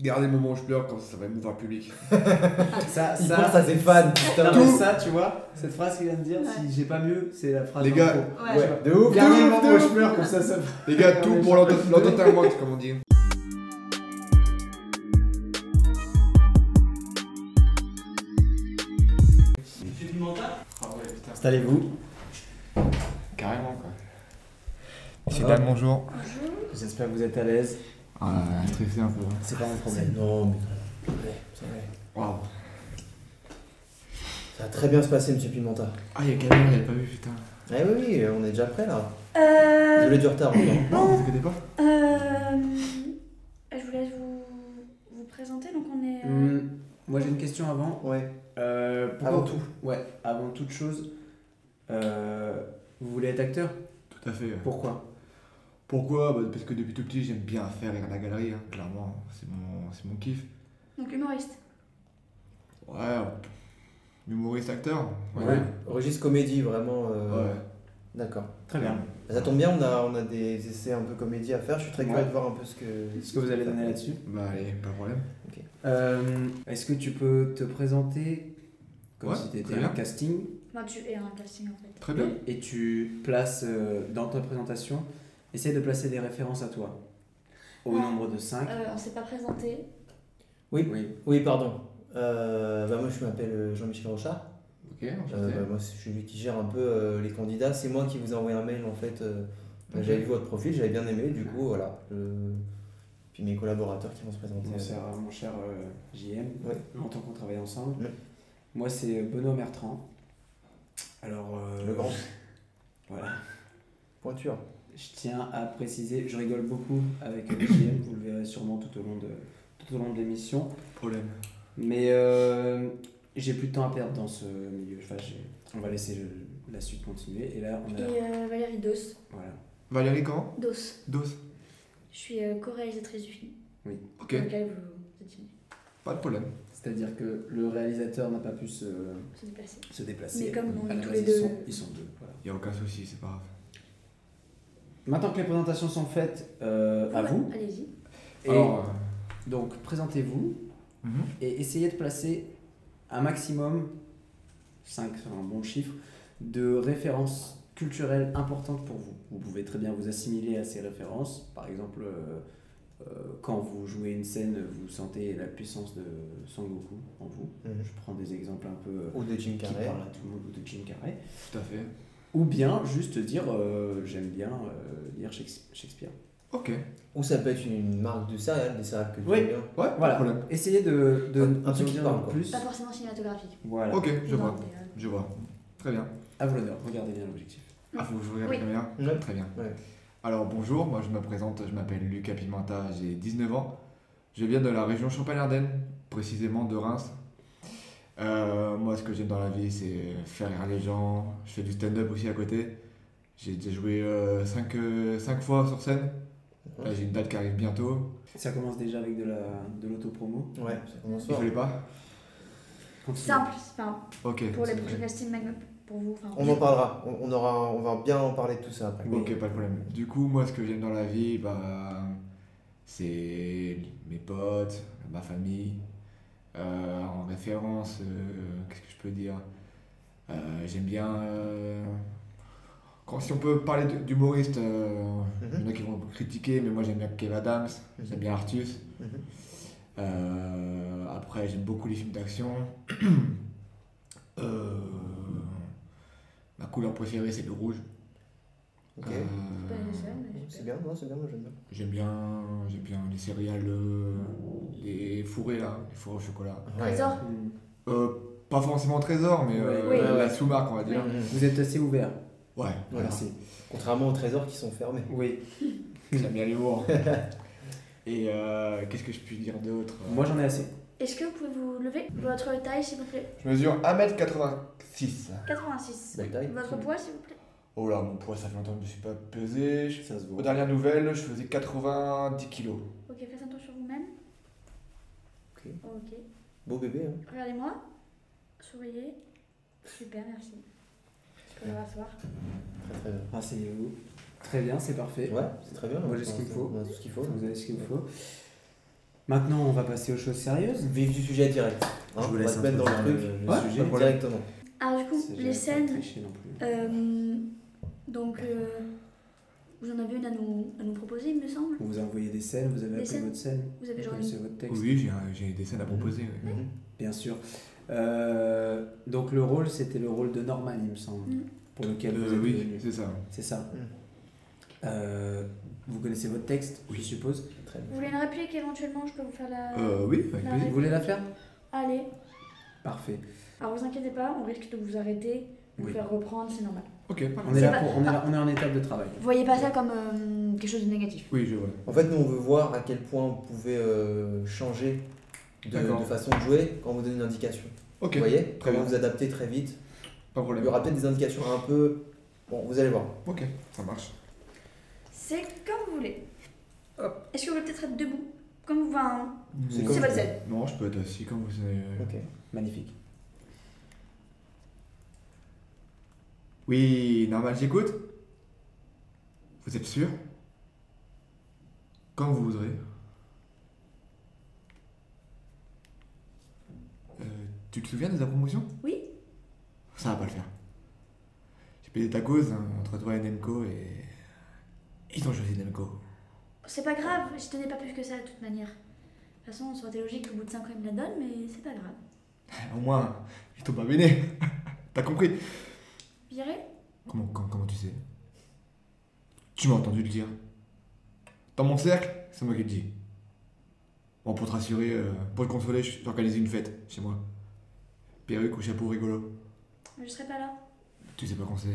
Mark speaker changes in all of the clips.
Speaker 1: dernier moment où je pleure quand ça va émouvoir le public.
Speaker 2: Ça,
Speaker 3: Il
Speaker 2: ça,
Speaker 3: pense à ses fans,
Speaker 2: non,
Speaker 3: putain.
Speaker 2: mais
Speaker 1: Tout.
Speaker 2: ça, tu vois, cette phrase qu'il vient de dire, si j'ai pas mieux, c'est la phrase
Speaker 1: Les
Speaker 2: d'un
Speaker 1: gars,
Speaker 2: pro.
Speaker 4: Ouais.
Speaker 2: Ouais, de
Speaker 1: De
Speaker 2: ouf. Dernier
Speaker 1: ouf,
Speaker 2: moment
Speaker 1: de
Speaker 2: où je
Speaker 1: ouf.
Speaker 2: pleure, comme ça, ça.
Speaker 1: Les gars, tout pour l'ent- l'entertainment, comme on dit.
Speaker 3: Installez-vous.
Speaker 1: Carrément, quoi.
Speaker 3: C'est Dan,
Speaker 1: bonjour.
Speaker 3: J'espère que vous êtes à l'aise.
Speaker 1: Ah, stressé un peu.
Speaker 3: C'est pas mon problème. Non, mais
Speaker 2: C'est vrai.
Speaker 1: Waouh.
Speaker 3: ça va très bien se passer, monsieur Pimenta.
Speaker 1: Ah, il y a quelqu'un, il a pas vu, putain.
Speaker 3: Eh oui, oui, on est déjà prêt là. Désolé
Speaker 4: Euh,
Speaker 3: du retard encore.
Speaker 1: Non, vous inquiétez pas.
Speaker 4: euh, je vous laisse vous, vous présenter. Donc on est. euh,
Speaker 2: Hum, moi, j'ai une question avant.
Speaker 3: Ouais.
Speaker 2: Euh, pourquoi-
Speaker 3: Avant tout.
Speaker 2: Ouais, avant toute chose, euh, vous voulez être acteur
Speaker 1: Tout à fait. ouais.
Speaker 2: Pourquoi
Speaker 1: Pourquoi bah, Parce que depuis tout petit, j'aime bien faire rire la galerie, hein, clairement. C'est mon, c'est mon kiff.
Speaker 4: Donc humoriste.
Speaker 1: Ouais. Humoriste acteur.
Speaker 2: Ouais.
Speaker 1: Euh,
Speaker 3: Registre comédie, vraiment.
Speaker 1: Ouais.
Speaker 3: euh, D'accord.
Speaker 2: Très bien.
Speaker 3: Bah, Ça tombe bien, on a, on a des essais un peu comédie à faire. Je suis très
Speaker 2: Ouais.
Speaker 3: curieux de voir un peu ce que.
Speaker 2: Ce que vous allez donner là-dessus.
Speaker 1: Bah, allez, pas de problème.
Speaker 2: Euh, Est-ce que tu peux te présenter comme
Speaker 1: Ouais,
Speaker 2: si tu étais
Speaker 1: très
Speaker 2: un
Speaker 1: bien.
Speaker 2: casting
Speaker 4: Enfin, tu es un casting en fait.
Speaker 1: Très bien.
Speaker 2: et tu places euh, dans ta présentation, essaie de placer des références à toi au
Speaker 4: Ouais.
Speaker 2: nombre de 5.
Speaker 4: Euh, on s'est pas présenté.
Speaker 2: Oui,
Speaker 3: Oui, pardon. Euh, bah, moi, je m'appelle Jean-Michel Rochard.
Speaker 1: Ok, enchanté.
Speaker 3: Euh, bah, moi, je suis lui qui gère un peu euh, les candidats. C'est moi qui vous ai envoyé un mail en fait. euh,
Speaker 1: Ok.
Speaker 3: J'avais vu votre profil, j'avais bien aimé. Du coup, voilà. je- Puis mes collaborateurs qui vont se présenter.
Speaker 2: mon cher, mon cher euh, JM,
Speaker 3: Ouais.
Speaker 2: longtemps qu'on travaille ensemble.
Speaker 3: Ouais.
Speaker 2: Moi, c'est euh, Benoît Bertrand. Alors, euh,
Speaker 3: Le grand
Speaker 2: voilà.
Speaker 3: pointure.
Speaker 2: Je tiens à préciser, je rigole beaucoup avec euh, JM, vous le verrez sûrement tout au long de, tout au long de l'émission.
Speaker 1: Problème.
Speaker 2: Mais euh, j'ai plus de temps à perdre dans ce milieu. Enfin, j'ai- on va laisser euh, la suite continuer. Et là, on
Speaker 4: Et
Speaker 2: a.
Speaker 4: euh, Valérie Dos.
Speaker 2: Voilà.
Speaker 1: Valérie, comment
Speaker 4: Dos.
Speaker 1: Dos.
Speaker 4: Je suis euh, co-réalisatrice du film.
Speaker 1: Ok,
Speaker 4: Dans lequel vous vous étiez
Speaker 1: pas de problème.
Speaker 2: C'est-à-dire que le réalisateur n'a pas pu se,
Speaker 4: se déplacer.
Speaker 2: se déplacer.
Speaker 4: Mais comme on
Speaker 2: À
Speaker 4: est
Speaker 2: la
Speaker 4: tous
Speaker 2: base,
Speaker 4: les deux-
Speaker 2: Ils sont, ils sont deux. voilà.
Speaker 1: Y a aucun souci, c'est pas grave.
Speaker 2: Maintenant que les présentations sont faites, euh, à
Speaker 4: Ouais,
Speaker 2: vous.
Speaker 4: Allez-y.
Speaker 2: Et
Speaker 1: Alors,
Speaker 3: euh,
Speaker 2: donc, présentez-vous
Speaker 1: euh, mhm.
Speaker 2: et essayez de placer un maximum, 5 c'est un bon chiffre, de références culturelles importantes pour vous. Vous pouvez très bien vous assimiler à ces références. Par exemple, euh, euh, quand vous jouez une scène, vous sentez la puissance de Son Goku en vous. Je prends des exemples un peu euh,
Speaker 3: Ou de Jim
Speaker 2: qui
Speaker 3: Carrey.
Speaker 2: parlent à tout le monde ou de Jim Carrey.
Speaker 1: tout à fait.
Speaker 2: Ou bien juste dire euh, j'aime bien euh, lire Shakes- Shakespeare.
Speaker 1: Ok,
Speaker 3: Ou ça peut être une marque de céréales, des céréales que hein. tu
Speaker 2: Oui.
Speaker 3: aimes bien.
Speaker 1: ouais, pas de
Speaker 2: Voilà.
Speaker 1: problème.
Speaker 2: Essayez de, de
Speaker 3: Un- un
Speaker 2: nous en
Speaker 3: truc qui
Speaker 2: dire
Speaker 3: parle, quoi.
Speaker 2: plus.
Speaker 4: Pas forcément cinématographique.
Speaker 2: Voilà.
Speaker 1: Ok, je
Speaker 4: Non,
Speaker 1: vois,
Speaker 4: mais, euh,
Speaker 1: je vois. Très bien.
Speaker 2: À vous l'honneur, regardez bien l'objectif.
Speaker 1: Ah, faut que je regarde
Speaker 4: Oui.
Speaker 1: la caméra
Speaker 3: Ouais.
Speaker 1: Très bien.
Speaker 3: Ouais.
Speaker 1: Alors, bonjour, moi je me présente, je m'appelle Lucas Pimenta, j'ai 19 ans. Je viens de la région Champagne-Ardenne, précisément de Reims. Euh, moi, ce que j'aime dans la vie, c'est faire rire les gens. Je fais du stand-up aussi à côté. J'ai déjà joué euh, 5 fois sur scène. Là, j'ai une date qui arrive bientôt.
Speaker 2: Ça commence déjà avec de la de l'autopromo.
Speaker 3: Ouais, ça commence
Speaker 1: Il
Speaker 3: fort.
Speaker 1: fallait pas
Speaker 2: Continue.
Speaker 4: Simple. Enfin,
Speaker 1: Ok.
Speaker 4: pour les
Speaker 2: c'est
Speaker 4: prochains castings, même pour vous. Enfin,
Speaker 3: On en parlera. On, on aura, on va bien en parler de tout ça après.
Speaker 1: Ok, pas de problème. Du coup, moi, ce que j'aime dans la vie, bah, c'est mes potes, ma famille. Euh, en référence, euh, qu'est-ce que je peux dire Euh, J'aime bien. euh, quand, si on peut parler d- d'humoriste, euh, il y en a qui vont critiquer, mais moi j'aime bien Kev Adams, j'aime bien Artus.
Speaker 3: Mhm.
Speaker 1: Euh, après, j'aime beaucoup les films d'action. Euh, ma couleur préférée, c'est le rouge.
Speaker 3: Ok.
Speaker 1: Euh,
Speaker 4: C'est pas les seuls, mais
Speaker 3: C'est
Speaker 4: super.
Speaker 3: bien, non, c'est bien, moi j'aime bien.
Speaker 1: J'aime bien, j'aime bien les céréales, euh, les fourrés là, les fourrés au chocolat.
Speaker 4: Trésor.
Speaker 2: Hmm.
Speaker 1: Euh, pas forcément trésor, mais euh,
Speaker 4: Oui.
Speaker 1: la sous-marque on va dire.
Speaker 5: Mm,
Speaker 3: Ouais. Mhm.
Speaker 2: Vous êtes assez ouvert.
Speaker 1: Ouais, voilà.
Speaker 2: Merci.
Speaker 3: Contrairement aux trésors qui sont fermés.
Speaker 2: Oui.
Speaker 1: J'aime bien l'humour. Et euh, qu'est-ce que je puis dire d'autre
Speaker 2: Moi j'en ai assez.
Speaker 4: Est-ce que vous pouvez vous lever Votre taille, s'il vous plaît.
Speaker 1: je mesure 1m86.
Speaker 4: 86.
Speaker 3: Belle taille.
Speaker 4: Votre poids, s'il vous plaît.
Speaker 1: Oh là, mon poids, ça fait longtemps que je me suis pas pesé. Je-
Speaker 2: Ça se
Speaker 1: Aux
Speaker 2: voit.
Speaker 1: dernières nouvelles, je faisais 90 kilos.
Speaker 4: Ok, faites attention sur vous-même.
Speaker 3: Ok.
Speaker 4: Ok.
Speaker 3: Beau bébé, hein.
Speaker 4: Regardez-moi. Souriez. Super, merci. Je peux me rasseoir.
Speaker 3: Très très bien.
Speaker 2: Asseyez-vous. Très bien, c'est parfait.
Speaker 3: Ouais, c'est très bien.
Speaker 2: Moi, j'ai ce qu'il me faut.
Speaker 3: On a tout ce qu'il faut.
Speaker 2: Vous avez ce qu'il vous faut. Maintenant, on va passer aux choses sérieuses.
Speaker 3: Vif du sujet direct. Hein,
Speaker 5: Je vous
Speaker 3: on
Speaker 5: laisse
Speaker 3: va te mettre dans le
Speaker 5: introduire
Speaker 3: truc.
Speaker 5: le- le
Speaker 3: Ouais,
Speaker 5: sujet.
Speaker 3: pas de problème. directement.
Speaker 4: Alors, Ah, du coup,
Speaker 2: C'est- j'arrive
Speaker 4: les
Speaker 2: pas à
Speaker 4: scènes.
Speaker 2: tricher non plus.
Speaker 4: euh, donc, euh, vous en avez une à nous, à nous proposer, il me semble.
Speaker 2: On vous a envoyé des scènes, vous avez
Speaker 4: Des
Speaker 2: appelé
Speaker 4: scènes.
Speaker 2: votre scène,
Speaker 4: Vous avez
Speaker 2: vous
Speaker 4: genre une-
Speaker 2: connaissez votre texte.
Speaker 1: Oui, j'ai un- j'ai des scènes à proposer. ouais.
Speaker 3: Mhm.
Speaker 5: Mm-hmm.
Speaker 2: Bien sûr. Euh, donc le rôle, c'était le rôle de Norman, il me semble,
Speaker 4: Mm.
Speaker 2: pour lequel vous
Speaker 1: Euh,
Speaker 2: êtes
Speaker 1: oui,
Speaker 2: venu.
Speaker 1: c'est ça.
Speaker 2: C'est ça.
Speaker 3: Mm.
Speaker 2: Euh, vous connaissez votre texte, je suppose.
Speaker 3: Très
Speaker 4: Vous
Speaker 3: bien.
Speaker 4: voulez une réplique éventuellement Je peux vous faire la.
Speaker 1: Euh, oui, avec
Speaker 4: la
Speaker 1: plaisir.
Speaker 2: Vous voulez la faire
Speaker 4: Allez.
Speaker 2: Parfait.
Speaker 4: Alors, vous inquiétez pas, on risque de vous arrêter, de vous
Speaker 2: Oui.
Speaker 4: faire reprendre, c'est normal.
Speaker 1: Ok, pas
Speaker 2: On
Speaker 1: mal.
Speaker 2: est,
Speaker 4: C'est
Speaker 2: là
Speaker 4: pas-
Speaker 2: pour, on, est là- on est en étape de travail.
Speaker 4: Voyez pas ça comme euh, quelque chose de négatif.
Speaker 1: Oui, je vois.
Speaker 3: En fait, nous, on veut voir à quel point vous pouvez euh, changer de,
Speaker 1: D'accord.
Speaker 3: de façon de jouer quand on vous donne une indication.
Speaker 1: Ok,
Speaker 3: Vous voyez
Speaker 1: très
Speaker 3: Comment
Speaker 1: bien.
Speaker 3: vous adaptez très vite.
Speaker 1: pas de
Speaker 3: Il
Speaker 1: problème.
Speaker 3: y aura peut-être des indications un peu. Bon, vous allez voir.
Speaker 1: Ok, ça marche.
Speaker 4: C'est comme vous voulez. Est-ce que vous voulez peut-être être debout Comme vous hein. enfin,
Speaker 3: C'est
Speaker 1: Non,
Speaker 3: comme
Speaker 1: je-
Speaker 4: votre scène.
Speaker 1: Non, je peux être assis comme vous euh, savez.
Speaker 3: Mm. Ok.
Speaker 2: Magnifique.
Speaker 1: Oui, normal, j'écoute. Vous êtes sûr Quand vous voudrez. Euh, tu te souviens de ta promotion
Speaker 4: Oui.
Speaker 1: Ça va pas le faire. J'ai payé ta cause hein, entre toi et Nemco et. Ils ont choisi Nemco.
Speaker 4: C'est pas grave, je tenais pas plus que ça de toute manière. De toute façon, ça aurait été logique qu'au bout de 5 ans, il me la donne, mais c'est pas grave.
Speaker 1: Au moins, ils t'ont pas béné. T'as compris
Speaker 4: Viré
Speaker 1: Comment, comment, comment tu sais Tu m'as entendu le dire. Dans mon cercle, c'est moi qui le dis. Bon, pour te rassurer, euh, pour te consoler, je- j'ai organisé une fête chez moi. Perruque ou chapeau rigolo.
Speaker 4: Mais Je serais pas là.
Speaker 1: Tu sais pas quand c'est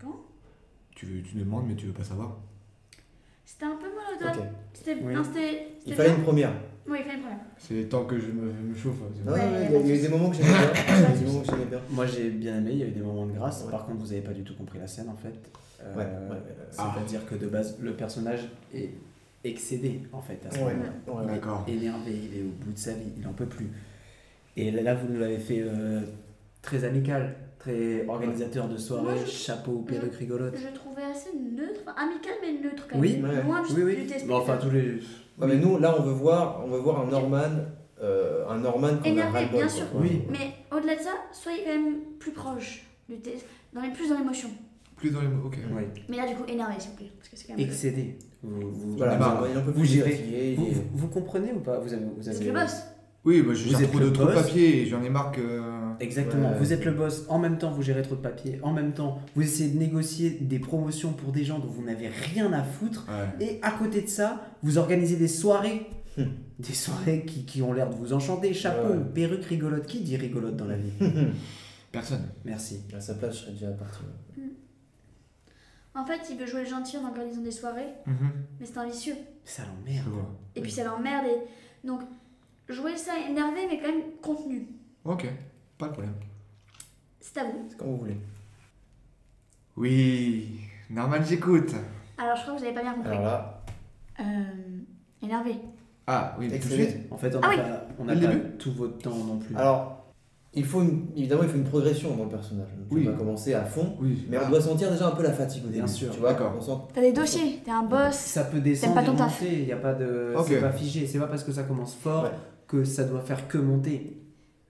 Speaker 4: Quand
Speaker 1: tu, veux- tu demandes, mais tu veux pas savoir.
Speaker 4: C'était un peu monotone.
Speaker 3: Ok.
Speaker 4: C'était.
Speaker 2: Oui.
Speaker 4: non, c'était.
Speaker 3: Il
Speaker 4: c'était
Speaker 3: fallait
Speaker 4: Ah, bien.
Speaker 3: une première.
Speaker 4: Oui, il fallait une première.
Speaker 1: C'est tant que je me, me chauffe. hein, c'est
Speaker 3: Non,
Speaker 1: bon.
Speaker 4: Ouais,
Speaker 3: non,
Speaker 4: y a
Speaker 3: non, il y
Speaker 4: pas
Speaker 3: a
Speaker 4: de
Speaker 3: il y a eu des moments que j'aimais bien. Il y a eu des moments que j'aimais bien.
Speaker 2: Moi j'ai bien aimé, il y a eu des moments de grâce.
Speaker 3: Ouais.
Speaker 2: Par contre, vous n'avez pas du tout compris la scène en fait. Euh,
Speaker 3: Ouais, ouais, ouais.
Speaker 2: C'est-à-dire que de base, le personnage est excédé en fait à ce
Speaker 3: Ouais,
Speaker 2: moment-là.
Speaker 3: ouais, ouais.
Speaker 1: D'accord.
Speaker 2: énervé, il est au bout de sa vie, il en peut plus. Et là, là, vous nous l'avez fait euh, très amical, très organisateur de soirée,
Speaker 4: Moi, je-
Speaker 2: chapeau, perruque rigolote.
Speaker 4: Je le trouvais assez neutre, enfin, amical mais neutre quand même.
Speaker 2: Oui,
Speaker 3: ouais.
Speaker 4: Loin du,
Speaker 2: oui,
Speaker 4: du
Speaker 2: oui.
Speaker 4: test.
Speaker 2: Bon, enfin, tous les.
Speaker 3: Ouais, mais nous, là, on veut voir, on veut voir un Norman, euh, un Norman qu'on a
Speaker 4: Énervé,
Speaker 3: ras-le-bol,
Speaker 4: bien
Speaker 3: quoi.
Speaker 4: sûr.
Speaker 2: Oui.
Speaker 4: Mais au-delà de ça, soyez quand même plus proche du test, dans les, plus dans l'émotion.
Speaker 1: Plus dans les mots. Ok.
Speaker 2: Oui.
Speaker 4: Mais là, du coup, énervé, s'il vous plaît. Parce que c'est quand même.
Speaker 2: Excédé. Vous, vous,
Speaker 3: Voilà,
Speaker 1: Bah,
Speaker 3: il est un peu
Speaker 2: vous
Speaker 3: plus
Speaker 2: gérez.
Speaker 3: fatigué, il
Speaker 2: vous,
Speaker 3: est-
Speaker 2: vous- vous comprenez ou pas vous avez, vous
Speaker 4: C'est
Speaker 2: avez-
Speaker 4: le boss.
Speaker 1: Oui, bah, je
Speaker 2: Vous
Speaker 1: gère
Speaker 2: êtes
Speaker 1: trop
Speaker 2: le
Speaker 1: de, trop de
Speaker 2: boss.
Speaker 1: papier et j'en ai marre que. euh,
Speaker 2: Exactement,
Speaker 3: Ouais.
Speaker 2: vous êtes le boss, en même temps vous gérez trop de papiers, en même temps vous essayez de négocier des promotions pour des gens dont vous n'avez rien à foutre.
Speaker 1: Ouais.
Speaker 2: Et à côté de ça, vous organisez des soirées.
Speaker 3: Hmm.
Speaker 2: Des soirées qui, qui ont l'air de vous enchanter. Chapeau,
Speaker 3: Ouais.
Speaker 2: perruque rigolote. Qui dit rigolote dans la vie
Speaker 1: Personne.
Speaker 2: Merci.
Speaker 3: À sa place, je serais déjà parti.
Speaker 4: En fait, il veut jouer le gentil en organisant des soirées,
Speaker 1: Mhm.
Speaker 4: mais c'est un vicieux.
Speaker 2: Ça
Speaker 1: Je
Speaker 2: l'emmerde.
Speaker 1: vois.
Speaker 4: Et puis ça l'emmerde. Et... Donc, jouer ça énervé, mais quand même contenu.
Speaker 1: Ok, pas de problème.
Speaker 4: C'est à vous.
Speaker 3: C'est comme vous voulez.
Speaker 1: Oui, normal, j'écoute.
Speaker 4: Alors, je crois que vous avez pas bien compris.
Speaker 3: Alors là,
Speaker 4: Euh, énervé.
Speaker 1: Ah, oui, tout de
Speaker 3: excellent.
Speaker 1: suite.
Speaker 2: En fait, on
Speaker 4: Ah
Speaker 2: n'a
Speaker 4: oui.
Speaker 2: pas, on n'a
Speaker 1: Dès le
Speaker 2: pas
Speaker 1: début.
Speaker 2: tout votre temps non plus.
Speaker 3: Alors, il faut une- évidemment, il faut une progression dans le personnage. Donc,
Speaker 1: Oui.
Speaker 3: On va commencer à fond,
Speaker 1: Oui, Ah.
Speaker 3: mais on doit sentir déjà un peu la fatigue au
Speaker 2: Bien
Speaker 3: début.
Speaker 2: sûr,
Speaker 3: tu vois,
Speaker 1: d'accord.
Speaker 3: On sent...
Speaker 4: T'as des dossiers, t'es un boss.
Speaker 2: ça peut descendre
Speaker 4: pas ton
Speaker 2: et
Speaker 4: taf.
Speaker 2: monter. Il y a pas de.
Speaker 1: Ok.
Speaker 2: C'est pas figé. C'est pas parce que ça commence fort
Speaker 3: Ouais.
Speaker 2: que ça doit faire que monter.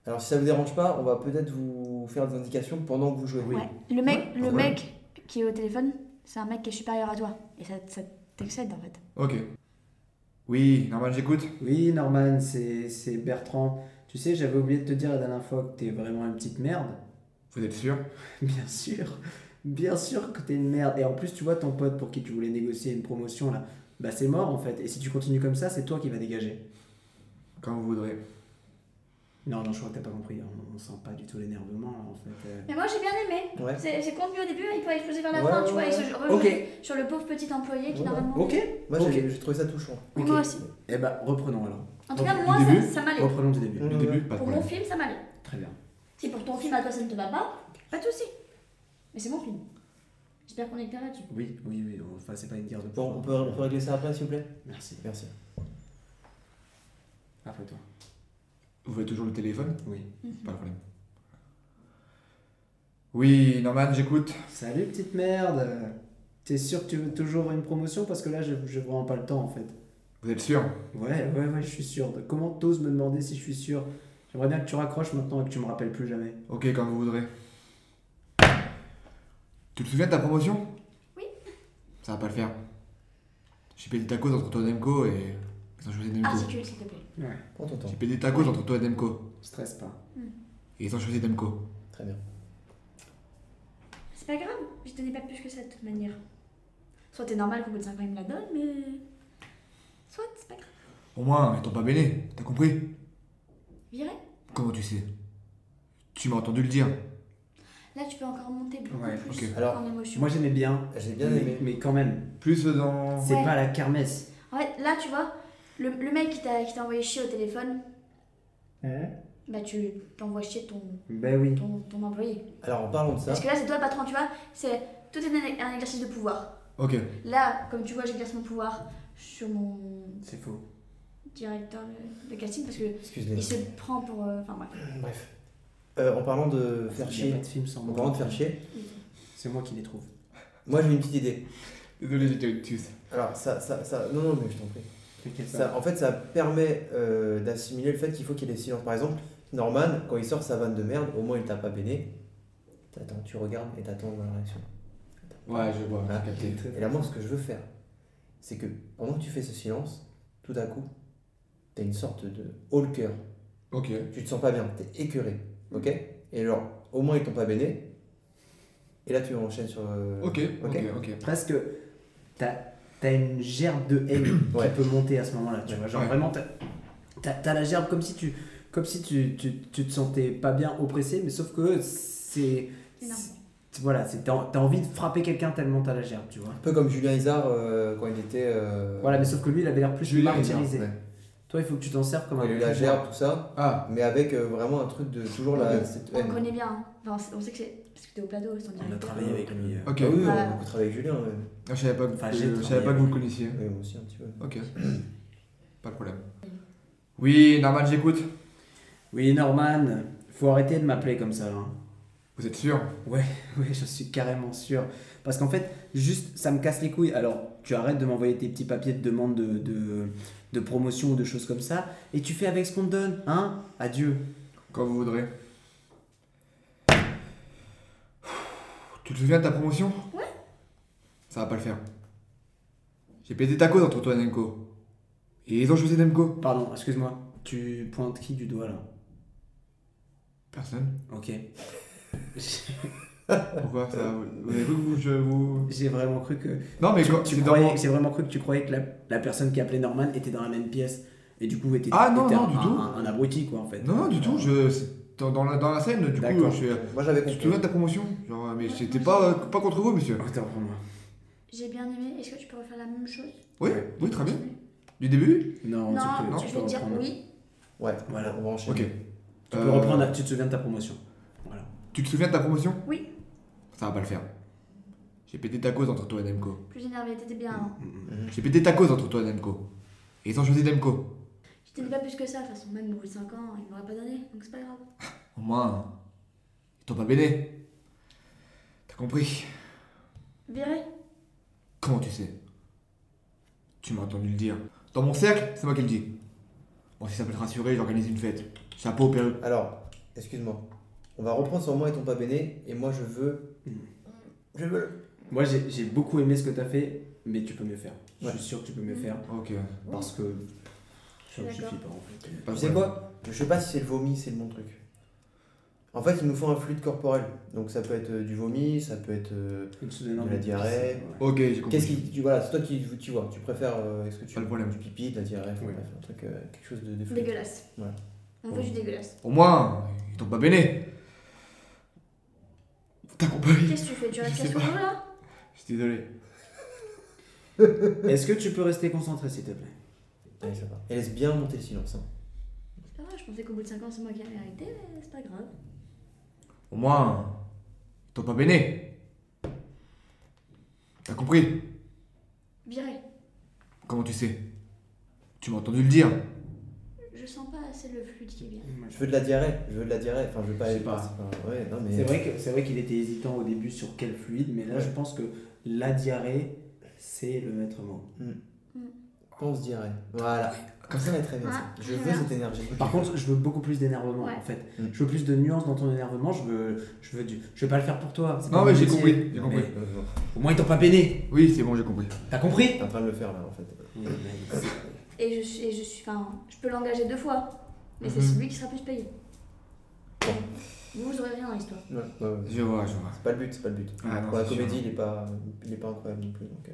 Speaker 3: Alors, si ça vous dérange pas, on va peut-être vous faire des indications pendant que vous jouez.
Speaker 4: Ouais. Le mec,
Speaker 3: Ouais,
Speaker 4: le
Speaker 3: ouais.
Speaker 4: mec qui est au téléphone, c'est un mec qui est supérieur à toi. Et ça, ça t'excède en fait.
Speaker 1: Ok. Oui, normal, j'écoute.
Speaker 2: Oui, Norman, c'est c'est Bertrand. Tu sais, j'avais oublié de te dire la dernière fois que t'es vraiment une petite merde.
Speaker 1: Vous êtes sûr
Speaker 2: Bien sûr, bien sûr que t'es une merde. Et en plus, tu vois, ton pote pour qui tu voulais négocier une promotion là, bah c'est mort en fait. Et si tu continues comme ça, c'est toi qui vas dégager.
Speaker 1: Quand vous voudrez.
Speaker 2: Non, non, je crois que t'as pas compris. On, on sent pas du tout l'énervement là, en fait. Euh,
Speaker 4: Mais moi, j'ai bien aimé.
Speaker 3: Ouais.
Speaker 4: C'est c'est contenu au début, il peut exploser vers la
Speaker 3: Ouais,
Speaker 4: fin,
Speaker 3: ouais,
Speaker 4: tu vois. Et
Speaker 3: ouais.
Speaker 4: se rejoue
Speaker 2: Ok.
Speaker 4: sur le pauvre petit employé qui
Speaker 3: Ouais,
Speaker 4: n'a
Speaker 3: ouais.
Speaker 4: rien demandé.
Speaker 2: Ok,
Speaker 3: Moi, j'ai-
Speaker 2: Ok.
Speaker 3: j'ai trouvé ça touchant.
Speaker 4: Mais
Speaker 2: ok.
Speaker 4: Moi aussi.
Speaker 2: Eh bah, reprenons alors.
Speaker 4: En tout
Speaker 1: Donc,
Speaker 4: cas,
Speaker 1: du
Speaker 4: moi,
Speaker 1: début,
Speaker 4: ça, ça m'allait.
Speaker 2: Reprenons du début. oh,
Speaker 3: Ouais,
Speaker 1: Au
Speaker 3: ouais.
Speaker 1: début, pas de
Speaker 4: Pour mon
Speaker 1: problème.
Speaker 4: film, ça m'allait.
Speaker 2: Très bien.
Speaker 4: Si pour ton film, à toi, ça ne te va pas, pas de souci. Mais c'est mon film. J'espère qu'on est clair là-dessus.
Speaker 2: Oui, oui, oui. on- Enfin, c'est pas une guerre de
Speaker 3: Bon, on peut, on peut régler ça après, s'il vous plaît
Speaker 2: Merci.
Speaker 3: Merci.
Speaker 2: Après toi.
Speaker 1: Vous voyez toujours le téléphone
Speaker 2: Oui.
Speaker 1: Pas de problème. Oui, normal, j'écoute.
Speaker 2: Salut petite merde. T'es sûr que tu veux toujours une promotion parce que là, j'ai j'ai vraiment pas le temps en fait.
Speaker 1: Vous êtes sûr
Speaker 2: Ouais, ouais, ouais, je suis sûr. Comment t'oses me demander si je suis sûr J'aimerais bien que tu raccroches maintenant et que tu me rappelles plus jamais.
Speaker 1: Ok, comme vous voudrez. Tu te souviens de ta promotion
Speaker 4: Oui.
Speaker 1: Ça va pas le faire. J'ai payé des tacos entre toi et Demco et. Ils ont choisi Demco.
Speaker 4: Articule, s'il te plaît.
Speaker 2: Ouais,
Speaker 3: Prends ton temps.
Speaker 1: J'ai payé des tacos entre toi et Demco.
Speaker 2: stresse pas.
Speaker 1: Et ils ont choisi Demco.
Speaker 3: Très bien.
Speaker 4: C'est pas grave, je donnais pas plus que ça de toute manière. Soit t'es normal qu'au bout de 5 ans, il me la donne, mais. Soit, c'est pas grave.
Speaker 1: Au moins, ils t'ont pas mêlé, t'as compris
Speaker 4: Viré
Speaker 1: Comment tu sais Tu m'as entendu le dire.
Speaker 4: Là, tu peux encore monter beaucoup
Speaker 2: Ouais,
Speaker 4: plus
Speaker 1: ok.
Speaker 3: Alors,
Speaker 4: en émotion.
Speaker 2: Moi j'aimais bien,
Speaker 3: J'ai bien
Speaker 2: mais,
Speaker 3: aimé.
Speaker 2: mais quand même,
Speaker 1: Plus dans.
Speaker 2: c'est
Speaker 4: Ouais.
Speaker 2: pas la kermesse.
Speaker 4: En fait, là, tu vois, le, le mec qui t'a qui t'a envoyé chier au téléphone, bah tu t'envoies chier ton,
Speaker 2: Ben oui.
Speaker 4: ton, ton employé.
Speaker 3: Alors en parlant de ça,
Speaker 4: Parce que là, c'est toi le patron, tu vois, c'est tout est un, un exercice de pouvoir.
Speaker 1: Ok.
Speaker 4: Là, comme tu vois, j'exerce mon pouvoir sur mon
Speaker 2: C'est faux.
Speaker 4: directeur de, de casting parce que
Speaker 3: excuse-moi.
Speaker 4: il se prend pour. euh, Enfin, bref.
Speaker 3: Bref. Euh, en parlant de faire
Speaker 2: Il y a
Speaker 3: chier,
Speaker 2: pas de film sans
Speaker 3: en parlant
Speaker 2: moi.
Speaker 3: de faire chier,
Speaker 2: C'est moi qui les trouve.
Speaker 3: moi j'ai une petite idée.
Speaker 1: Désolé, j'étais obtus.
Speaker 3: Alors ça, ça, ça, non, non, mais je t'en prie.
Speaker 2: T'inquiète pas.
Speaker 3: Ça, en fait, ça permet euh, d'assimiler le fait qu'il faut qu'il y ait des silences. Par exemple, Norman, quand il sort sa vanne de merde, au moins il t'a pas béné. T'attends, tu regardes et t'attends la réaction.
Speaker 1: Ouais, je vois,
Speaker 3: Ah.
Speaker 1: j'ai capté.
Speaker 3: Et là, moi, ce que je veux faire, c'est que pendant que tu fais ce silence, tout d'un coup, t'as une sorte de haut-le-cœur.
Speaker 1: Ok.
Speaker 3: Tu te sens pas bien, t'es écœuré. Ok Et genre, au moins ils t'ont pas béné. Et là, tu enchaînes sur. euh,
Speaker 1: Ok, ok, ok.
Speaker 2: Presque, t'as t'as une gerbe de haine
Speaker 3: Ouais.
Speaker 2: qui peut monter à ce moment-là. Tu vois, genre
Speaker 1: Ouais.
Speaker 2: vraiment, t'as- t'as t'as la gerbe comme si tu, comme si tu, tu, tu te sentais pas bien oppressé, mais sauf que c'est
Speaker 4: Énorme.
Speaker 2: c'est- voilà, c'est- t'as en- t'as envie de frapper quelqu'un tellement t'as la gerbe, tu vois.
Speaker 3: Un peu comme Julien Isard euh, quand il était. euh,
Speaker 2: Voilà, mais sauf que lui, il avait l'air plus
Speaker 1: Julien
Speaker 2: martyrisé.
Speaker 3: ouais.
Speaker 2: Toi, il faut que tu t'en serves comme
Speaker 3: Quand il a
Speaker 2: un.
Speaker 3: eu la gerbe, tout ça.
Speaker 1: Ah,
Speaker 3: Mais avec euh, vraiment un truc de toujours la.
Speaker 1: Ok.
Speaker 3: cette
Speaker 4: On le
Speaker 3: haine.
Speaker 4: connaît bien. hein. Enfin, on sait- on sait que c'est. Parce que t'es au plateau, c'est ton
Speaker 2: On a
Speaker 4: directeur.
Speaker 2: travaillé avec lui. euh,
Speaker 1: ok.
Speaker 3: Ah oui,
Speaker 4: Voilà.
Speaker 3: on a beaucoup travaillé avec Julien. ouais.
Speaker 1: Ah, je savais pas, que-
Speaker 2: Enfin, j'ai
Speaker 1: je savais
Speaker 2: travaillé
Speaker 1: pas que vous
Speaker 2: avec
Speaker 1: le connaissiez.
Speaker 3: Oui, moi aussi un petit peu.
Speaker 1: Ok. pas de problème. Oui, Norman, j'écoute.
Speaker 2: Oui, Norman, faut arrêter de m'appeler comme ça. hein.
Speaker 1: Vous êtes sûr
Speaker 2: Oui, je suis carrément sûr. Parce qu'en fait, juste, ça me casse les couilles. Alors, tu arrêtes de m'envoyer tes petits papiers de demande de, de, de promotion ou de choses comme ça, et tu fais avec ce qu'on te donne, hein Adieu.
Speaker 1: Quand vous voudrez. Tu te souviens de ta promotion
Speaker 4: Ouais.
Speaker 1: Ça va pas le faire. J'ai pété ta cause entre toi et Nemco. Et ils ont choisi Nemco.
Speaker 2: Pardon, excuse-moi. Tu pointes qui du doigt, là
Speaker 1: Personne.
Speaker 2: Ok.
Speaker 1: Pourquoi ça Vous avez cru que vous, je vous.
Speaker 2: J'ai vraiment cru que...
Speaker 1: Non, mais
Speaker 2: tu-
Speaker 1: quand
Speaker 2: tu
Speaker 1: c'est
Speaker 2: croyais-
Speaker 1: dans mon-
Speaker 2: J'ai vraiment cru que tu croyais que la, la personne qui appelait Norman était dans la même pièce. Et du coup, était,
Speaker 1: Ah, non,
Speaker 2: était
Speaker 1: non,
Speaker 2: un,
Speaker 1: du tout.
Speaker 2: un- un abruti, quoi, en fait.
Speaker 1: Non, non, du tout. Je... c'est Dans, dans la, dans la scène, du coup,
Speaker 2: D'accord.
Speaker 1: je suis.
Speaker 3: Moi j'avais
Speaker 1: Tu te
Speaker 3: compris.
Speaker 1: souviens de ta promotion Genre, mais j'étais pas, pas contre vous, monsieur.
Speaker 2: Attends, prends-moi.
Speaker 4: J'ai bien aimé. Est-ce que tu peux refaire la même chose
Speaker 1: Oui, oui, très bien. Du début
Speaker 2: Non,
Speaker 4: Non,
Speaker 2: tu peux, tu
Speaker 4: je
Speaker 2: peux
Speaker 4: vais dire
Speaker 2: reprendre.
Speaker 4: oui.
Speaker 3: Ouais,
Speaker 2: Voilà.
Speaker 3: on va enchaîner.
Speaker 1: Ok.
Speaker 2: Tu
Speaker 1: Euh,
Speaker 2: peux reprendre, tu te souviens de ta promotion. Voilà.
Speaker 1: Tu te souviens de ta promotion
Speaker 4: Oui.
Speaker 1: Ça va pas le faire. J'ai pété ta cause entre toi et Nemco.
Speaker 4: Plus énervé, t'étais bien. hein.
Speaker 2: Mm, mm.
Speaker 3: Mhm.
Speaker 1: J'ai pété ta cause entre toi et Demco. Et ils ont choisi Demco.
Speaker 4: Je t'ai dit pas plus que ça, de toute façon, même au bout de 5 ans, il m'aurait pas donné, donc c'est pas grave.
Speaker 1: Au moins, ils t'ont pas béné. T'as compris
Speaker 4: Viré
Speaker 1: Comment tu sais Tu m'as entendu le dire. Dans mon cercle, c'est moi qui le dis. Bon, si ça peut te rassurer, j'organise une fête. Chapeau, perruque.
Speaker 3: Alors, excuse-moi. On va reprendre sur moi et ton pas béné. Et moi je veux.
Speaker 2: Mhm.
Speaker 3: Je veux.
Speaker 2: Moi, j'ai j'ai beaucoup aimé ce que tu as fait, mais tu peux mieux faire. Je
Speaker 3: Ouais.
Speaker 2: suis sûr que tu peux
Speaker 4: Mmh.
Speaker 2: mieux faire
Speaker 1: Ok.
Speaker 2: parce que ça me
Speaker 4: D'accord.
Speaker 2: suffit pas en fait.
Speaker 1: Pas
Speaker 3: Tu
Speaker 1: de
Speaker 3: sais
Speaker 1: problème.
Speaker 3: quoi Je sais pas si c'est le vomi, c'est le bon truc. En fait, il nous faut un fluide corporel. Donc ça peut être euh, du vomi, ça peut être. euh,
Speaker 2: Une soudaine
Speaker 3: De la diarrhée.
Speaker 1: Ok, j'ai compris.
Speaker 3: Qu'est-ce qui. Tu, voilà, c'est toi qui tu vois. Tu préfères. euh, Est-ce que tu
Speaker 1: Pas le problème.
Speaker 3: du pipi, de la diarrhée, enfin,
Speaker 2: Oui.
Speaker 3: bref, un truc, euh, quelque chose de, de fluide.
Speaker 4: Dégueulasse.
Speaker 3: Ouais.
Speaker 4: On veut du dégueulasse.
Speaker 1: Au moins, ils t'ont pas béné. T'as compris
Speaker 4: Qu'est-ce que tu fais Tu restes
Speaker 1: Je sais
Speaker 4: sur
Speaker 1: pas.
Speaker 4: nous là
Speaker 1: Je suis désolé.
Speaker 2: Est-ce que tu peux rester concentré s'il te plaît
Speaker 3: Allez, ça va. Et laisse bien monter le silence. hein.
Speaker 4: C'est pas grave, je pensais qu'au bout de 5 ans, c'est moi qui allais arrêter, mais c'est pas grave.
Speaker 1: Au moins, ils t'ont pas béné. T'as compris
Speaker 4: Viré.
Speaker 1: Comment tu sais Tu m'as entendu le dire.
Speaker 4: Je sens pas assez le fluide qui vient.
Speaker 3: Je veux de la diarrhée. Je veux de la diarrhée. Enfin, je veux pas.
Speaker 2: Je sais pas.
Speaker 3: Enfin, ouais, non, mais.
Speaker 2: C'est vrai que- c'est vrai qu'il était hésitant au début sur quel fluide, mais là
Speaker 3: Ouais.
Speaker 2: je pense que la diarrhée c'est le maître mot.
Speaker 3: Mm. On se dirait. Voilà. Comme ça, on est Ah, très bien.
Speaker 4: Ouais,
Speaker 3: ça. Je veux
Speaker 4: voilà.
Speaker 3: cette énergie.
Speaker 2: Par contre, je veux beaucoup plus d'énervement
Speaker 4: Ouais.
Speaker 2: en fait.
Speaker 3: Mm.
Speaker 2: Je veux plus de nuances dans ton énervement. Je veux, je veux du. Je vais pas le faire pour toi. c'est pas
Speaker 1: Non,
Speaker 2: mon
Speaker 1: mais j'ai
Speaker 2: métier.
Speaker 1: compris, j'ai
Speaker 2: Mais
Speaker 3: Euh,
Speaker 1: compris.
Speaker 2: Au moins ils t'ont pas peiné.
Speaker 1: Oui, c'est bon, j'ai compris.
Speaker 2: T'as compris
Speaker 3: T'es en train de le faire là en fait.
Speaker 4: Et je, suis- et je suis. Enfin, je peux l'engager deux fois. Mais c'est
Speaker 1: Mhm.
Speaker 4: celui qui sera plus payé. Vous, vous aurez rien dans l'histoire.
Speaker 3: Ouais, ouais, ouais.
Speaker 1: Je vois, je vois.
Speaker 3: C'est pas le but, c'est pas le but.
Speaker 1: Ah, non,
Speaker 3: Pour la
Speaker 1: c'est sûr.
Speaker 3: comédie, il est pas, il est pas incroyable non plus. Donc, euh,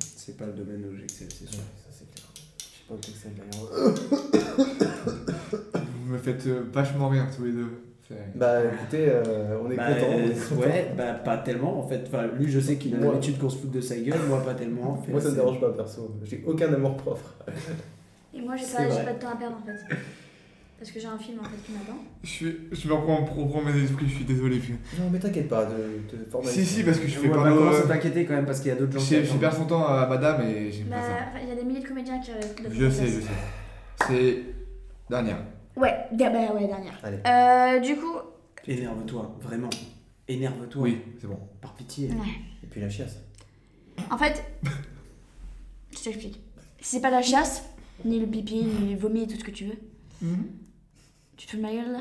Speaker 2: C'est pas le domaine où j'excelle, c'est sûr.
Speaker 3: ça c'est clair. Je sais pas où t'es que ça, mais on-
Speaker 1: Vous me faites euh, vachement rire tous les deux. C'est-
Speaker 3: Bah écoutez, euh, on est
Speaker 2: Bah,
Speaker 3: content.
Speaker 2: euh,
Speaker 3: on est content.
Speaker 2: ouais, bah pas tellement en fait. Enfin, lui, je sais qu'il a
Speaker 3: Moi-
Speaker 2: l'habitude qu'on se foute de sa gueule. Moi, pas tellement. Fait
Speaker 3: Moi ça
Speaker 2: la
Speaker 3: me
Speaker 2: scène.
Speaker 3: dérange pas perso. J'ai aucun amour propre.
Speaker 4: Et moi, j'ai
Speaker 2: C'est
Speaker 4: pas, j'ai
Speaker 2: vrai.
Speaker 4: pas de temps à perdre en fait. Parce que j'ai un film en fait qui m'attend.
Speaker 1: Je, suis- je me reprends reprends mes esprits, je suis désolé. puis-
Speaker 3: Non mais t'inquiète pas, de, de formaliser.
Speaker 1: Si, si, parce que Oh, bah, je fais
Speaker 2: Ouais,
Speaker 1: pas
Speaker 2: bah, commence
Speaker 1: de.
Speaker 2: à t'inquiéter quand même parce qu'il y a d'autres gens.
Speaker 1: Je
Speaker 2: qui
Speaker 1: sais- je
Speaker 2: attendent.
Speaker 1: perds son temps à madame et j'aime pas ça.
Speaker 4: Bah, enfin, il y a des milliers de comédiens qui arrivent. de
Speaker 1: Je sais,
Speaker 4: France.
Speaker 1: je sais. C'est. Dernière.
Speaker 4: Ouais, da- bah ouais, dernière.
Speaker 3: Allez.
Speaker 4: Euh, du coup.
Speaker 2: Énerve-toi, vraiment. Énerve-toi.
Speaker 1: Oui, c'est bon.
Speaker 2: Par pitié.
Speaker 3: Et puis la chiasse.
Speaker 4: En fait, je t'explique. Si c'est pas la chasse, ni le pipi, ni le vomi, tout ce que tu veux,
Speaker 1: Mhm.
Speaker 4: tu te fous de ma gueule là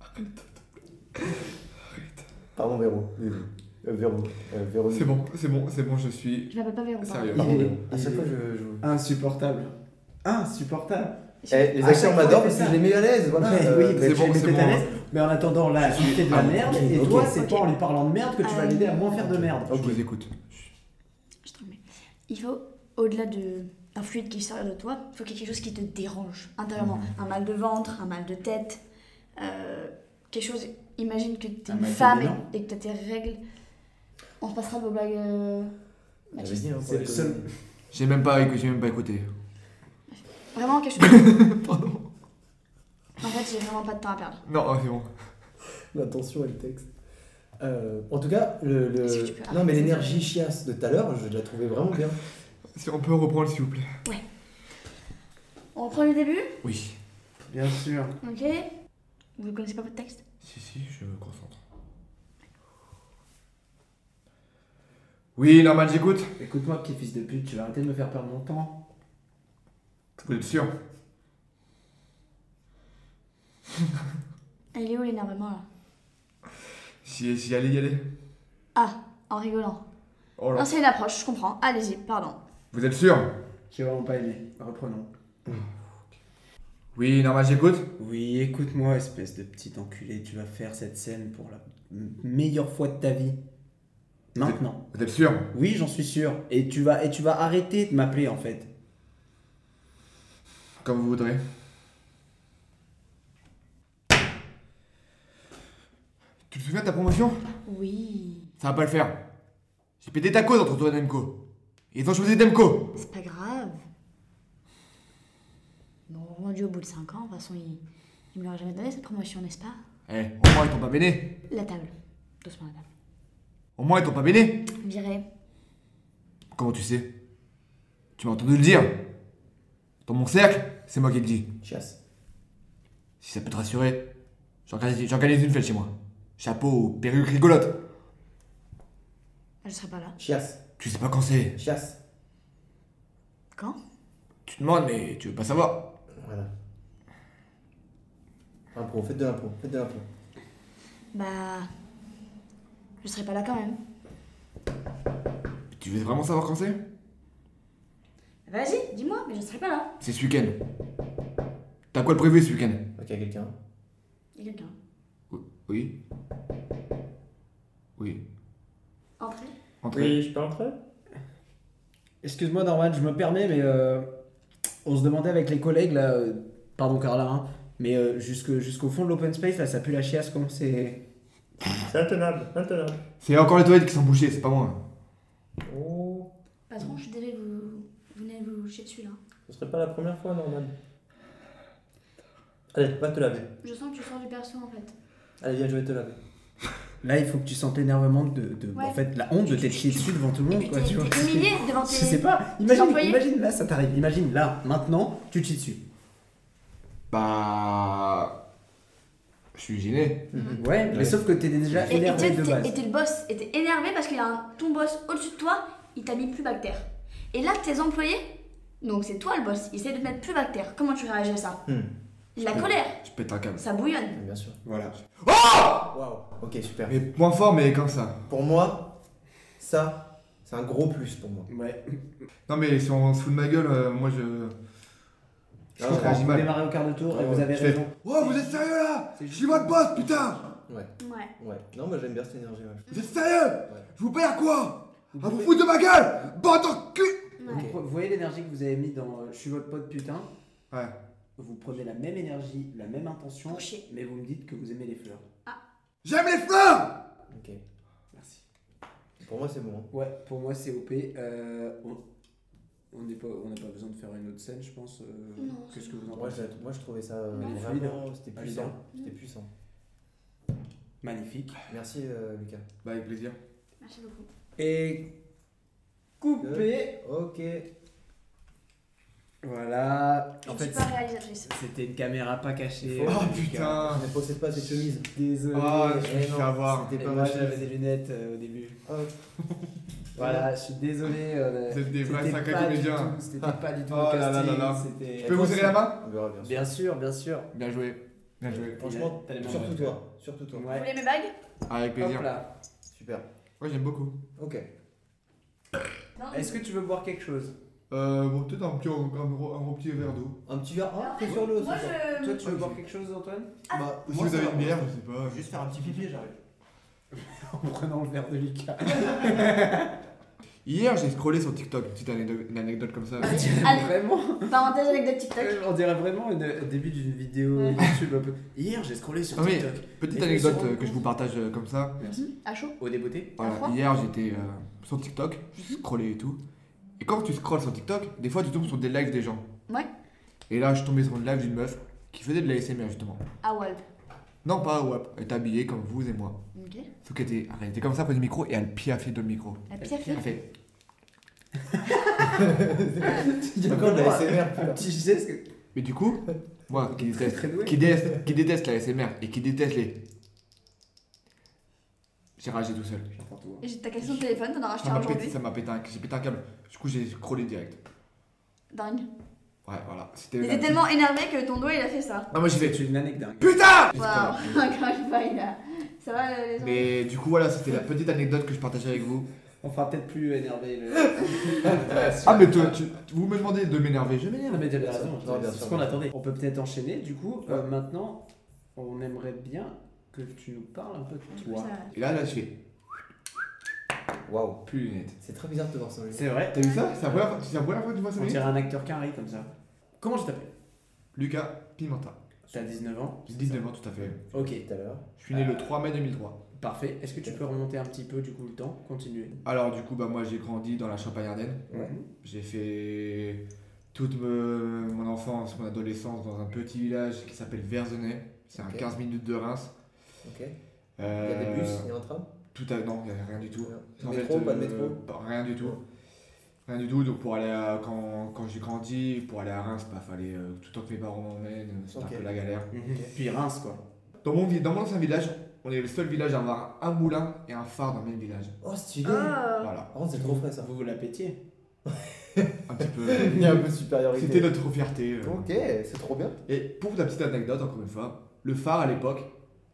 Speaker 1: Ah.
Speaker 3: Pardon Véro. Désolé. Euh, Véro. Euh, Véro.
Speaker 1: C'est bon, c'est bon, c'est bon, je suis.
Speaker 4: Je m'appelle pas Véron. pardon.
Speaker 1: Sérieux.
Speaker 3: Pardon,
Speaker 2: Il est-
Speaker 3: Véro. À
Speaker 2: il
Speaker 3: chaque
Speaker 2: est-
Speaker 3: fois je. je...
Speaker 2: Insupportable. Insupportable.
Speaker 3: Eh, les
Speaker 2: À chaque
Speaker 3: acteurs
Speaker 2: fois,
Speaker 3: m'adorent
Speaker 2: on fait
Speaker 3: parce que
Speaker 2: ça.
Speaker 3: je les mets à l'aise, voilà.
Speaker 2: Ouais,
Speaker 3: Euh,
Speaker 2: oui,
Speaker 1: c'est
Speaker 2: mais
Speaker 1: bon,
Speaker 2: bon,
Speaker 1: c'est bon.
Speaker 2: Mais en attendant, là, tu fais de la
Speaker 1: Ah,
Speaker 2: merde.
Speaker 3: ok,
Speaker 2: et
Speaker 3: ok,
Speaker 2: toi, c'est
Speaker 4: ok.
Speaker 2: pas en lui parlant de merde que tu vas
Speaker 4: Ah,
Speaker 2: l'aider à moins faire de
Speaker 3: ok.
Speaker 2: merde.
Speaker 1: Je vous écoute.
Speaker 4: Je t'en mets. Il faut, au-delà de- d'un fluide qui sort de toi, il faut qu'il y ait quelque chose qui te dérange intérieurement.
Speaker 2: Mhm.
Speaker 4: Un mal de ventre, un mal de tête, euh, quelque chose. Imagine que t'es
Speaker 2: Un
Speaker 4: une
Speaker 2: mal de
Speaker 4: femme
Speaker 2: mélan.
Speaker 4: et, et que t'as tes règles. On repassera vos blagues. euh,
Speaker 3: J'avais
Speaker 4: machistes.
Speaker 3: dit, hein, pour
Speaker 2: C'est
Speaker 3: la
Speaker 2: le seul-
Speaker 3: comédie.
Speaker 1: J'ai même pas écouté, j'ai même pas écouté.
Speaker 4: Vraiment quelque chose. En fait, j'ai vraiment pas de temps à perdre.
Speaker 1: Non, ah, c'est bon.
Speaker 3: L'attention et le texte. Euh, en tout cas, le, le-
Speaker 4: Est-ce que tu peux
Speaker 3: non mais
Speaker 4: arrêter de-
Speaker 3: l'énergie chiasse de tout à l'heure, je la trouvais vraiment bien.
Speaker 1: Si on peut reprendre, s'il vous plaît.
Speaker 4: On reprend le début,
Speaker 1: Oui.
Speaker 2: Bien sûr.
Speaker 4: ok Vous connaissez pas votre texte
Speaker 1: Si, si, je me concentre. Oui, normal, j'écoute.
Speaker 2: Écoute-moi, petit fils de pute, tu vas arrêter de me faire perdre mon temps.
Speaker 1: Vous êtes sûr
Speaker 4: Elle est où l'énervement là
Speaker 1: Si, si, allez, y aller.
Speaker 4: Ah, en rigolant.
Speaker 1: Oh
Speaker 4: Non,
Speaker 1: là.
Speaker 4: c'est une approche, je comprends. Allez-y, pardon.
Speaker 1: Vous êtes sûr
Speaker 2: J'ai vraiment pas aimé. Reprenons.
Speaker 1: Oui, normal, j'écoute.
Speaker 2: Oui, écoute-moi, espèce de petit enculé, tu vas faire cette scène pour la m- meilleure fois de ta vie. Maintenant.
Speaker 1: Vous êtes sûr
Speaker 2: Oui, j'en suis sûr. Et tu vas, et tu vas arrêter de m'appeler en fait.
Speaker 1: Comme vous voudrez. Tu te souviens de ta promotion
Speaker 4: Oui,
Speaker 1: Ça va pas le faire. J'ai pété ta cause entre toi et Demko. Et ils ont choisi Demko.
Speaker 4: c'est pas grave. Bon, rendu au bout de 5 ans, de toute façon, il, il me l'aurait jamais donné cette promotion, n'est-ce pas
Speaker 1: Eh, au moins ils t'ont pas béné.
Speaker 4: La table. Doucement la table.
Speaker 1: Au moins ils t'ont pas béné.
Speaker 4: Viré.
Speaker 1: Comment tu sais Tu m'as entendu le dire. Dans mon cercle, c'est moi qui le dis.
Speaker 3: Chiasse.
Speaker 1: Si ça peut te rassurer, j'organise j'organise une fête chez moi. Chapeau ou perruque rigolote.
Speaker 4: Ah, je serai pas là.
Speaker 3: Chiasse.
Speaker 1: Tu sais pas quand c'est.
Speaker 3: Chiasse.
Speaker 4: Quand
Speaker 1: Tu te demandes, mais tu veux pas savoir.
Speaker 3: Voilà. Impro, faites de l'impro, faites de l'impro.
Speaker 4: Bah. Je serai pas là quand même.
Speaker 1: Tu veux vraiment savoir quand c'est
Speaker 4: Vas-y, dis-moi, mais je serai pas là.
Speaker 1: C'est ce week-end. T'as quoi de prévu ce week-end
Speaker 3: Ok, quelqu'un.
Speaker 4: Il y a quelqu'un.
Speaker 1: Oui. Oui.
Speaker 4: Entrez.
Speaker 1: Entrez.
Speaker 3: je peux entrer
Speaker 2: Excuse-moi Norman, je me permets, mais euh, on se demandait avec les collègues là, euh, pardon Carla, hein, mais euh, jusque jusqu'au fond de l'open space là, ça pue la chiasse comment c'est.
Speaker 3: C'est intenable, intenable.
Speaker 1: C'est encore les toilettes qui sont bouchées, c'est pas moi.
Speaker 3: Oh,
Speaker 4: Patron, je suis désolée, vous. Vous venez vous chier dessus là.
Speaker 3: ce serait pas la première fois, Norman. Allez, va te laver.
Speaker 4: Je sens que tu sors du perso en fait.
Speaker 3: Allez, viens, je vais te laver.
Speaker 2: Là, il faut que tu sentes l'énervement de, de
Speaker 4: Ouais.
Speaker 2: en fait la honte de t'être chié dessus devant tout le monde
Speaker 4: Et puis
Speaker 2: quoi,
Speaker 4: t'es
Speaker 2: tu vois.
Speaker 4: t'es humilié devant
Speaker 2: Je sais
Speaker 4: tes.
Speaker 2: pas, imagine,
Speaker 4: employés
Speaker 2: imagine là ça t'arrive, imagine là, maintenant, tu te chies dessus.
Speaker 1: Bah. Je suis gêné.
Speaker 2: Ouais, mais
Speaker 3: Ouais.
Speaker 2: sauf que t'es déjà
Speaker 4: Et et
Speaker 2: énervé
Speaker 4: t'es
Speaker 2: de
Speaker 4: t'es-
Speaker 2: base.
Speaker 4: et t'es le boss, et t'es énervé parce qu'il y a un, ton boss au-dessus de toi, il t'a mis plus bas que terre. Et là, tes employés, donc c'est toi le boss, ils essaient de te mettre plus bactère. Comment tu réagis à ça
Speaker 3: Hmm.
Speaker 4: La colère,
Speaker 1: Je pète un câble.
Speaker 4: ça bouillonne.
Speaker 3: Bien sûr.
Speaker 2: Voilà.
Speaker 3: Waouh. Ok, super.
Speaker 1: Mais point fort, mais comme ça.
Speaker 3: Pour moi, ça, c'est un gros plus pour moi.
Speaker 2: Ouais.
Speaker 1: Non, mais si on se fout de ma gueule, euh, moi je.
Speaker 2: Je
Speaker 1: Ah,
Speaker 2: comprends,
Speaker 1: j'ai
Speaker 2: vous
Speaker 1: mal.
Speaker 2: démarrez au quart de tour et
Speaker 3: Ah
Speaker 2: vous
Speaker 3: ouais,
Speaker 2: avez
Speaker 1: je fais-
Speaker 2: raison.
Speaker 1: Oh, vous êtes sérieux là
Speaker 2: C'est juste-
Speaker 1: J'y vois de boss, putain
Speaker 4: Ouais.
Speaker 3: Ouais. Non, moi j'aime bien cette énergie. ouais.
Speaker 1: Vous êtes sérieux
Speaker 3: Ouais.
Speaker 1: Je vous paye à quoi
Speaker 2: Vous
Speaker 1: À vous
Speaker 2: pouvez-
Speaker 1: foutre de ma gueule Bande en cul
Speaker 4: ouais.
Speaker 3: Ok.
Speaker 2: Vous voyez l'énergie que vous avez mis dans euh, Je suis votre pote putain
Speaker 1: Ouais.
Speaker 2: Vous prenez la même énergie, la même intention,
Speaker 4: Pour chier.
Speaker 2: mais vous me dites que vous aimez les fleurs.
Speaker 1: J'aime les fleurs
Speaker 3: Ok.
Speaker 2: Merci.
Speaker 3: Pour moi, c'est bon. hein.
Speaker 2: Ouais, pour moi c'est OP. Euh, on on n'est pas, on n'a pas besoin de faire une autre scène, je pense. euh,
Speaker 4: Non,
Speaker 2: Qu'est-ce
Speaker 4: c'est
Speaker 2: que vous en
Speaker 3: Moi,
Speaker 2: pensez
Speaker 3: je, moi, je trouvais ça euh,
Speaker 4: Ouais.
Speaker 3: vraiment. C'était puissant.
Speaker 2: Évident.
Speaker 3: C'était puissant.
Speaker 2: Magnifique.
Speaker 3: Merci, euh, Lucas.
Speaker 1: Bah, avec plaisir.
Speaker 4: Merci beaucoup.
Speaker 2: Et coupé.
Speaker 3: Ok.
Speaker 2: Voilà.
Speaker 4: Je
Speaker 2: En
Speaker 4: ne
Speaker 2: fait,
Speaker 4: suis pas réalisatrice.
Speaker 2: c'était une caméra pas cachée.
Speaker 1: Oh
Speaker 2: euh,
Speaker 1: putain
Speaker 3: Je ne possède Ah, pas cette chemise.
Speaker 2: Désolé.
Speaker 1: Ah, je me
Speaker 3: Eh
Speaker 1: suis
Speaker 3: non,
Speaker 1: fait avoir.
Speaker 3: C'était
Speaker 2: Et
Speaker 3: pas
Speaker 2: moi
Speaker 3: ma
Speaker 2: j'avais
Speaker 3: chemise.
Speaker 2: des lunettes euh, au début.
Speaker 3: Ah,
Speaker 2: Voilà, je suis désolé. euh,
Speaker 1: Vous êtes des vrais
Speaker 2: c'était
Speaker 1: sacrés
Speaker 2: pas du
Speaker 1: comédiens.
Speaker 2: tout- C'était pas du tout
Speaker 1: Oh
Speaker 2: un
Speaker 1: là là là là.
Speaker 2: casting. C'était.
Speaker 1: Je peux vous serrer la main
Speaker 3: On verra
Speaker 2: Bien
Speaker 3: bien sûr.
Speaker 2: sûr, bien sûr.
Speaker 1: Bien joué. Bien joué.
Speaker 3: Franchement,
Speaker 2: T'as les mains
Speaker 3: surtout
Speaker 2: dans
Speaker 3: toi. Surtout toi.
Speaker 4: Vous
Speaker 2: Ouais.
Speaker 4: voulez mes bagues
Speaker 1: Avec
Speaker 2: Hop
Speaker 1: plaisir.
Speaker 2: là.
Speaker 3: Super.
Speaker 1: Ouais, j'aime beaucoup.
Speaker 3: Ok.
Speaker 4: Non.
Speaker 2: Est-ce que tu veux boire quelque chose
Speaker 1: Euh, bon, peut-être un, petit, un, gros, un gros petit verre d'eau.
Speaker 3: Un petit verre.
Speaker 4: Alors,
Speaker 3: Oh, t'es sur l'eau.
Speaker 4: Moi,
Speaker 3: ce soir.
Speaker 4: je.
Speaker 2: Toi, tu veux
Speaker 3: Ah,
Speaker 2: boire
Speaker 3: oui.
Speaker 2: quelque chose, Antoine
Speaker 3: Bah,
Speaker 1: Si
Speaker 3: moi,
Speaker 1: vous
Speaker 3: ça
Speaker 1: avez
Speaker 3: va.
Speaker 1: une bière, je sais pas.
Speaker 3: Juste faire un petit pipi, j'arrive.
Speaker 2: En prenant le verre de Lucas.
Speaker 1: Hier, j'ai scrollé sur TikTok, petite anecdote, une anecdote comme ça.
Speaker 4: Allez.
Speaker 2: Vraiment
Speaker 4: Ah, Parenthèse avec des TikTok.
Speaker 2: On dirait vraiment une- le début d'une vidéo
Speaker 4: Ouais.
Speaker 2: YouTube un peu. Hier, j'ai scrollé sur
Speaker 1: Ah oui.
Speaker 2: TikTok.
Speaker 1: Petite
Speaker 2: Et
Speaker 1: anecdote
Speaker 2: je me suis rendu
Speaker 1: euh, que je vous partage euh, comme ça.
Speaker 4: À Ah, chaud.
Speaker 2: Au débeauté
Speaker 1: Voilà,
Speaker 4: froid
Speaker 1: hier, j'étais euh, sur TikTok, je scrollais et tout. Et quand tu scrolles sur TikTok, des fois, tu tombes sur des lives des gens.
Speaker 4: Ouais.
Speaker 1: Et là, je suis tombé sur une live d'une meuf qui faisait de l'ASMR justement.
Speaker 4: À Wall.
Speaker 1: Non, pas WAP, elle était habillée comme vous et moi.
Speaker 4: Ok.
Speaker 1: Sauf qu'elle était, elle était comme ça près du micro et elle piaffait dans le micro.
Speaker 4: La pire
Speaker 1: Elle
Speaker 4: fille.
Speaker 1: fait.
Speaker 2: Il y a
Speaker 3: Encore de la
Speaker 2: vraiment
Speaker 3: SMR,
Speaker 2: un
Speaker 3: putain.
Speaker 2: petit geste. que-
Speaker 1: Mais du coup, moi qui
Speaker 2: Très,
Speaker 1: déteste,
Speaker 2: très doué.
Speaker 1: qui déteste, qui déteste l'ASMR et qui déteste les. J'ai ragé tout seul.
Speaker 2: J'entends tout. hein.
Speaker 4: Et j'ai- T'as cassé ton téléphone, t'en as racheté
Speaker 1: Ça
Speaker 2: Ah,
Speaker 4: un
Speaker 1: m'a pété,
Speaker 4: aujourd'hui.
Speaker 1: ça m'a pété un, j'ai pété un câble. Du coup, j'ai scrollé direct.
Speaker 4: Dingue.
Speaker 1: Ouais, voilà.
Speaker 2: Euh,
Speaker 1: C'était. la
Speaker 4: T'étais
Speaker 1: petite-
Speaker 4: tellement énervé que ton doigt il a fait ça.
Speaker 1: Non, Ah, moi j'ai fait.
Speaker 2: C'est une anecdote.
Speaker 1: Putain J'ai
Speaker 4: Waouh.
Speaker 1: scrollé.
Speaker 4: Encore une fois, il a. Ça va euh, les gens
Speaker 1: Mais du coup, voilà, c'était la petite anecdote que je partageais avec vous.
Speaker 2: On fera peut-être plus énerver le.
Speaker 1: Ah, mais toi, tu, vous me demandez de m'énerver, je
Speaker 2: Non,
Speaker 1: m'énerve.
Speaker 2: mais t'avais
Speaker 3: Bien
Speaker 2: raison,
Speaker 3: sûr. Ah, Non, bien
Speaker 2: c'est
Speaker 3: sûr,
Speaker 2: ce qu'on
Speaker 3: bien
Speaker 2: attendait. On peut peut-être enchaîner, du coup, euh, maintenant, on aimerait bien que tu nous parles un peu de toi.
Speaker 4: Ça va.
Speaker 1: Et là, là, je fais
Speaker 3: Waouh.
Speaker 1: plus les lunettes.
Speaker 3: C'est très bizarre de te voir sans lunettes.
Speaker 2: C'est vrai,
Speaker 1: T'as vu ça C'est la première fois, c'est la première fois que tu vois ça
Speaker 2: on
Speaker 1: Mimi
Speaker 2: dirait un acteur carré comme ça. Comment je t'appelle
Speaker 1: Lucas Pimenta.
Speaker 2: T'as 19 ans
Speaker 1: J'ai 19 ans, tout à fait.
Speaker 2: Ok,
Speaker 3: Tout à l'heure.
Speaker 1: Je suis né le 3 mai 2003.
Speaker 2: parfait. Est-ce que tu peux remonter un petit peu, du coup, le temps Continuer. Mhm.
Speaker 1: Alors, du coup, bah, moi, j'ai grandi dans la Champagne-Ardenne.
Speaker 3: Ouais.
Speaker 1: J'ai fait toute me- mon enfance, mon adolescence dans un petit village qui s'appelle Verzenay. C'est
Speaker 3: Ok.
Speaker 1: à 15 minutes de Reims.
Speaker 3: Ok. Il y a des
Speaker 1: Euh,
Speaker 3: bus, il y a un tram.
Speaker 1: Tout à non, il n'y a rien du tout.
Speaker 3: Non.
Speaker 1: En
Speaker 3: Métro,
Speaker 1: fait,
Speaker 3: pas de
Speaker 1: euh,
Speaker 3: métro.
Speaker 1: pas- Rien du tout. Rien du tout. Donc pour aller à, quand, quand j'ai grandi, pour aller à Reims, bah, fallait euh, tout le temps que mes parents m'emmènent, c'était
Speaker 3: Ok.
Speaker 1: un peu la galère.
Speaker 2: Mhm. Puis Reims, quoi.
Speaker 1: Dans mon, vi- dans mon ancien village, on est le seul village à avoir un moulin et un phare dans le même village.
Speaker 3: Oh, stylé.
Speaker 4: Oh.
Speaker 1: Voilà,
Speaker 3: Par contre, c'est trop frais ça.
Speaker 2: Vous vous la pétiez
Speaker 1: un petit peu. euh,
Speaker 3: Il y a un peu de supériorité.
Speaker 1: C'était notre fierté. euh.
Speaker 3: Ok, c'est trop bien.
Speaker 1: Et pour la petite anecdote, encore une fois, le phare à l'époque,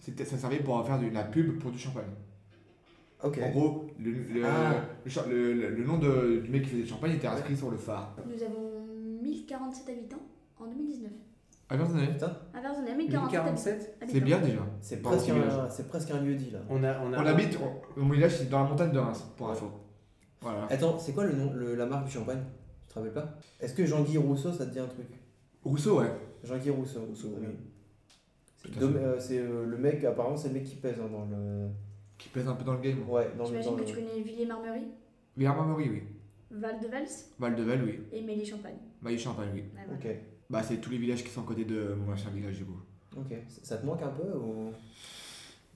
Speaker 1: c'était- ça servait pour faire de la pub pour du champagne.
Speaker 3: Ok.
Speaker 1: En gros, le, le-
Speaker 3: Ah.
Speaker 1: le cha- le- le- le nom de- du mec qui faisait le champagne était inscrit sur le phare.
Speaker 4: Nous avons 1047 habitants en 2019.
Speaker 1: À Verzenay.
Speaker 3: Putain,
Speaker 4: À Versailles, 1047 habitants. Ah,
Speaker 2: 1047
Speaker 3: Ah,
Speaker 1: C'est bien déjà.
Speaker 3: c'est
Speaker 1: Pas
Speaker 3: presque,
Speaker 1: un petit
Speaker 3: un- c'est presque un lieu dit là.
Speaker 2: on a, on a.
Speaker 1: On habite, on- mon village c'est dans la montagne de Reims, pour info. Voilà.
Speaker 3: Attends, c'est quoi le nom, le- la marque du champagne Tu te rappelles pas Est-ce que Jean-Guy Rousseau, ça te dit un truc
Speaker 1: Rousseau, ouais.
Speaker 3: Jean-Guy Rousseau.
Speaker 2: Rousseau,
Speaker 3: Ouais.
Speaker 2: oui.
Speaker 3: C'est
Speaker 1: Tout à
Speaker 3: dom-
Speaker 1: fait.
Speaker 3: euh, C'est euh, le mec, apparemment, c'est le mec qui pèse hein, dans le.
Speaker 1: Qui pèse un peu dans le game.
Speaker 3: Ouais, dans le.
Speaker 4: J'imagine
Speaker 3: Dans
Speaker 4: que
Speaker 3: le...
Speaker 4: tu connais Villiers-Marmerie,
Speaker 1: Villarmamerie, oui.
Speaker 4: Val-de-Vals
Speaker 1: val de oui.
Speaker 4: et Mélie-Champagne.
Speaker 1: Mailly-Champagne, oui.
Speaker 4: Ah, voilà.
Speaker 3: Ok,
Speaker 1: Bah, c'est tous les villages qui sont à côté de mon ancien village, du coup.
Speaker 3: ok. Ça- Ça te manque un peu ou.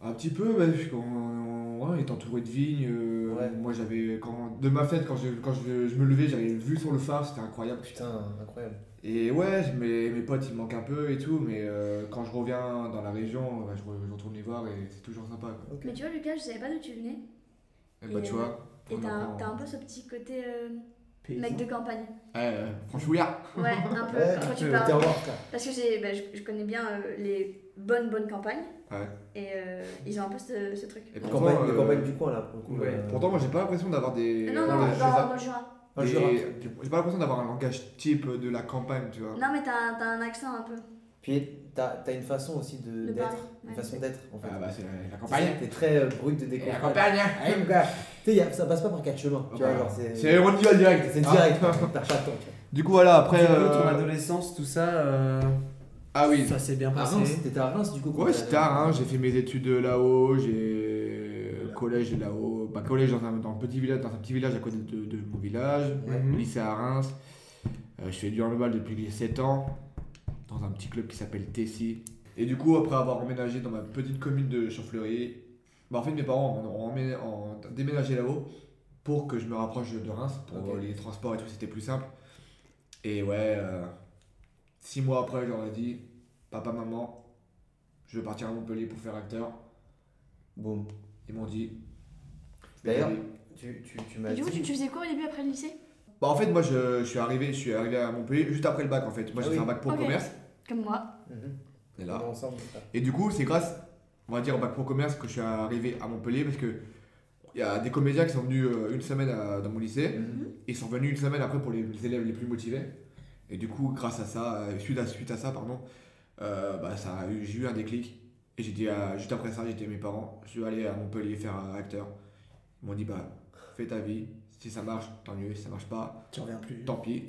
Speaker 1: Un petit peu, bah, parce qu'on ouais, on est entouré de vignes. euh,
Speaker 3: Ouais.
Speaker 1: Moi, j'avais. quand De ma fête, quand je, quand je, je me levais, j'avais une vue sur le phare, c'était incroyable.
Speaker 3: Putain, incroyable.
Speaker 1: Et ouais, mes, mes potes, ils me manquent un peu et tout, mais euh, quand je reviens dans la région, bah, je, re- je retourne les voir et c'est toujours sympa. Quoi.
Speaker 3: Ok.
Speaker 4: Mais tu vois, Lucas, je savais pas d'où tu venais.
Speaker 1: Et bah,
Speaker 4: Et,
Speaker 1: tu
Speaker 4: euh,
Speaker 1: vois.
Speaker 4: Et
Speaker 1: on
Speaker 4: t'as un,
Speaker 1: apprend-
Speaker 4: t'as un peu ce petit côté euh,
Speaker 2: Paysan.
Speaker 4: Mec de campagne.
Speaker 1: Euh, franchouillard.
Speaker 4: Ouais, un peu.
Speaker 3: Ouais,
Speaker 4: quand
Speaker 3: un
Speaker 4: tu
Speaker 3: peu au
Speaker 4: parles.
Speaker 3: terroir, quoi.
Speaker 4: Parce que j'ai- bah, je, je connais bien euh, les bonnes, bonnes campagnes.
Speaker 1: Ouais.
Speaker 4: Et euh, ils ont un peu ce, ce truc.
Speaker 1: Et
Speaker 3: Les
Speaker 1: pourtant,
Speaker 3: campagnes, les
Speaker 1: euh,
Speaker 3: campagnes du coin, là, pour le coup.
Speaker 2: Ouais.
Speaker 3: euh,
Speaker 1: Pourtant, moi, j'ai pas l'impression d'avoir des.
Speaker 4: Ah non,
Speaker 1: Ouais,
Speaker 4: non,
Speaker 1: je
Speaker 4: dans,
Speaker 1: sais-
Speaker 4: dans le Jura.
Speaker 3: un
Speaker 1: des-
Speaker 3: Jura.
Speaker 1: J'ai pas l'impression d'avoir un langage type de la campagne, tu vois.
Speaker 4: Non, mais t'as, un- t'as un accent un peu.
Speaker 3: Puis t'as t'as une façon aussi de
Speaker 4: De
Speaker 3: d'être,
Speaker 4: parler,
Speaker 3: une
Speaker 4: ouais.
Speaker 3: façon d'être en fait.
Speaker 1: Ah bah, c'est la, la
Speaker 3: C'est ça,
Speaker 1: campagne.
Speaker 3: T'es très euh, brut de
Speaker 1: Et la
Speaker 3: décoffrage.
Speaker 1: campagne. hein.
Speaker 3: Ah oui, mon gars. Tu sais, y a- ça passe pas par quatre chemins. Tu vois,
Speaker 1: Ah bah,
Speaker 3: genre c'est.
Speaker 1: C'est on y va direct.
Speaker 3: C'est
Speaker 1: Ah.
Speaker 3: direct. T'as pas le temps. tu vois.
Speaker 1: Du coup, voilà,
Speaker 2: Après,
Speaker 1: après.
Speaker 2: ton
Speaker 1: euh,
Speaker 2: adolescence, tout ça, euh,
Speaker 1: Ah oui.
Speaker 2: ça s'est bien
Speaker 3: À
Speaker 2: passé.
Speaker 3: Reims, t'étais à Reims du coup. quand
Speaker 1: Ouais,
Speaker 3: t'as-
Speaker 1: c'est tard, hein. j'ai fait mes études là-haut, j'ai euh, collège là-haut, pas collège dans un, dans un petit village, dans un petit village à côté de, de mon village,
Speaker 3: Ouais.
Speaker 2: Mhm.
Speaker 1: lycée à Reims. Euh, je fais du handball depuis que j'ai 7 ans, dans un petit club qui s'appelle Tessie. Et du coup, après avoir emménagé dans ma petite commune de Champfleury, bah en fait mes parents ont, ont emmé- ont déménagé là-haut pour que je me rapproche de Reims, pour
Speaker 3: Ok.
Speaker 1: euh, les transports et tout, c'était plus simple. Et ouais, euh, six mois après, je leur ai dit, papa, maman, je veux partir à Montpellier pour faire acteur.
Speaker 3: Boum.
Speaker 1: Ils m'ont dit.
Speaker 3: D'ailleurs, tu, tu, tu m'as
Speaker 4: Et du coup, tu,
Speaker 3: dit.
Speaker 4: tu faisais quoi au début après le lycée
Speaker 1: Bah en fait, moi, je, je suis arrivé, je suis arrivé à Montpellier juste après le bac, en fait. Moi, j'ai
Speaker 3: Ah oui.
Speaker 1: fait un bac pour
Speaker 4: Ok.
Speaker 1: commerce.
Speaker 4: Comme moi.
Speaker 3: Mhm.
Speaker 1: Et
Speaker 3: On est
Speaker 1: là.
Speaker 3: ensemble. c'est ça.
Speaker 1: Et du coup, c'est grâce, on va dire, au bac pro commerce que je suis arrivé à Montpellier parce que il y a des comédiens qui sont venus euh, une semaine à- dans mon lycée.
Speaker 3: Mm-hmm.
Speaker 1: Ils sont venus une semaine après pour les, les élèves les plus motivés. Et du coup, grâce à ça, euh, suite à, suite à ça, pardon, euh, bah, ça a eu- j'ai eu un déclic. Et j'ai dit, à- juste après ça, j'étais à mes parents, je suis allé à Montpellier faire un acteur. Ils m'ont dit, bah, fais ta vie. Si ça marche, tant mieux. Si ça marche pas,
Speaker 2: Tu reviens plus.
Speaker 1: tant pis.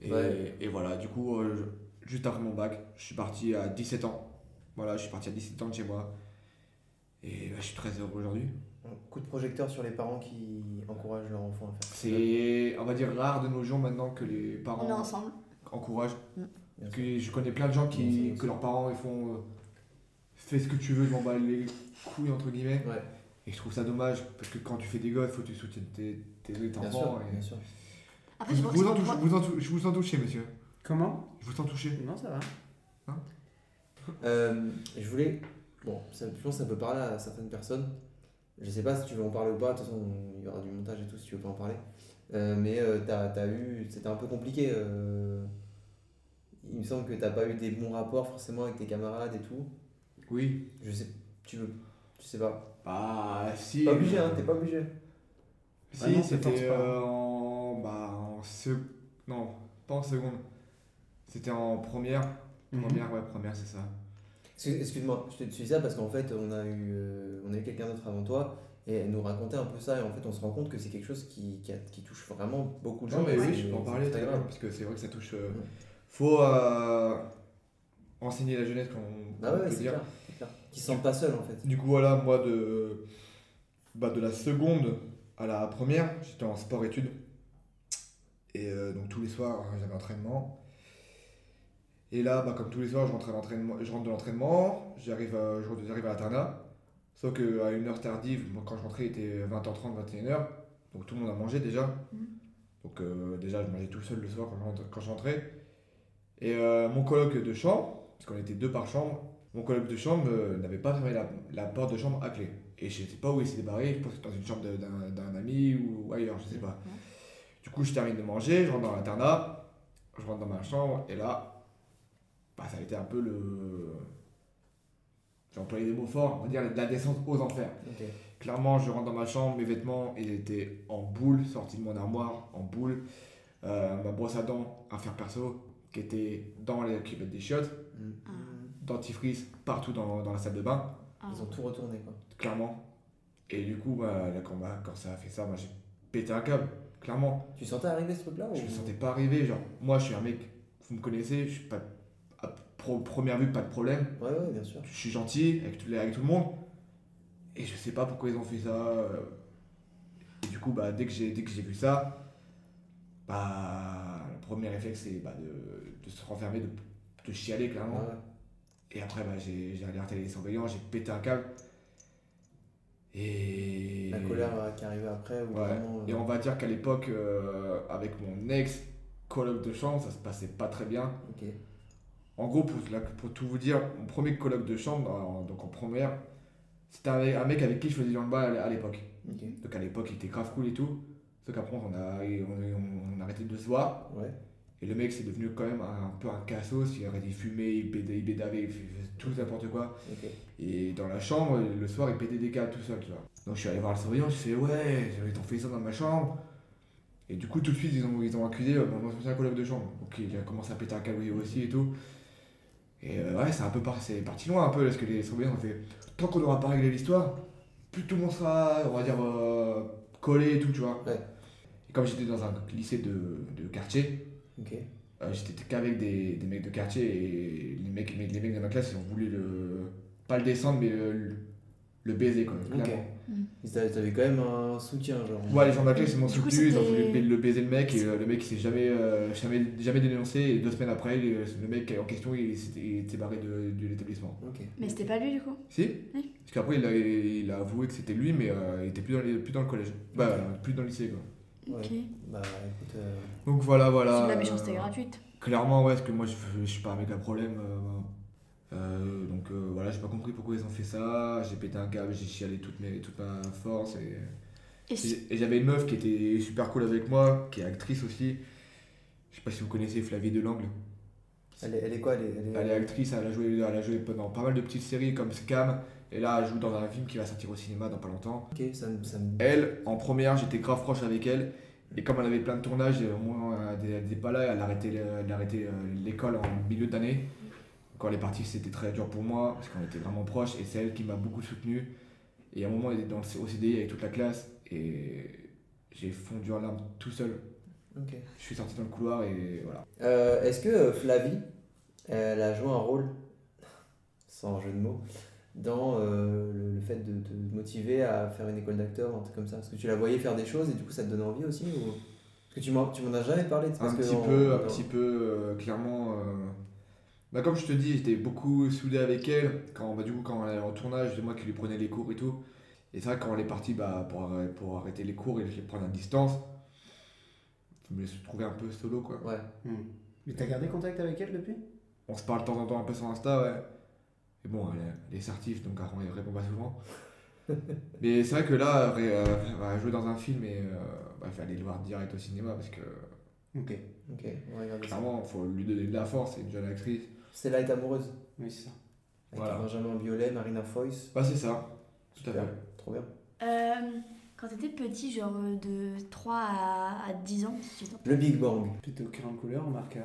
Speaker 1: Et,
Speaker 3: Ouais.
Speaker 1: et voilà, du coup, euh, je- juste après mon bac, je suis parti à 17 ans. Voilà, je suis parti à 17 ans de chez moi. Et bah, je suis très heureux aujourd'hui.
Speaker 3: Un Coup de projecteur sur les parents qui encouragent leur enfant à faire.
Speaker 1: C'est, on va dire, rare de nos jours maintenant que les
Speaker 4: On est
Speaker 1: parents
Speaker 4: ensemble.
Speaker 1: encouragent.
Speaker 3: Bien
Speaker 1: Parce que je connais plein de gens
Speaker 3: Bien sûr,
Speaker 1: qui,
Speaker 3: bien
Speaker 1: que leurs parents ils font euh, fais ce que tu veux, je m'en bats les couilles entre guillemets.
Speaker 3: Ouais.
Speaker 1: Et je trouve ça dommage parce que quand tu fais des gosses, faut que tu soutiennes tes, tes, tes
Speaker 3: Bien
Speaker 1: enfants.
Speaker 3: sûr,
Speaker 1: et-
Speaker 3: bien sûr.
Speaker 4: Après, je
Speaker 1: Vous,
Speaker 4: pense
Speaker 1: vous en
Speaker 4: que
Speaker 1: touche-
Speaker 4: moi-
Speaker 1: vous en tou- je vous sens touché, monsieur.
Speaker 2: Comment
Speaker 1: Je vous sens touché.
Speaker 2: Non, ça va.
Speaker 3: Euh, je voulais. Bon, ça, je pense que ça peut parler à certaines personnes. Je sais pas si tu veux en parler ou pas. De toute façon, on- il y aura du montage et tout si tu veux pas en parler. Euh, mais euh, t'as, t'as eu. C'était un peu compliqué. euh, Il me semble que t'as pas eu des bons rapports forcément avec tes camarades et tout.
Speaker 1: Oui.
Speaker 3: Je sais. Tu veux. Tu sais pas.
Speaker 1: Bah, si.
Speaker 3: T'es pas obligé, hein, t'es pas obligé.
Speaker 1: Si,
Speaker 2: Ah non,
Speaker 1: c'était
Speaker 2: t'entends pas.
Speaker 1: euh, en. Bah, en sec- Non, pas en seconde. C'était en première.
Speaker 2: Mhm.
Speaker 1: Première, ouais, première, c'est ça.
Speaker 3: Excuse- Excuse-moi, je te suis ça parce qu'en fait, on a eu, euh, on a eu quelqu'un d'autre avant toi et elle nous racontait un peu ça. Et en fait, on se rend compte que c'est quelque chose qui, qui, a- qui touche vraiment beaucoup de gens.
Speaker 1: Non, mais
Speaker 3: et
Speaker 1: oui,
Speaker 3: c'est-
Speaker 1: je peux en
Speaker 3: c'est
Speaker 1: parler,
Speaker 3: très
Speaker 1: t'as
Speaker 3: grave. Mhm.
Speaker 1: raison, parce que c'est vrai que ça touche. euh,
Speaker 3: Ouais.
Speaker 1: Faut euh, enseigner la jeunesse, comme on, comme
Speaker 3: Bah ouais,
Speaker 1: on
Speaker 3: ouais,
Speaker 1: peut
Speaker 3: c'est
Speaker 1: dire.
Speaker 3: clair, c'est clair. Qui se sentent pas seuls en fait.
Speaker 1: Du coup, voilà, moi, de, bah, de la seconde à la première, j'étais en sport-études. Et euh, donc, tous les soirs, hein, j'avais entraînement. Et là, bah, comme tous les soirs, je rentre, à l'entraînement- je rentre de l'entraînement, j'arrive à, je- j'arrive à la Tana. Sauf qu'à une heure tardive, moi, quand je rentrais, il était 20h30, 21h. Donc, tout le monde a mangé déjà.
Speaker 4: Mhm.
Speaker 1: Donc, euh, déjà, je mangeais tout seul le soir quand je rentre- quand je rentrais. Et euh, mon coloc de chambre, parce qu'on était deux par chambre, mon collègue de chambre euh, n'avait pas fermé la, la porte de chambre à clé. Et je ne sais pas où il s'est débarré, je pense que dans une chambre de- d'un d'un ami ou ailleurs, je sais pas.
Speaker 4: Ouais.
Speaker 1: Du coup, je termine de manger, je rentre dans l'internat, je rentre dans ma chambre, et là, bah, ça a été un peu le. J'ai employé des mots forts, on va dire la descente aux enfers.
Speaker 3: Ok.
Speaker 1: Clairement, je rentre dans ma chambre, mes vêtements, ils étaient en boule, sortis de mon armoire, en boule. Euh, ma brosse à dents, un fer perso, qui était dans les qui mettent des chiottes
Speaker 3: Mmh.
Speaker 1: dentifrice partout dans, dans la salle de bain,
Speaker 4: Ah.
Speaker 3: Ils ont tout retourné quoi.
Speaker 1: clairement. Et du coup, bah, là, quand, bah, quand ça a fait ça, moi j'ai pété un câble, clairement.
Speaker 3: Tu sentais arriver ce truc là
Speaker 1: Je me sentais pas arriver. Genre, moi je suis un mec, vous me connaissez, je suis pas. à pro- première vue, pas de problème.
Speaker 3: Ouais, ouais, bien sûr.
Speaker 1: Je suis gentil avec, tout- avec tout le monde. Et je sais pas pourquoi ils ont fait ça. euh. Et du coup, bah, dès que j'ai dès que j'ai vu ça, bah, le premier réflexe c'est bah, de, de se renfermer, de, de chialer
Speaker 3: Ouais,
Speaker 1: clairement.
Speaker 3: ouais.
Speaker 1: Et après, bah, j'ai j'ai alerté les surveillants, j'ai pété un câble. Et.
Speaker 3: La colère euh, qui arrivait après ou
Speaker 1: Ouais.
Speaker 3: vraiment. euh,
Speaker 1: Et on va dire qu'à l'époque, euh, avec mon ex coloc de chambre, ça se passait pas très bien.
Speaker 3: Ok.
Speaker 1: En gros, pour, la- pour tout vous dire, mon premier coloc de chambre, euh, en- donc en première, c'était un, mec- un mec avec qui je faisais du handball à l'é- à l'époque.
Speaker 3: Ok.
Speaker 1: Donc à l'époque, il était grave cool et tout. Sauf qu'après, on a, on, on a arrêté de se voir.
Speaker 4: Mhm.
Speaker 3: Ouais.
Speaker 1: Et le mec, c'est devenu quand même un, peu un cassos. Il arrêtait de fumer, il pédait, il bédavait, il faisait tout n'importe quoi.
Speaker 3: Ok.
Speaker 1: Et dans la chambre, le soir, il pétait des câbles tout seul, tu vois. Donc je suis allé voir le surveillant, je fais ouais, j'avais t'en fait ça dans ma chambre. Et du coup, tout de suite, ils ont, ils ont accusé euh, mon ancien collègue de chambre. Donc il a commencé à péter un câble lui aussi et tout. Et euh, ouais, c'est un peu par- c'est parti loin un peu, parce que les surveillants ont fait tant qu'on n'aura pas réglé l'histoire, plus tout le monde sera, on va dire, euh, collé et tout, tu vois.
Speaker 3: Ouais.
Speaker 1: Et comme j'étais dans un lycée de, de quartier,
Speaker 3: Ok.
Speaker 1: euh, J'étais qu'avec des, des mecs de quartier et les mecs, les mecs de ma classe, ils ont voulu le. pas le descendre, mais euh, le, le baiser quoi.
Speaker 3: Ok.
Speaker 1: clairement.
Speaker 3: Ils t'a- T'avais quand même un soutien, genre.
Speaker 1: Ouais, les gens de ma classe, ils m'ont
Speaker 4: Du coup,
Speaker 1: soutenu, ils ont voulu
Speaker 4: c'était-
Speaker 1: ba- le baiser le mec, et euh, le mec il s'est jamais, euh, jamais, jamais dénoncé, et deux semaines après, il- euh, le mec en question, il s'était il était barré de, de l'établissement.
Speaker 3: Ok.
Speaker 4: Mais c'était pas lui du coup.
Speaker 1: Si
Speaker 4: Oui.
Speaker 1: Parce qu'après, il a, il a avoué que c'était lui, mais euh, il était plus dans, les- plus dans le collège. Bah, euh, plus dans le lycée quoi.
Speaker 3: Ouais.
Speaker 4: Ok.
Speaker 3: Bah écoute. euh,
Speaker 1: Donc voilà, voilà.
Speaker 4: C'est de la
Speaker 1: euh,
Speaker 4: méchanceté gratuite.
Speaker 1: Clairement, ouais, parce que moi, je, je suis pas un méga problème. euh, euh, donc euh, voilà, j'ai pas compris pourquoi ils ont fait ça. J'ai pété un câble, j'ai chialé toute, mes, toute ma force. Et,
Speaker 4: Et si-
Speaker 1: et j'avais une meuf qui était super cool avec moi, qui est actrice aussi. Je sais pas si vous connaissez Flavie Delangle.
Speaker 3: Elle est, elle est quoi Elle est. Elle est...
Speaker 1: Elle est actrice, elle a joué, elle a joué dans pas mal de petites séries comme Scam. Et là, elle joue dans un film qui va sortir au cinéma dans pas longtemps.
Speaker 3: Ok, ça me. Ça me...
Speaker 1: Elle, en première, j'étais grave proche avec elle. Et comme elle avait plein de tournages, euh, moi, euh, elle n'était pas là, elle arrêtait, le- elle arrêtait euh, l'école en milieu d'année. Quand elle est partie, c'était très dur pour moi, parce qu'on était vraiment proches. Et c'est elle qui m'a beaucoup soutenu. Et à un moment, elle était dans le, au CDI avec toute la classe. Et j'ai fondu en larmes tout seul.
Speaker 3: Ok.
Speaker 1: Je suis sorti dans le couloir et voilà.
Speaker 3: Euh, Est-ce que euh, Flavie, elle a joué un rôle, sans jeu de mots, dans euh, le, le fait de te motiver à faire une école d'acteur ou un truc comme ça Parce que tu la voyais faire des choses et du coup ça te donnait envie aussi ou... Parce que tu m'en tu m'en as jamais parlé. c'est
Speaker 1: Un
Speaker 3: parce que
Speaker 1: petit
Speaker 3: en-
Speaker 1: peu, un
Speaker 3: en-
Speaker 1: petit peu, euh, clairement. euh, bah, comme je te dis, j'étais beaucoup soudé avec elle. Quand, bah, du coup, quand elle allait en tournage, c'est moi qui lui prenais les cours et tout. Et c'est vrai, quand elle est partie bah, pour, arr- pour arrêter les cours et les prendre à distance, je me suis trouvé un peu solo quoi.
Speaker 3: Ouais.
Speaker 2: Mais t'as gardé contact avec elle depuis
Speaker 1: On se parle de temps en temps un peu sur Insta, ouais. Et bon, elle, est- elle est certif, donc elle répond pas souvent. Mais c'est vrai que là, elle euh, elle va jouer dans un film et euh, bah, il fallait le voir direct au cinéma parce que
Speaker 2: Ok.
Speaker 3: Ok, on va regarder ça.
Speaker 1: clairement, faut lui donner de la force, c'est une jeune actrice.
Speaker 3: C'est là est amoureuse.
Speaker 2: Oui, c'est ça.
Speaker 3: Avec
Speaker 1: Voilà.
Speaker 3: Benjamin Biolay, Marina Foïs.
Speaker 1: Bah c'est ça, tout à
Speaker 3: Super.
Speaker 1: fait.
Speaker 3: Trop bien.
Speaker 4: Euh, quand t'étais petit, genre euh, de 3 à, à 10 ans, 18 ans,
Speaker 3: Le Big Bang.
Speaker 2: Plutôt cœur en couleur hein. en marqueur.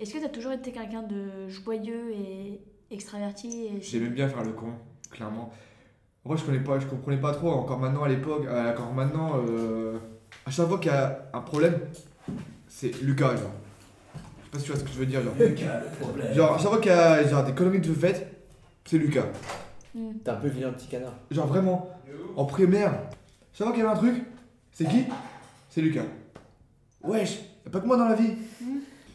Speaker 4: est-ce que t'as toujours été quelqu'un de joyeux et extraverti et...
Speaker 1: J'aimais bien faire le con, clairement. Moi, je connais pas, je comprenais pas trop. Encore maintenant, à l'époque, euh, encore maintenant, euh, à chaque fois qu'il y a un problème, c'est Lucas, genre. Je sais pas si tu vois ce que je veux dire, genre.
Speaker 2: Lucas, le problème.
Speaker 1: Genre, à chaque fois qu'il y a genre, des conneries que je fais, c'est Lucas.
Speaker 4: Hmm.
Speaker 3: T'es un peu vilain petit canard.
Speaker 1: Genre vraiment, en primaire, chaque fois qu'il y avait un truc, c'est qui C'est Lucas. Wesh, y a pas que moi dans la vie.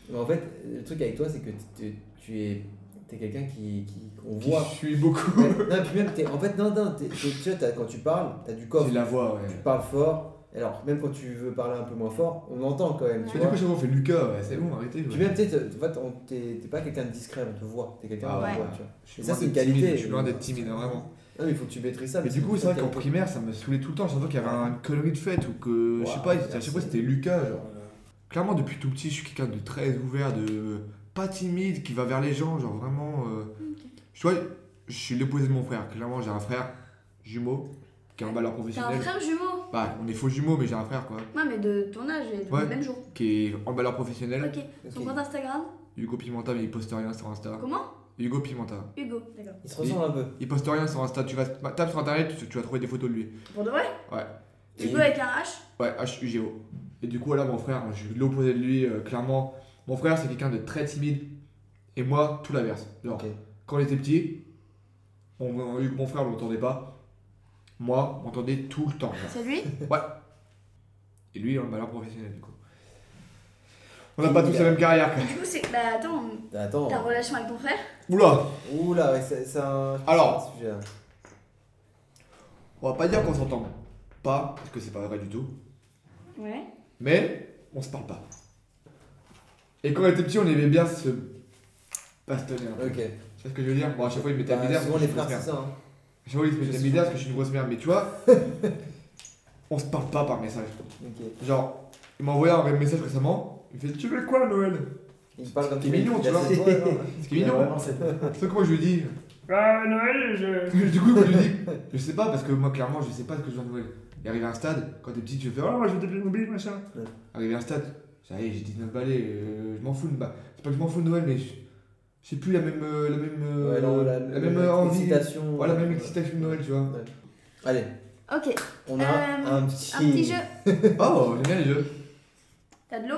Speaker 3: Mais en fait, le truc avec toi, c'est que tu- tu es, es quelqu'un qui, qui qu'on
Speaker 1: Qui
Speaker 3: voit.
Speaker 1: Je suis beaucoup.
Speaker 3: Ouais, non, puis même, t'es- en fait, non, non, t'es- t'es- tu vois, t'as- quand tu parles, t'as du coffre,
Speaker 1: C'est la voix, ouais.
Speaker 3: tu parles fort. Alors, même quand tu veux parler un peu moins fort, on entend quand même, tu
Speaker 1: Et du
Speaker 3: vois.
Speaker 1: coup, chaque fois, on fait Lucas, ouais, c'est bon, arrêtez.
Speaker 3: Puis
Speaker 1: ouais.
Speaker 3: même, tu sais, t'es- en fait, on- t'es t'es pas quelqu'un de discret, on te voit, t'es quelqu'un
Speaker 1: Ah
Speaker 3: qu'on
Speaker 4: ouais.
Speaker 3: voit, tu vois.
Speaker 1: Je suis
Speaker 3: Et ça,
Speaker 1: loin
Speaker 3: c'est une
Speaker 1: d'être timide,
Speaker 3: qualité.
Speaker 1: Je suis loin d'être timide, hein, vraiment.
Speaker 3: Non, mais il faut que tu maîtrises ça.
Speaker 1: Mais
Speaker 3: parce
Speaker 1: du
Speaker 3: que
Speaker 1: coup,
Speaker 3: ça,
Speaker 1: c'est vrai
Speaker 3: t'es-
Speaker 1: qu'en primaire, ça me saoulait tout le temps. Chaque fois qu'il y avait une connerie de fête ou que. je sais
Speaker 3: Wow,
Speaker 1: pas, à chaque fois
Speaker 3: merci.
Speaker 1: c'était Lucas, genre. Clairement, depuis tout petit, je suis quelqu'un de très ouvert, de. pas timide, qui va vers les gens, genre vraiment. euh, Je vois, je suis l'opposé de mon frère. Clairement, j'ai un frère jumeau qui est en valeur
Speaker 4: T'as un
Speaker 1: professionnelle.
Speaker 4: frère jumeau
Speaker 1: Bah, on est faux jumeaux, mais j'ai un frère quoi,
Speaker 4: Non, mais de ton âge et
Speaker 1: Ouais.
Speaker 4: le même jour.
Speaker 1: qui est en valeur professionnelle.
Speaker 4: Ok. Son
Speaker 3: Ok.
Speaker 4: compte Instagram
Speaker 1: Hugo Pimenta, mais il poste rien sur Insta.
Speaker 4: Comment
Speaker 1: Hugo Pimenta.
Speaker 4: Hugo. D'accord.
Speaker 3: Il se ressemble un peu.
Speaker 1: Il poste rien sur Insta. Tu vas tape sur internet, tu, tu vas trouver des photos de lui.
Speaker 4: Pour de vrai
Speaker 1: Ouais.
Speaker 4: Hugo avec un H
Speaker 1: Ouais, H-U-G-O. Et du coup, voilà, mon frère, je suis l'opposé de lui, euh, clairement. Mon frère, c'est quelqu'un de très timide. Et moi, tout l'inverse. Genre,
Speaker 3: Ok.
Speaker 1: quand on était petit, on, on- mon frère, on l'entendait pas. Moi, on m'entendait tout le temps. genre.
Speaker 4: C'est lui
Speaker 1: Et lui, il a le malheur professionnel, du coup. On n'a pas tous la même carrière, quoi.
Speaker 4: Du coup, c'est. Bah attends,
Speaker 3: Attends.
Speaker 4: ta relation avec ton frère
Speaker 1: Oula,
Speaker 3: Oula, ouais, c'est c'est un.
Speaker 1: Alors.
Speaker 3: c'est un sujet, hein. là.
Speaker 1: on va pas dire qu'on s'entend pas, parce que c'est pas vrai du tout.
Speaker 4: Ouais.
Speaker 1: Mais on se parle pas. Et quand on était petit, on aimait bien se bastonner un peu.
Speaker 3: Ok.
Speaker 1: Tu vois ce que je veux dire Bon, à chaque fois, il mettait
Speaker 3: Bah,
Speaker 1: misère.
Speaker 3: souvent,
Speaker 1: parce que
Speaker 3: les
Speaker 1: je me
Speaker 3: frères,
Speaker 1: souviens.
Speaker 3: c'est ça. hein.
Speaker 1: J'ai envie de se mettre
Speaker 3: Je
Speaker 1: la
Speaker 3: suis-
Speaker 1: misère parce que je suis une grosse merde, mais tu vois, on se parle pas par message.
Speaker 3: Ok.
Speaker 1: Genre, il m'a envoyé un message récemment, il me fait Tu veux quoi à Noël
Speaker 3: Il parle comme
Speaker 1: C'est mignon, tu vois.
Speaker 3: Ouais, ouais, ouais.
Speaker 1: Ce qui est mignon.
Speaker 2: Vraiment, c'est-
Speaker 1: Sauf que moi je lui dis Ah Noël, je. du coup, moi, je lui dis Je sais pas, parce que moi clairement, je sais pas ce que je veux à Noël. Et arrivé à un stade, quand t'es petit, tu fais Oh, moi je veux des Playmobil, machin.
Speaker 3: Ouais.
Speaker 1: Arrivé à un stade, ça y est, j'ai 19 balais, euh, je m'en fous de bah, C'est pas que je m'en fous de Noël, mais je- j'ai plus la même. euh, La même, euh,
Speaker 3: Ouais, non,
Speaker 1: la, même euh, envie.
Speaker 3: excitation.
Speaker 1: Ouais, la même excitation de Noël, tu vois.
Speaker 3: Allez,
Speaker 4: Ok,
Speaker 3: on a
Speaker 4: Euh,
Speaker 3: un petit.
Speaker 4: un petit jeu.
Speaker 1: Oh, j'aime bien les jeux.
Speaker 4: T'as de l'eau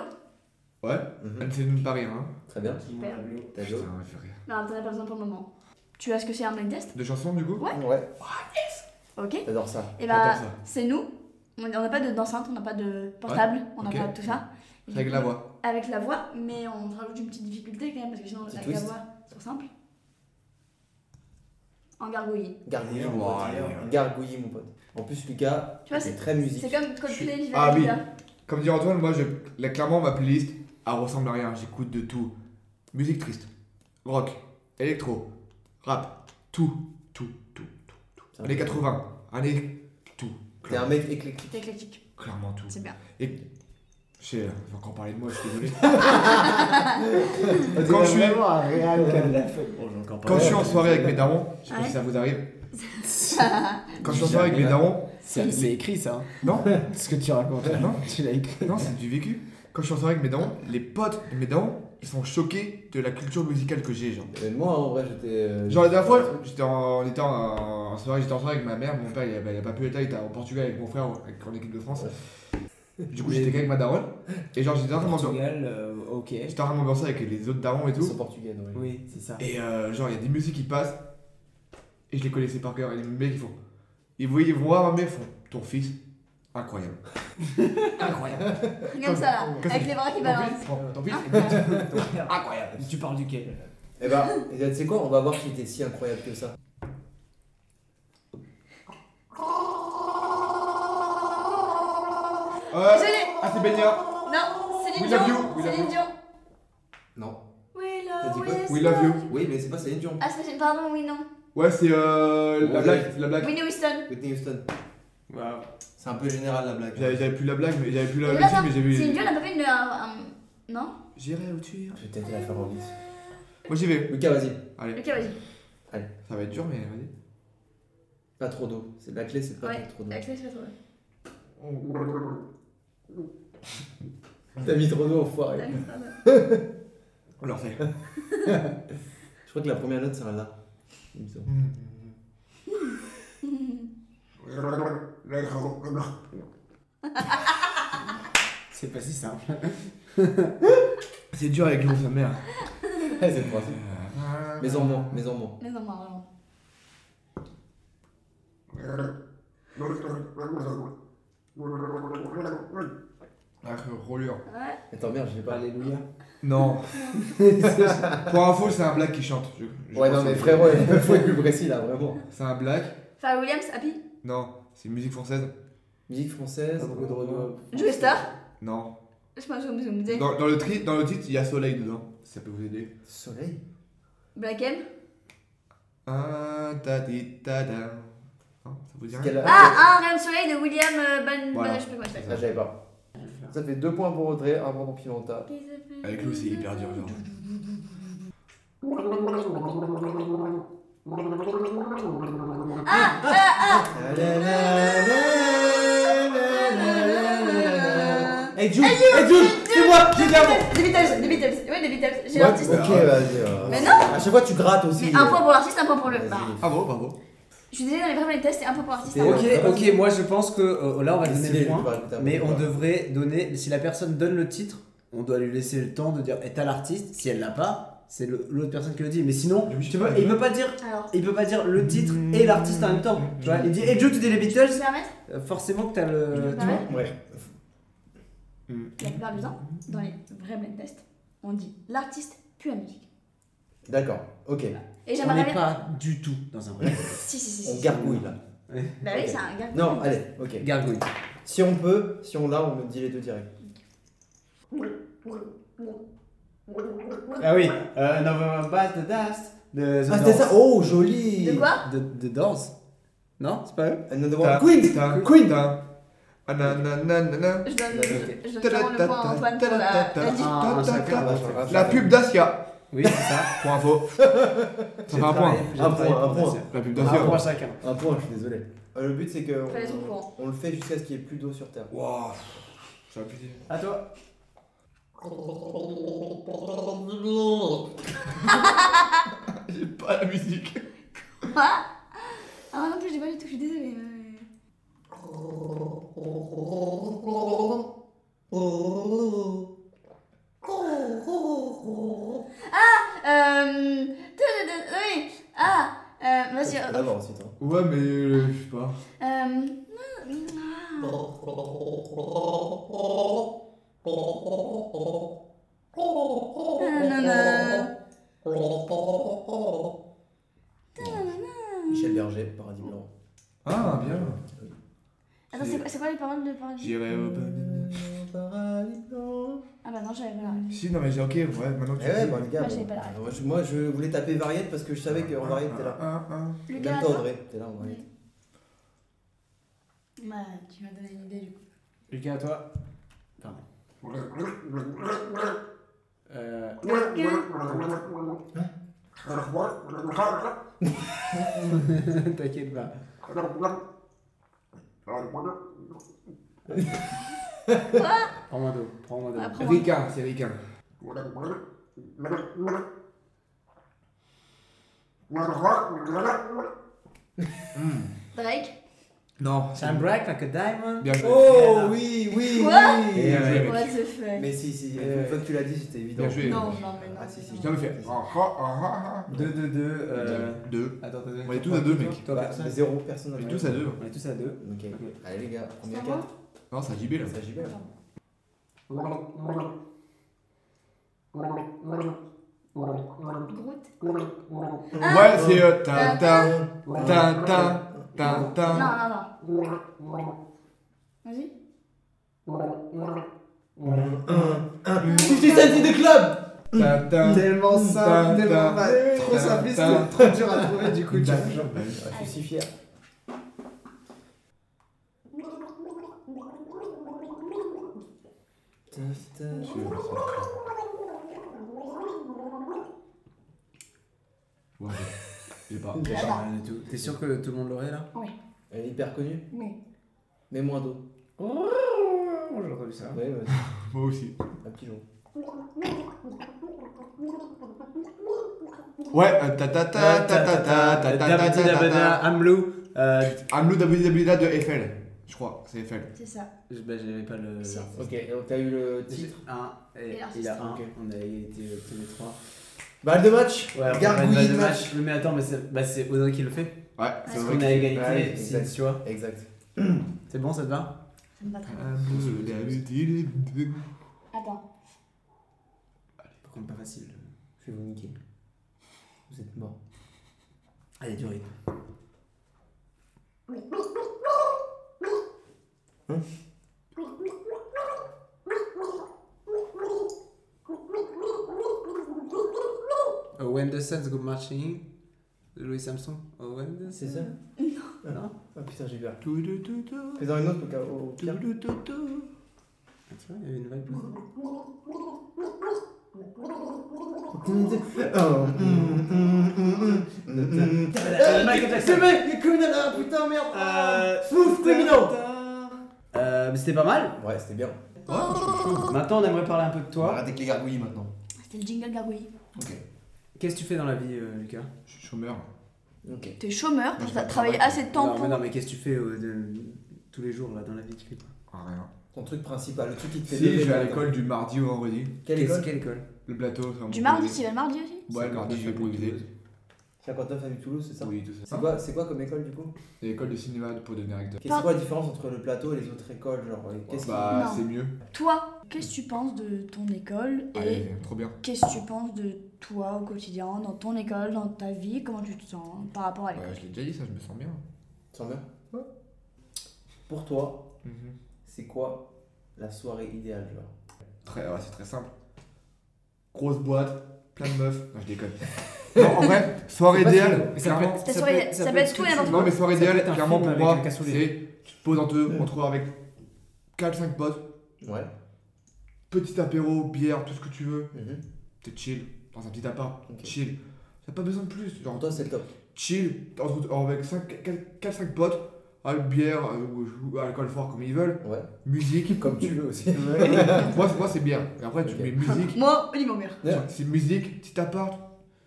Speaker 1: Ouais,
Speaker 3: Mhm.
Speaker 1: elle c'est de Paris, hein.
Speaker 3: Très bien.
Speaker 4: Super.
Speaker 3: T'as
Speaker 1: Putain,
Speaker 3: joué
Speaker 1: elle fait rire.
Speaker 4: Non, t'en as pas besoin pour le moment. Tu vois ce que c'est un blind test
Speaker 1: Deux chansons du coup
Speaker 4: Ouais.
Speaker 3: Ouais,
Speaker 4: Ok.
Speaker 3: j'adore ça.
Speaker 4: Et
Speaker 1: J'adore
Speaker 4: bah,
Speaker 1: ça.
Speaker 4: c'est nous. On on n'a pas de d'enceinte, on n'a pas de portable, on n'a
Speaker 1: Ok.
Speaker 4: pas de tout ça. Et
Speaker 1: Avec
Speaker 4: du
Speaker 1: la
Speaker 4: coup,
Speaker 1: voix.
Speaker 4: Avec la voix, mais on te rajoute une petite difficulté quand même, parce que sinon,
Speaker 3: Petit
Speaker 4: avec
Speaker 3: twist.
Speaker 4: la voix, c'est trop simple. En gargouille.
Speaker 3: Gargouille,
Speaker 1: Ouais,
Speaker 3: mon pote.
Speaker 1: ouais.
Speaker 3: Gargouille, mon pote. En plus, Lucas,
Speaker 4: Tu vois,
Speaker 3: c'est très musique.
Speaker 4: C'est comme quand
Speaker 1: Je suis-
Speaker 4: tu l'as
Speaker 1: Ah oui. Comme dit Antoine, moi, je... là, clairement, ma playlist, elle ressemble à rien. J'écoute de tout. Musique triste, rock, électro, rap, tout, tout, tout, tout.
Speaker 3: C'est un
Speaker 1: Années
Speaker 3: peu-
Speaker 1: 80, années tout.
Speaker 3: T'es un
Speaker 1: Clairement,
Speaker 3: mec éclectique.
Speaker 4: T'es éclectique,
Speaker 1: clairement tout.
Speaker 4: c'est bien.
Speaker 1: Et. Je sais, je vais encore parler de moi, je suis désolé. quand je suis,
Speaker 2: vraiment euh, un réel comme la feuille. Bon, j'ai encore
Speaker 1: quand
Speaker 2: parlé.
Speaker 1: je suis en soirée avec mes darons, je sais pas
Speaker 4: Ouais.
Speaker 1: si ça vous arrive. Quand je suis en soirée avec mes
Speaker 3: Jamais.
Speaker 1: darons,
Speaker 2: C'est c'est écrit ça. hein.
Speaker 1: non,
Speaker 2: Ce que tu racontes.
Speaker 1: non,
Speaker 2: Tu l'as écrit.
Speaker 1: Non, c'est du vécu. Quand je suis en soirée avec mes dents, les potes de mes dents, ils sont choqués de la culture musicale que j'ai, genre.
Speaker 3: Euh, moi, en vrai, j'étais. euh,
Speaker 1: Genre la dernière fois, j'étais en, on était en, en soirée, j'étais en soirée avec ma mère, mon père, il a, bah, il a pas pu être là, il était au Portugal avec mon frère avec- en équipe de France. Du coup, j'étais avec ma daronne, et genre j'étais en train de m'ambiancer-
Speaker 2: Portugal, euh, ok.
Speaker 1: j'étais en train de m'ambiancer avec les autres darons et
Speaker 3: Ils sont
Speaker 1: tout.
Speaker 3: portugais, non, oui.
Speaker 2: Oui, c'est ça.
Speaker 1: Et euh, genre, il y a des musiques qui passent, et je les connaissais par cœur, et les mecs, ils font. Ils voient, ils vont voir ma mère, ils font Ton fils, incroyable. incroyable.
Speaker 4: Regarde ça là,
Speaker 1: Comme-
Speaker 4: avec les bras qui
Speaker 1: Ton
Speaker 4: balancent.
Speaker 1: fils, ton- ton fils, incroyable.
Speaker 2: Tu parles duquel
Speaker 3: Eh bah, tu sais quoi, on va voir qui était si incroyable que ça.
Speaker 1: Ouais.
Speaker 4: Je l'ai
Speaker 1: Ah, c'est Benya
Speaker 4: Non, Céline
Speaker 1: We love you,
Speaker 4: Dion
Speaker 1: we love
Speaker 4: Céline
Speaker 1: you.
Speaker 4: Dion
Speaker 3: Non.
Speaker 4: We
Speaker 3: T'as dit quoi
Speaker 4: love
Speaker 1: We love you.
Speaker 3: Oui, mais c'est pas Céline Dion.
Speaker 4: Ah, c'est- pardon, oui, non.
Speaker 1: Ouais, c'est euh, la
Speaker 3: Ouais.
Speaker 1: blague. La blague.
Speaker 4: Winnie Houston.
Speaker 3: Whitney Houston. C'est un peu général la blague.
Speaker 1: J'avais j'avais plus la blague, mais j'avais plus la
Speaker 4: Mais
Speaker 1: musique,
Speaker 4: attends,
Speaker 1: mais
Speaker 4: Céline
Speaker 1: j'avais.
Speaker 4: Dion, elle a pas fait une. un- un- Non
Speaker 1: J'irai où tu iras.
Speaker 3: Je vais peut-être la faire en vite.
Speaker 1: Moi j'y vais.
Speaker 3: Lucas, vas-y.
Speaker 1: Allez,
Speaker 4: Ok, vas-y.
Speaker 1: ça va être dur, mais vas-y.
Speaker 3: Pas trop d'eau. C'est la clé, c'est pas
Speaker 4: Ouais.
Speaker 3: trop d'eau.
Speaker 4: La clé, c'est pas trop.
Speaker 3: T'as mis trop d'eau, enfoiré.
Speaker 4: Pardon.
Speaker 1: On leur fait.
Speaker 3: Je crois que la première note, c'est un la. Il me semble.
Speaker 2: C'est pas si simple.
Speaker 1: C'est dur avec l'eau, sa mère.
Speaker 3: c'est le principe. Mais en moins, mais en moins.
Speaker 4: Mais non, non, non.
Speaker 1: Ah, que roulure.
Speaker 4: Ouais.
Speaker 3: Attends, merde, je l'ai pas.
Speaker 2: Bah, Alléluia.
Speaker 1: Non. Pour info, c'est un black qui chante. Je- je
Speaker 3: Ouais,
Speaker 1: pense
Speaker 3: non, mais
Speaker 1: que-
Speaker 3: frérot, il faut être plus précis là, vraiment.
Speaker 1: C'est un black.
Speaker 4: Pharrell Williams, Happy.
Speaker 1: Non, c'est musique française.
Speaker 3: Musique française. euh,
Speaker 2: Pas beaucoup de renoms.
Speaker 4: Joey Star.
Speaker 1: Non.
Speaker 4: Je pense que vous me disiez.
Speaker 1: Dans, dans le tri, dans le titre, il y a soleil dedans. si Ça peut vous aider.
Speaker 3: Soleil.
Speaker 4: Black M.
Speaker 1: Ah, ta di ta da. Non, ça vous dit rien
Speaker 3: Qu'elle a-
Speaker 4: Ah, un rayon de soleil de William euh, Ban.
Speaker 1: Voilà.
Speaker 4: Ban- Je sais pas comment il s'appelle.
Speaker 3: Ah, j'avais pas. Ça fait 2 points pour Audrey, 1 point pour Pimenta.
Speaker 1: Avec l'eau, c'est hyper dur, genre.
Speaker 3: Hey Jules, hey Jules, c'est moi, j'ai dit avant.
Speaker 4: Des Beatles, des Beatles. Oui, des Beatles. J'ai
Speaker 3: Ouais,
Speaker 4: l'artiste.
Speaker 3: Ok, vas-y. euh.
Speaker 4: Mais non
Speaker 3: À chaque fois, tu grattes aussi.
Speaker 4: Mais un point
Speaker 3: euh. Ah,
Speaker 4: pour l'artiste, un point pour le.
Speaker 3: Vas-y.
Speaker 4: Bah,
Speaker 1: Ah, Bravo, bravo.
Speaker 4: je suis désolée dans les premiers tests, c'est un point pour l'artiste.
Speaker 3: C'est-
Speaker 4: un point
Speaker 2: Ok, ok, moi je pense que euh, là on va donner
Speaker 3: Laissez
Speaker 2: des
Speaker 3: les
Speaker 2: points,
Speaker 3: joueurs, écoute,
Speaker 2: mais on
Speaker 3: après.
Speaker 2: devrait donner, si la personne donne le titre, on doit lui laisser le temps de dire est à l'artiste, si elle l'a pas, c'est le- l'autre personne qui le dit, mais sinon,
Speaker 1: Oui,
Speaker 2: tu
Speaker 1: oui.
Speaker 2: peux, il peut pas dire,
Speaker 4: pour- Alors,
Speaker 2: il peut pas dire le titre et l'artiste en même temps, tu vois, il dit et Joe tu dis les
Speaker 4: je peux me
Speaker 2: Beatles,
Speaker 4: permettre
Speaker 2: euh, forcément que t'as le,
Speaker 4: Ouais.
Speaker 2: tu vois,
Speaker 3: Ouais.
Speaker 4: La plupart du temps, dans les vrais blind tests, on dit l'artiste puis la musique.
Speaker 3: D'accord, ok.
Speaker 4: Et
Speaker 2: on
Speaker 4: j'aimerais
Speaker 2: n'est
Speaker 4: bien.
Speaker 2: pas du tout dans un vrai
Speaker 4: Si, si, si.
Speaker 3: On
Speaker 4: si.
Speaker 3: gargouille là.
Speaker 4: Bah oui, c'est un gars.
Speaker 3: Non, allez, ok.
Speaker 2: gargouille.
Speaker 3: Si on peut, si on l'a, on me dit les deux directs.
Speaker 2: Ah oui, euh, November Bass the Dust, de The
Speaker 3: Ah, c'était ça Oh, joli
Speaker 4: De quoi
Speaker 2: De, de Doors Non, c'est pas eux
Speaker 3: Another
Speaker 1: Ta-
Speaker 3: one. Queen
Speaker 1: ta-
Speaker 2: Queen.
Speaker 1: ta- Ah, nan, nan, nan, nan, nan.
Speaker 5: Je donne,
Speaker 3: D'accord,
Speaker 5: je-
Speaker 3: ok.
Speaker 5: je donne clairement le point à Antoine pour la, la diff.
Speaker 2: Ah,
Speaker 1: Ta, ta,
Speaker 2: ça,
Speaker 1: ta.
Speaker 2: ça va, ça va.
Speaker 1: La pub d'Asia.
Speaker 2: Oui, c'est ça.
Speaker 1: Point info. Ça fait
Speaker 3: J'ai
Speaker 1: un point.
Speaker 3: travaillé- j'ai
Speaker 2: Un
Speaker 3: travaillé
Speaker 2: point,
Speaker 3: pour
Speaker 2: un point.
Speaker 3: ça.
Speaker 1: La pub
Speaker 2: Un
Speaker 3: Ah,
Speaker 2: point
Speaker 1: d'Asia.
Speaker 2: chacun.
Speaker 3: Un point, je suis désolé. Euh, Le but c'est que
Speaker 5: Fallait être au
Speaker 3: on,
Speaker 5: courant.
Speaker 3: on le fait jusqu'à ce qu'il n'y ait plus d'eau sur Terre.
Speaker 1: Waouh. Ça va péter.
Speaker 2: À toi.
Speaker 1: J'ai pas la musique.
Speaker 4: Ah Ah non plus, j'ai pas du tout, je suis désolée. euh. Ah, Euh... tout, tout, tout, Oui Ah euh, Monsieur...
Speaker 3: On peut l'avoir ensuite. hein.
Speaker 1: Ouais, mais euh, je sais pas.
Speaker 4: Euh... ah. Nanana. euh,
Speaker 3: Michel Berger, Paradis Blanc.
Speaker 1: Ah, bien.
Speaker 4: Attends, Ah, c'est quoi, c'est quoi les paroles de Paris
Speaker 1: J'irai au
Speaker 3: Euh, Paradis Blanc.
Speaker 4: Ah bah non, j'avais pas la ref.
Speaker 1: Si, non, mais j'ai ok, ouais, maintenant
Speaker 3: Eh
Speaker 1: tu.
Speaker 3: ouais,
Speaker 1: dis.
Speaker 3: bah les gars.
Speaker 4: Moi, Ah, j'avais
Speaker 3: bon.
Speaker 4: pas la ref.
Speaker 3: Moi, je- Moi je voulais taper Variette parce que je savais
Speaker 1: Ah,
Speaker 3: qu'en Variette t'es là.
Speaker 1: Un, un, un.
Speaker 4: Le
Speaker 3: Même
Speaker 4: gars,
Speaker 3: toi
Speaker 4: attends.
Speaker 3: Audrey, t'es là en Variette.
Speaker 4: Bah, tu m'as donné une idée du coup.
Speaker 2: Lucas, à toi. Pardon. Euh, T'inquiète pas. Prends-moi d'eau. Prends-moi d'eau.
Speaker 4: Après, moi.
Speaker 1: Ricard, c'est Ricard.
Speaker 4: Drake
Speaker 1: Non.
Speaker 2: Shine bright like a diamond.
Speaker 1: Bien joué.
Speaker 3: Oh oui, oui, Eh,
Speaker 4: Quoi
Speaker 3: oui.
Speaker 1: Et, euh,
Speaker 3: Bien joué.
Speaker 4: What the fuck
Speaker 3: Mais si, si,
Speaker 2: Euh,
Speaker 3: une fois que tu l'as dit, c'était évident.
Speaker 1: bien joué.
Speaker 4: Non, non, mais non.
Speaker 3: Ah, si, si,
Speaker 4: mais
Speaker 1: Je
Speaker 4: non.
Speaker 1: t'en fais. Ah, ah, ah, ah,
Speaker 2: 2, 2,
Speaker 3: Euh.
Speaker 2: 2.
Speaker 1: ah. Deux.
Speaker 2: euh, Attends, t'as donné
Speaker 1: On est
Speaker 2: ton
Speaker 1: tous à
Speaker 2: point,
Speaker 1: deux,
Speaker 2: toi
Speaker 1: mec.
Speaker 2: Toi,
Speaker 3: Bah,
Speaker 2: personne.
Speaker 3: zéro, personne n'a
Speaker 1: On est
Speaker 3: joué.
Speaker 1: tous à deux.
Speaker 2: On est tous à deux.
Speaker 3: Ok. Allez les gars, première
Speaker 4: C'est à moi
Speaker 3: carte.
Speaker 1: Non, ça JB là.
Speaker 3: Ça j'y vais. là.
Speaker 4: Groot Ah.
Speaker 1: Ouais, c'est euh, ta ta ta ta ta
Speaker 4: Non,
Speaker 1: ta.
Speaker 4: non, non. Vas-y.
Speaker 3: Fifty Cent in the club.
Speaker 1: Ta ta.
Speaker 2: Tellement simple,
Speaker 1: Tin,
Speaker 2: tellement
Speaker 1: tin,
Speaker 2: pas-
Speaker 1: tin,
Speaker 2: Trop
Speaker 1: tin,
Speaker 2: simpliste,
Speaker 1: tin.
Speaker 2: trop dur à trouver du coup. tu
Speaker 1: Tin.
Speaker 2: vois.
Speaker 3: Ah, je suis si fier.
Speaker 1: Ouais, j'ai pas.
Speaker 4: Attends.
Speaker 2: Rien du tout. T'es sûr que tout le monde l'aurait là
Speaker 3: Elle est hyper connue,
Speaker 4: Oui.
Speaker 3: mais moins d'eau.
Speaker 2: Oh, j'ai entendu ça.
Speaker 3: Ouais, ouais,
Speaker 1: Moi aussi.
Speaker 3: un pigeon.
Speaker 1: Ouais, euh, ta ta ta ta ta ta ta ta ta ta ta ta.
Speaker 2: Amlou. Euh,
Speaker 1: Amelou Dabidabida de Eiffel. Je crois, c'est Eiffel.
Speaker 4: C'est ça.
Speaker 2: je- bah, j'avais pas le.
Speaker 4: Si.
Speaker 2: l'artiste.
Speaker 3: Ok, donc t'as eu le
Speaker 2: J'ai
Speaker 3: titre.
Speaker 2: un et
Speaker 4: Et l'artiste.
Speaker 2: il a un.
Speaker 3: Ok.
Speaker 2: On a été euh, tous les trois.
Speaker 3: Balle de match.
Speaker 2: Ouais, on fait
Speaker 3: Gargouille
Speaker 2: pas
Speaker 3: de match.
Speaker 2: Mais attends, mais c'est bah, c'est Audrey qui le fait.
Speaker 1: Ouais, c'est
Speaker 4: Parce
Speaker 2: Parce
Speaker 1: vrai.
Speaker 2: qu'on a
Speaker 3: Ouais,
Speaker 2: égalité. si,
Speaker 3: exact.
Speaker 2: Tu vois.
Speaker 3: Exact.
Speaker 2: C'est bon, ça te va
Speaker 4: Ça me va très bien.
Speaker 1: Amelou Dabidabida.
Speaker 4: Attends.
Speaker 2: Par contre, pas facile.
Speaker 3: Je vais vous niquer. Vous êtes morts.
Speaker 2: Allez, du rythme. Oh, when the Suns Go Marching de Louis Samson. Oh, when the
Speaker 3: C'est ça
Speaker 2: Suns- Non
Speaker 3: Ah putain, j'ai peur.
Speaker 1: Tout, tout, tout, tout.
Speaker 3: Fais-en une autre pour qu'à- au au
Speaker 1: Tout,
Speaker 3: pire.
Speaker 1: tout, tout, tout.
Speaker 2: Ah, Tu vois, il y avait une vibe.
Speaker 3: Ah,
Speaker 2: Ah,
Speaker 3: C'est bah, mec, Criminal, putain, merde.
Speaker 2: Euh,
Speaker 3: Fouf, criminal.
Speaker 2: Euh, mais c'était pas mal.
Speaker 3: Ouais, c'était bien.
Speaker 2: Maintenant, on aimerait parler un peu de toi.
Speaker 3: avec les gargouilles maintenant.
Speaker 4: C'était le jingle gargouille.
Speaker 2: Qu'est-ce que tu fais dans la vie, euh, Lucas
Speaker 1: Je suis chômeur.
Speaker 3: Ok.
Speaker 4: T'es chômeur,
Speaker 1: Moi, je
Speaker 4: t'as
Speaker 1: travaille.
Speaker 4: travaillé assez de temps
Speaker 2: Non, mais
Speaker 4: pour.
Speaker 2: non, mais qu'est-ce que tu fais euh, de- tous les jours là dans la vie Tu fais quoi
Speaker 1: Ah, rien.
Speaker 3: Ton truc principal, le truc qui te fait
Speaker 1: Si,
Speaker 3: lever
Speaker 1: je vais à
Speaker 3: le matin.
Speaker 1: l'école du mardi au vendredi.
Speaker 3: Quelle
Speaker 2: Qu'est-ce-
Speaker 3: école
Speaker 2: Quelle école
Speaker 1: Le plateau, c'est un
Speaker 4: Du
Speaker 1: bon
Speaker 4: mardi,
Speaker 1: projet.
Speaker 4: tu y vas le mardi aussi
Speaker 1: Ouais, le mardi, je vais improviser.
Speaker 3: 59 à Toulouse, c'est ça
Speaker 1: Oui, tout ça.
Speaker 3: C'est quoi, c'est quoi comme école du coup
Speaker 1: C'est l'école de cinéma pour devenir acteur.
Speaker 3: Qu'est- C'est quoi la différence entre le plateau et les autres écoles Genre, euh, qu'est-ce qui-
Speaker 1: Bah,
Speaker 4: Non.
Speaker 1: c'est mieux.
Speaker 4: Toi, qu'est-ce que tu penses de ton école et
Speaker 1: Allez, trop bien.
Speaker 4: qu'est-ce que tu penses de toi au quotidien, dans ton école, dans ta vie Comment tu te sens hein, par rapport à l'école
Speaker 1: Ouais, je l'ai déjà dit, ça, je me sens bien.
Speaker 3: Tu sens bien Pour toi,
Speaker 1: Mhm.
Speaker 3: c'est quoi la soirée idéale genre
Speaker 1: Très, ouais, c'est très simple. Grosse boîte, plein de meufs. Non, je déconne. non, en vrai, soirée
Speaker 2: C'est pas
Speaker 1: idéale,
Speaker 2: Mais ça peut
Speaker 1: clairement.
Speaker 2: être-
Speaker 4: Ça
Speaker 2: ça
Speaker 4: peut
Speaker 2: peut
Speaker 4: être-
Speaker 2: être-
Speaker 4: ça
Speaker 2: ça
Speaker 4: peut
Speaker 2: peut
Speaker 4: être
Speaker 2: être
Speaker 4: tout et n'importe
Speaker 1: Non, mais soirée
Speaker 2: Ça peut
Speaker 1: idéale,
Speaker 2: être un
Speaker 1: clairement
Speaker 2: film
Speaker 1: pour
Speaker 2: avec
Speaker 1: moi,
Speaker 2: un cassoulet.
Speaker 1: c'est tu te poses entre, entre avec 4-5 potes,
Speaker 3: Ouais.
Speaker 1: petit apéro, bière, tout ce que tu veux.
Speaker 3: Mhm.
Speaker 1: T'es chill, dans un petit appart,
Speaker 3: Ok.
Speaker 1: chill. T'as pas besoin de plus. Genre,
Speaker 3: Pour toi, c'est le top.
Speaker 1: chill, entre- avec 4-5 potes, à la bière, euh, ou, ou alcool fort comme ils veulent,
Speaker 3: Ouais.
Speaker 1: musique.
Speaker 3: Comme tu veux aussi.
Speaker 1: moi, c'est- moi, c'est bien. Et après, tu
Speaker 3: Ok.
Speaker 1: mets musique,
Speaker 5: Moi, il m'emmerde.
Speaker 3: Ouais.
Speaker 1: c'est musique, petit appart,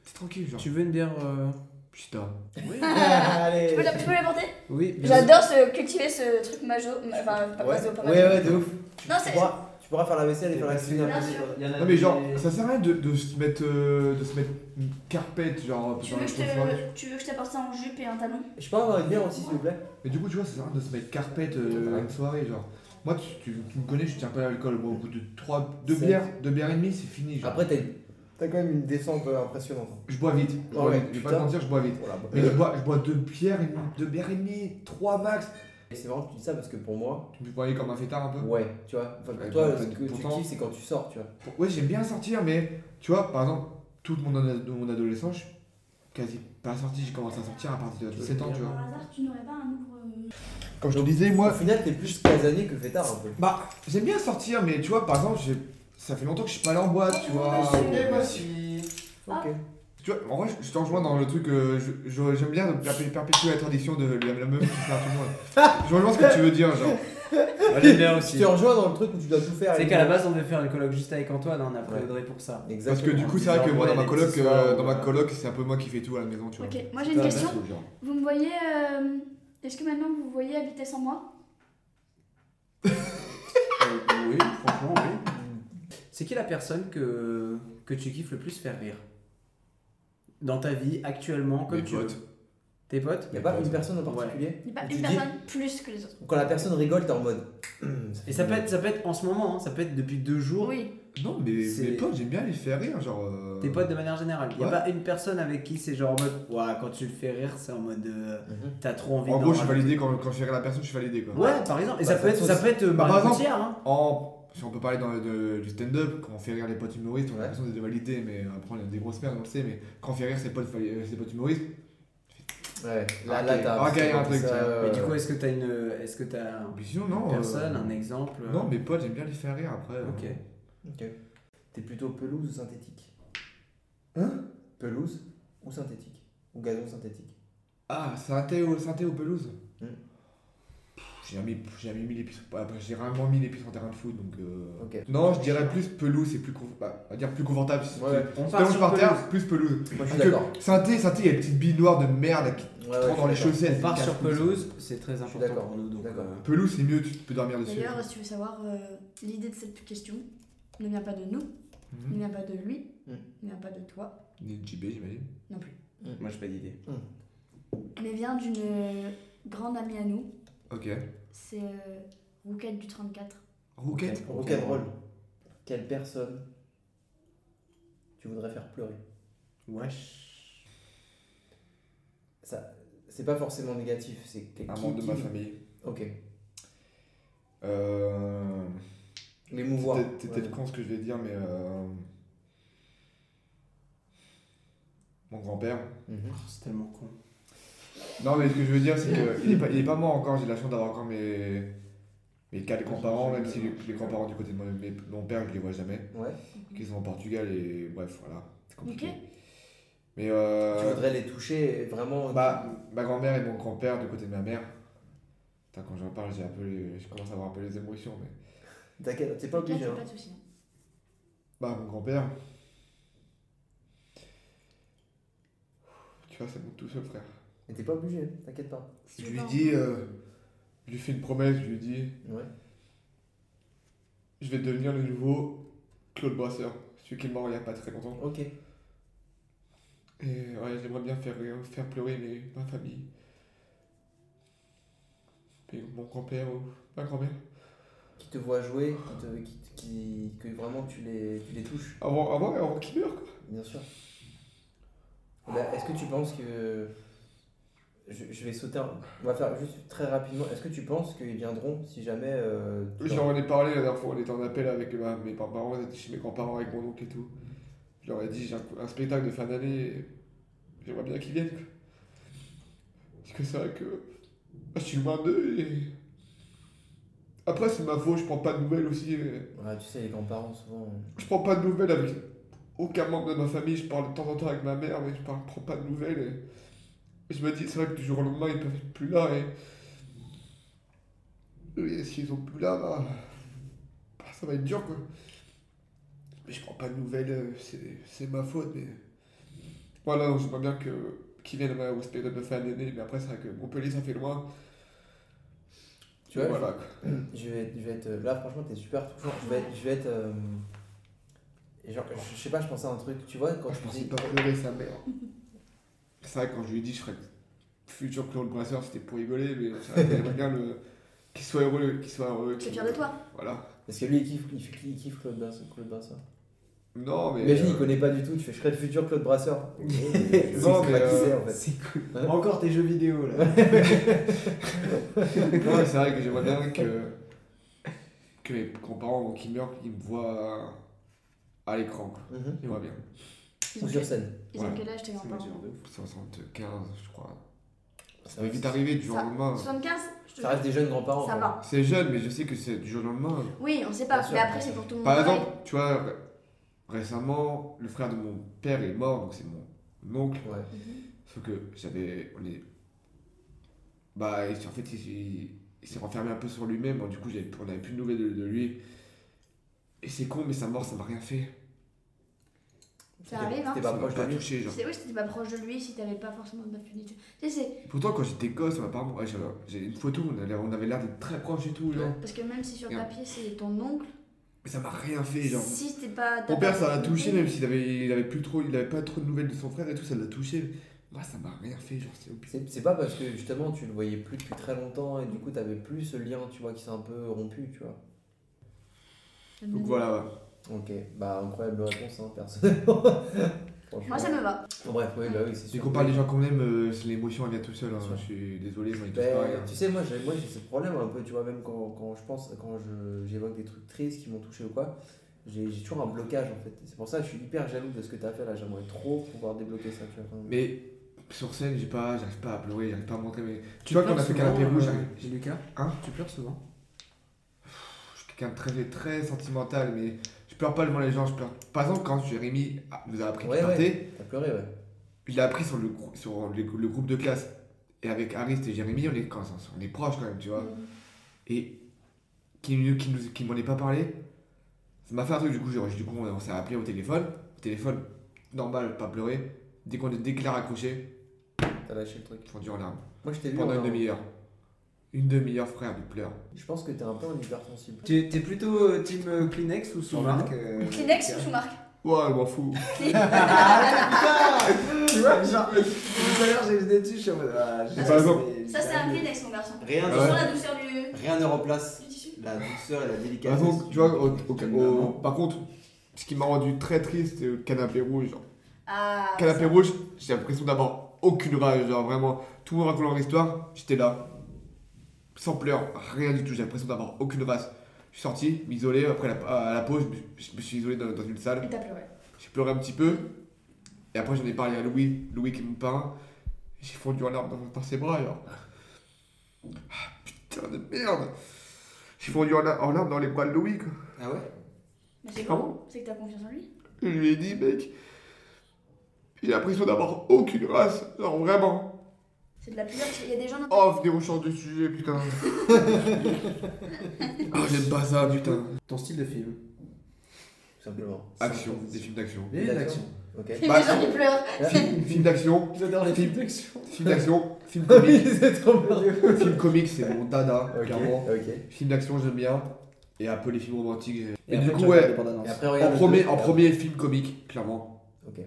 Speaker 1: c'est tranquille, genre.
Speaker 2: Tu veux une bière euh,
Speaker 1: Putain.
Speaker 2: Oui.
Speaker 3: Allez.
Speaker 4: Je peux, la- je peux l'apporter
Speaker 2: oui bien sûr.
Speaker 4: J'adore ce- cultiver ce truc majo. Enfin, pas
Speaker 3: Ouais,
Speaker 4: majo, pas
Speaker 3: ouais,
Speaker 4: majo.
Speaker 3: ouais, de ouf. Tu,
Speaker 4: Non,
Speaker 3: tu
Speaker 4: c'est-
Speaker 3: pourras, tu pourras faire la vaisselle et faire la cuisine
Speaker 4: Bien
Speaker 3: après.
Speaker 4: sûr.
Speaker 3: Euh,
Speaker 1: Non mais genre, ça sert à rien de, de se mettre euh, de se mettre une carpette genre
Speaker 4: Tu
Speaker 1: dans
Speaker 4: veux,
Speaker 1: les
Speaker 4: que je
Speaker 1: chaussures.
Speaker 4: te- tu veux que je t'apporte ça en jupe et un talon
Speaker 3: Je peux avoir une bière aussi, s'il vous plaît
Speaker 1: Mais du coup tu vois ça sert à rien de se mettre carpette euh, à une soirée genre. Moi tu, tu- tu me connais, je tiens pas à l'alcool, Moi, au bout de 3 deux
Speaker 3: C'est-
Speaker 1: bières, deux bières et demie, c'est fini genre.
Speaker 3: Après, t'as une- t'as quand même une descente euh, impressionnante. hein.
Speaker 1: je bois vite. Je, bois
Speaker 3: Ouais,
Speaker 1: vite. je vais pas
Speaker 3: putain.
Speaker 1: te mentir, je bois vite.
Speaker 3: Oh la bo-
Speaker 1: Mais je bois je bois deux bières et demie- deux bières et demie, trois max.
Speaker 3: Et C'est marrant que tu dis ça parce que pour moi,
Speaker 1: Tu me voyais comme un fêtard un peu.
Speaker 3: Hein ouais, tu vois. Enfin, pour
Speaker 1: Ouais,
Speaker 3: toi,
Speaker 1: bah,
Speaker 3: ce
Speaker 1: bah,
Speaker 3: que tu
Speaker 1: pourtant-
Speaker 3: kiffes, c'est quand tu sors, tu vois.
Speaker 1: Ouais, j'aime bien sortir, mais tu vois, par exemple, toute mon, ad- mon adolescence, je suis quasi pas sorti. J'ai commencé à sortir à partir de 17 ans, tu vois.
Speaker 4: Par hasard, tu n'aurais pas un euh, ouvre.
Speaker 1: Comme je te disais, moi,
Speaker 3: Au final, t'es plus casanier que fêtard un peu.
Speaker 1: Bah, j'aime bien sortir, mais tu vois, par exemple, j'ai- ça fait longtemps que je suis pas allé en boîte, tu vois.
Speaker 4: Eh, moi
Speaker 3: aussi.
Speaker 4: Ah.
Speaker 3: Ok.
Speaker 1: Tu vois, en vrai, je- je te rejoins dans le truc, euh, je- je- j'aime bien perpé- perpétuer la tradition de la, la meuf qui fait à tout le monde. Je rejoins ce que tu veux dire, genre.
Speaker 2: Elle est bien
Speaker 3: Tu
Speaker 2: aussi.
Speaker 3: te rejoins dans le truc où tu dois tout faire.
Speaker 2: C'est
Speaker 3: et-
Speaker 2: qu'à la base, on devait faire une colloque juste avec Antoine, hein, on a pris
Speaker 3: Ouais.
Speaker 2: Audrey pour ça.
Speaker 1: Parce
Speaker 3: Exactement.
Speaker 1: que du coup, c'est vrai que moi, dans ma coloc, euh, dans ma coloc, c'est un peu moi qui fais tout à la maison, tu vois.
Speaker 4: Ok, moi j'ai
Speaker 2: Putain,
Speaker 4: une question.
Speaker 1: Genre.
Speaker 4: Vous me voyez. euh, Est-ce que maintenant vous voyez habiter sans moi
Speaker 2: Euh, oui, franchement, oui. Mm. C'est qui la personne que, que tu kiffes le plus faire rire Dans ta vie, actuellement, comme
Speaker 1: Mes
Speaker 2: tu
Speaker 1: potes.
Speaker 2: veux. Tes potes
Speaker 3: Il a pas une personne en
Speaker 2: Ouais.
Speaker 3: particulier.
Speaker 4: Il n'y a pas
Speaker 3: Tu dis-
Speaker 4: une personne plus que les autres.
Speaker 3: Quand la personne rigole, t'es en mode. Hum,
Speaker 2: Et ça
Speaker 3: fait
Speaker 2: peut, être, ça peut être en ce moment, hein, ça peut être depuis deux
Speaker 3: Oh,
Speaker 2: jours.
Speaker 4: Oui.
Speaker 1: Non, mais
Speaker 2: C'est-
Speaker 1: mes potes, j'aime bien les faire rire, genre. euh,
Speaker 2: Tes potes de manière générale. Il n'y a
Speaker 1: Ouais.
Speaker 2: pas une personne avec qui c'est genre en mode. Ouah, quand tu le fais rire, c'est en mode. euh,
Speaker 3: Mhm.
Speaker 2: T'as trop envie
Speaker 1: En
Speaker 2: d'en
Speaker 1: gros, je suis
Speaker 2: rajouter.
Speaker 1: validé quand, quand je fais rire la personne, je suis validé quoi.
Speaker 2: Ouais, par exemple. Et
Speaker 3: Bah,
Speaker 2: ça, peut
Speaker 3: ça
Speaker 2: être,
Speaker 3: te
Speaker 2: ça
Speaker 3: sauce.
Speaker 2: peut être euh,
Speaker 1: Bah, par
Speaker 2: Marie
Speaker 1: exemple-
Speaker 2: Coutière, hein.
Speaker 1: En, si on peut parler dans, de- du stand-up, quand on fait rire les potes humoristes, on a
Speaker 3: Ouais.
Speaker 1: l'impression de valider, mais après on a des grosses merdes, on le sait, mais quand on fait rire ses potes, euh, ses potes humoristes,
Speaker 3: Ouais. Là,
Speaker 1: Ah, Ok.
Speaker 3: là, t'as.
Speaker 1: Ok, il y a un truc,
Speaker 3: ça,
Speaker 1: tiens.
Speaker 3: euh,
Speaker 2: Mais du coup, est-ce que t'as une. euh, Est-ce que t'as
Speaker 1: mais sinon
Speaker 2: une
Speaker 1: non. euh,
Speaker 2: personne, un exemple euh,
Speaker 1: Non, mes potes, j'aime bien les faire rire après.
Speaker 2: Ok.
Speaker 1: euh,
Speaker 3: Ok. T'es plutôt pelouse ou synthétique Hein Pelouse ou synthétique Ou gazon synthétique
Speaker 1: Ah, synthé ou, synthé ou pelouse
Speaker 3: Hmm.
Speaker 1: Pff, J'ai jamais, j'ai jamais mis les pieds sur- bah, J'ai rarement mis les pieds sur terrain de foot donc. euh,
Speaker 3: Ok.
Speaker 1: Non, je dirais plus pelouse, c'est plus confortable. on va dire plus confortable. c'est-
Speaker 3: Ouais,
Speaker 1: c'est-
Speaker 2: On
Speaker 1: Tellement
Speaker 2: part
Speaker 1: je
Speaker 2: sur
Speaker 1: par
Speaker 2: pelouse.
Speaker 1: terre, plus pelouse.
Speaker 3: Moi, je suis
Speaker 1: Parce
Speaker 3: Ah, d'accord.
Speaker 1: que synthé, synthé, il y a des petites billes noires de merde qui te
Speaker 3: Ouais, ouais, je
Speaker 1: rentrent dans les
Speaker 3: suis d'accord.
Speaker 1: chaussettes.
Speaker 2: On part sur
Speaker 1: Casse-couille.
Speaker 2: pelouse, c'est très
Speaker 3: suis
Speaker 2: important
Speaker 3: d'accord.
Speaker 2: pour nous. Donc,
Speaker 3: D'accord.
Speaker 2: euh,
Speaker 1: Pelouse, c'est mieux, tu peux dormir dessus.
Speaker 4: D'ailleurs, si tu veux savoir, euh, l'idée de cette question ne vient pas de nous,
Speaker 3: Hmm.
Speaker 4: ne
Speaker 1: Mhm.
Speaker 4: vient pas de lui,
Speaker 3: Mhm.
Speaker 4: ne vient pas de toi
Speaker 1: Ni JB, j'imagine.
Speaker 4: non plus,
Speaker 2: moi, j'ai pas d'idée.
Speaker 4: mais vient d'une euh, grande amie à nous.
Speaker 1: Ok.
Speaker 4: C'est euh, Rouquette du 34.
Speaker 1: Rocket
Speaker 3: Rock'n'roll. Quelle personne tu voudrais faire pleurer
Speaker 2: Wesh.
Speaker 3: Ça, c'est pas forcément négatif. C'est quel-
Speaker 1: Un
Speaker 3: qui-
Speaker 1: membre de
Speaker 3: qui-
Speaker 1: ma famille.
Speaker 3: Ok.
Speaker 1: Euh.
Speaker 3: L'émouvoir.
Speaker 1: C'est peut-être- c'est
Speaker 3: Ouais.
Speaker 1: peut-être con ce que je vais dire, mais. euh, Mon grand-père.
Speaker 3: Mhm.
Speaker 2: Oh, c'est tellement con.
Speaker 1: Non, mais ce que je veux dire, c'est qu'il est, pas- il est pas mort encore, j'ai la chance d'avoir encore mes. Mes quatre grands-parents, même si les, les grands-parents du côté de mon, mes- mon père, je les vois jamais,
Speaker 3: Ouais.
Speaker 1: qui sont au Portugal et bref, voilà, c'est compliqué.
Speaker 4: Ok.
Speaker 1: Mais euh,
Speaker 3: Tu voudrais les toucher et vraiment.
Speaker 1: Bah, ma grand-mère et mon grand-père du côté de ma mère. Putain, quand j'en parle, j'ai un peu les- je commence à avoir un peu les émotions. Mais...
Speaker 3: T'inquiète, t'es pas obligé.
Speaker 4: Là,
Speaker 3: hein.
Speaker 4: c'est pas de soucis.
Speaker 1: Bah, mon grand-père. Tu vois, ça monte tout seul, frère.
Speaker 3: Mais hein. t'es pas obligé, t'inquiète pas.
Speaker 4: Si
Speaker 1: Je
Speaker 4: tu
Speaker 1: lui
Speaker 4: veux pas,
Speaker 1: dis. euh, je lui fais une promesse, je lui dis
Speaker 3: Ouais.
Speaker 1: je vais devenir le nouveau Claude Brasseur, celui qui est mort il y a pas très longtemps.
Speaker 3: Ok.
Speaker 1: Et ouais, j'aimerais bien faire, rire- faire pleurer mes- ma famille. Et mon grand-père ou ma grand-mère.
Speaker 3: Qui te voit jouer, qui te, qui, te- qui- que vraiment tu les, tu les touches.
Speaker 1: Avant, avant, avant qu'il meure, quoi.
Speaker 3: Bien sûr. Bah, Est-ce que tu penses que. Je, je vais sauter. un- On va faire juste très rapidement. Est-ce que tu penses qu'ils viendront si jamais. euh, dans-
Speaker 1: Je leur en ai parlé la dernière fois, on était en appel avec ma- mes parents, on était chez mes grands-parents avec mon oncle et tout. Je leur ai dit, j'ai un, un spectacle de fin d'année, et j'aimerais bien qu'ils viennent. quoi. Parce que c'est vrai que bah, je suis loin d'eux et. Après, c'est ma faute, je prends pas de nouvelles aussi. euh,
Speaker 3: Ouais, ah, tu sais, les grands-parents, souvent.
Speaker 1: Je prends pas de nouvelles avec aucun membre de ma famille. Je parle de temps en temps avec ma mère, mais je parle, prends pas de nouvelles. et- Et je me dis, c'est vrai que du jour au lendemain, ils peuvent être plus là. Et, et s'ils sont plus là, bah, bah, ça va être dur, quoi. Mais je prends pas de nouvelles, euh, c'est- c'est ma faute, mais... Voilà, donc j'aimerais bien que qu'ils viennent à ma hospé de me faire l'année, mais après, c'est vrai que Montpellier, ça fait loin.
Speaker 3: Tu vois,
Speaker 1: voilà. quoi.
Speaker 3: je vais, je vais être. Là, franchement, t'es super touchant. Je vais être. Je vais être euh, et genre, je je sais pas, je pensais à un truc. Tu vois, quand
Speaker 1: Moi, Ah, je
Speaker 3: tu
Speaker 1: pensais
Speaker 3: dis.
Speaker 1: pas pleurer sa mère. C'est vrai, quand je lui ai dit je serais futur Claude Brasseur, c'était pour rigoler, mais c'est vrai que j'aimerais bien le... qu'il soit heureux, qu'il soit heureux.
Speaker 4: Je suis
Speaker 1: qu'il-
Speaker 4: fière de toi.
Speaker 1: Voilà.
Speaker 3: Parce que lui, il kiffe, il kiffe, il kiffe Claude Brasseur. Claude Brasseur.
Speaker 1: Non, mais.
Speaker 3: Imagine,
Speaker 1: euh,
Speaker 3: il connaît pas du tout. Tu fais, je serais le futur Claude Brasseur.
Speaker 1: Non, mais. euh,
Speaker 3: C'est en fait.
Speaker 2: C'est cool. Encore tes jeux vidéo là.
Speaker 1: non, mais c'est vrai que j'aimerais bien que. Que mes grands-parents, qui meurent, ils me voient à l'écran. quoi.
Speaker 3: Mhm.
Speaker 1: J'aimerais bien.
Speaker 4: Ils ont
Speaker 3: Ou sur
Speaker 4: quel-
Speaker 3: scène.
Speaker 4: ils ont
Speaker 1: Ouais.
Speaker 4: quel âge tes grands-parents
Speaker 1: 75, je crois. Ça
Speaker 3: Ça
Speaker 1: va
Speaker 3: reste-
Speaker 1: vite arriver du jour au
Speaker 4: Ça-
Speaker 1: lendemain.
Speaker 4: 75 je te
Speaker 3: Ça reste des jeunes grands-parents.
Speaker 4: Ça
Speaker 3: quoi.
Speaker 4: va.
Speaker 1: C'est jeune, mais je sais que c'est du jour au lendemain.
Speaker 4: Oui, on sait pas.
Speaker 3: Bien sûr.
Speaker 4: Mais après, c'est pour tout le monde.
Speaker 1: Par
Speaker 4: pareil.
Speaker 1: exemple, tu vois, ré- récemment, le frère de mon père est mort, donc c'est mon oncle.
Speaker 3: Ouais.
Speaker 4: Mhm.
Speaker 1: Sauf que j'avais. On est. Bah, il- en fait, il, il- il s'est renfermé un peu sur lui-même, donc du coup, j'avais- on n'avait plus de nouvelles de, de lui. Et c'est con, mais sa mort, ça m'a rien fait.
Speaker 4: Ça arrive, hein.
Speaker 3: T'es
Speaker 1: ça
Speaker 3: pas
Speaker 1: m'a
Speaker 3: proche de
Speaker 1: pas
Speaker 3: lui.
Speaker 1: touché, genre.
Speaker 4: C'est oui, si t'étais pas proche de lui, si t'avais pas forcément d'affinité. Tu sais, c'est.
Speaker 1: Pourtant, quand j'étais gosse, ça m'a pas. ouais, j'avais- J'ai une photo, on, allait- on avait l'air d'être très proches et tout, genre.
Speaker 4: Parce que même si sur
Speaker 1: Bien.
Speaker 4: papier c'est ton oncle,
Speaker 1: Mais ça m'a rien fait, genre.
Speaker 4: si t'es pas. t'as
Speaker 1: Mon père,
Speaker 4: pas
Speaker 1: ça l'a
Speaker 4: d'affinité,
Speaker 1: touché, même s'il avait, il avait plus trop, il avait pas trop de nouvelles de son frère et tout, ça l'a touché. Moi, ça m'a rien fait, genre, c'est
Speaker 3: C'est c'est pas parce que justement tu le voyais plus depuis très longtemps et du coup t'avais plus ce lien, tu vois, qui s'est un peu rompu, tu vois.
Speaker 4: ça me-
Speaker 1: Donc voilà, ouais.
Speaker 3: Ok, bah incroyable réponse, hein, personnellement. Franchement.
Speaker 4: Moi, ça me va.
Speaker 3: Bon, bref, oui, bah oui, c'est
Speaker 1: Dès
Speaker 3: sûr.
Speaker 1: qu'on parle des gens qu'on aime, euh, c'est l'émotion elle vient tout seul. hein.
Speaker 3: Bien sûr.
Speaker 1: Je suis désolé, moi,
Speaker 3: Ben,
Speaker 1: c'est pareil. hein.
Speaker 3: tu sais, moi j'ai moi, j'ai ce problème un peu, tu vois, même quand, quand je pense, quand je- j'évoque des trucs tristes qui m'ont touché ou quoi, j'ai j'ai toujours un blocage en fait. C'est pour ça que je suis hyper jaloux de ce que t'as fait là, j'aimerais trop pouvoir débloquer ça, tu vois. quand même.
Speaker 1: Mais sur scène, j'ai pas, j'arrive pas à pleurer, j'arrive pas à montrer. mes- Tu, vois, quand on a fait Canapé Rouge, j'arrive-
Speaker 2: J'ai Lucas.
Speaker 1: Hein
Speaker 2: Tu pleures souvent
Speaker 1: je suis quelqu'un de très, très sentimental, mais je pleure pas devant les gens. Je pleure. Par exemple, quand Jérémy a- nous a appris
Speaker 3: Ouais,
Speaker 1: qu'il
Speaker 3: ouais.
Speaker 1: partait,
Speaker 3: T'as pleuré, ouais.
Speaker 1: il l'a appris sur, le, grou- sur le, le groupe de classe. Et avec Arist et Jérémy, on est, quand- on est proches quand même, tu vois.
Speaker 3: Mm.
Speaker 1: Et qui, ne- qui, nous- qui m'en ait pas parlé, ça m'a fait un truc. Du coup, j'ai- du coup on, on s'est appelé au téléphone. Au téléphone, normal, pas pleurer. Dès qu'on est déclaré accroché,
Speaker 3: T'as lâché le truc.
Speaker 1: fondu en larmes.
Speaker 3: Moi je t'ai vu.
Speaker 1: Pendant une
Speaker 3: on a-
Speaker 1: demi-heure. Une demi-heure, frère, il pleure.
Speaker 3: Je pense que t'es un peu un hypersensible.
Speaker 2: T'es t'es plutôt euh, team euh, Kleenex ou sous-marque euh,
Speaker 4: Kleenex ou sous-marque
Speaker 1: Ouais, je m'en fous.
Speaker 2: Tu vois, genre, tout à l'heure j'ai des dessus, je suis en mode. ah, j'ai-
Speaker 1: Par exemple.
Speaker 4: Ça, c'est un Kleenex, mon garçon.
Speaker 6: Rien,
Speaker 1: Ah
Speaker 6: ne-
Speaker 1: ouais.
Speaker 4: Sur la douceur du,
Speaker 6: rien ne remplace
Speaker 4: du tissu.
Speaker 6: la douceur et la
Speaker 1: Par
Speaker 6: délicatesse.
Speaker 1: contre, tu vois, au- au-
Speaker 6: d'une
Speaker 1: au-
Speaker 6: maman.
Speaker 1: par contre, ce qui m'a rendu très triste, c'est le canapé rouge. genre.
Speaker 4: Ah.
Speaker 1: Canapé rouge, j'ai l'impression d'avoir aucune rage, genre vraiment. Tout le monde raconte leur histoire, j'étais là. Sans pleurs, rien du tout, j'ai l'impression d'avoir aucune race. Je suis sorti, m'isoler, après la- à la pause, je me- je me suis isolé dans, dans une salle.
Speaker 4: Et t'as pleuré.
Speaker 1: J'ai pleuré un petit peu. Et après, j'en ai parlé à Louis, Louis qui est mon parrain. J'ai fondu en larmes dans, dans ses bras, genre. Ah, putain de merde! J'ai fondu en, la- en larmes dans les bras de Louis, quoi.
Speaker 6: Ah ouais
Speaker 4: Mais c'est
Speaker 1: Ah
Speaker 4: bon. C'est que t'as confiance en lui.
Speaker 1: Et je lui ai dit, mec, j'ai l'impression d'avoir aucune race, genre vraiment.
Speaker 4: C'est de la pudeur. Il y a des gens.
Speaker 1: Oh, venez, on change de sujet, putain. oh, j'aime pas ça, putain.
Speaker 2: Ton style de film.
Speaker 3: Tout simplement.
Speaker 1: Action, des films d'action.
Speaker 2: Et l'action.
Speaker 3: Ok.
Speaker 4: Les
Speaker 1: Bah,
Speaker 4: gens qui pleurent.
Speaker 1: Film- Film d'action,
Speaker 2: J'adore les
Speaker 1: films
Speaker 2: d'action.
Speaker 1: film d'action, film comique.
Speaker 3: c'est trop bien.
Speaker 1: film comique, c'est mon dada,
Speaker 3: Ok,
Speaker 1: clairement.
Speaker 3: ok.
Speaker 1: Film d'action, j'aime bien. Et un peu les films romantiques. j'ai-
Speaker 2: Et
Speaker 1: Et du
Speaker 2: après,
Speaker 1: coup,
Speaker 2: tu regardes
Speaker 1: ouais,
Speaker 2: les bandes annonces.
Speaker 3: Et après,
Speaker 1: en
Speaker 3: regarde. le
Speaker 1: premier,
Speaker 3: deux.
Speaker 1: en premier, film comique, clairement.
Speaker 3: Ok.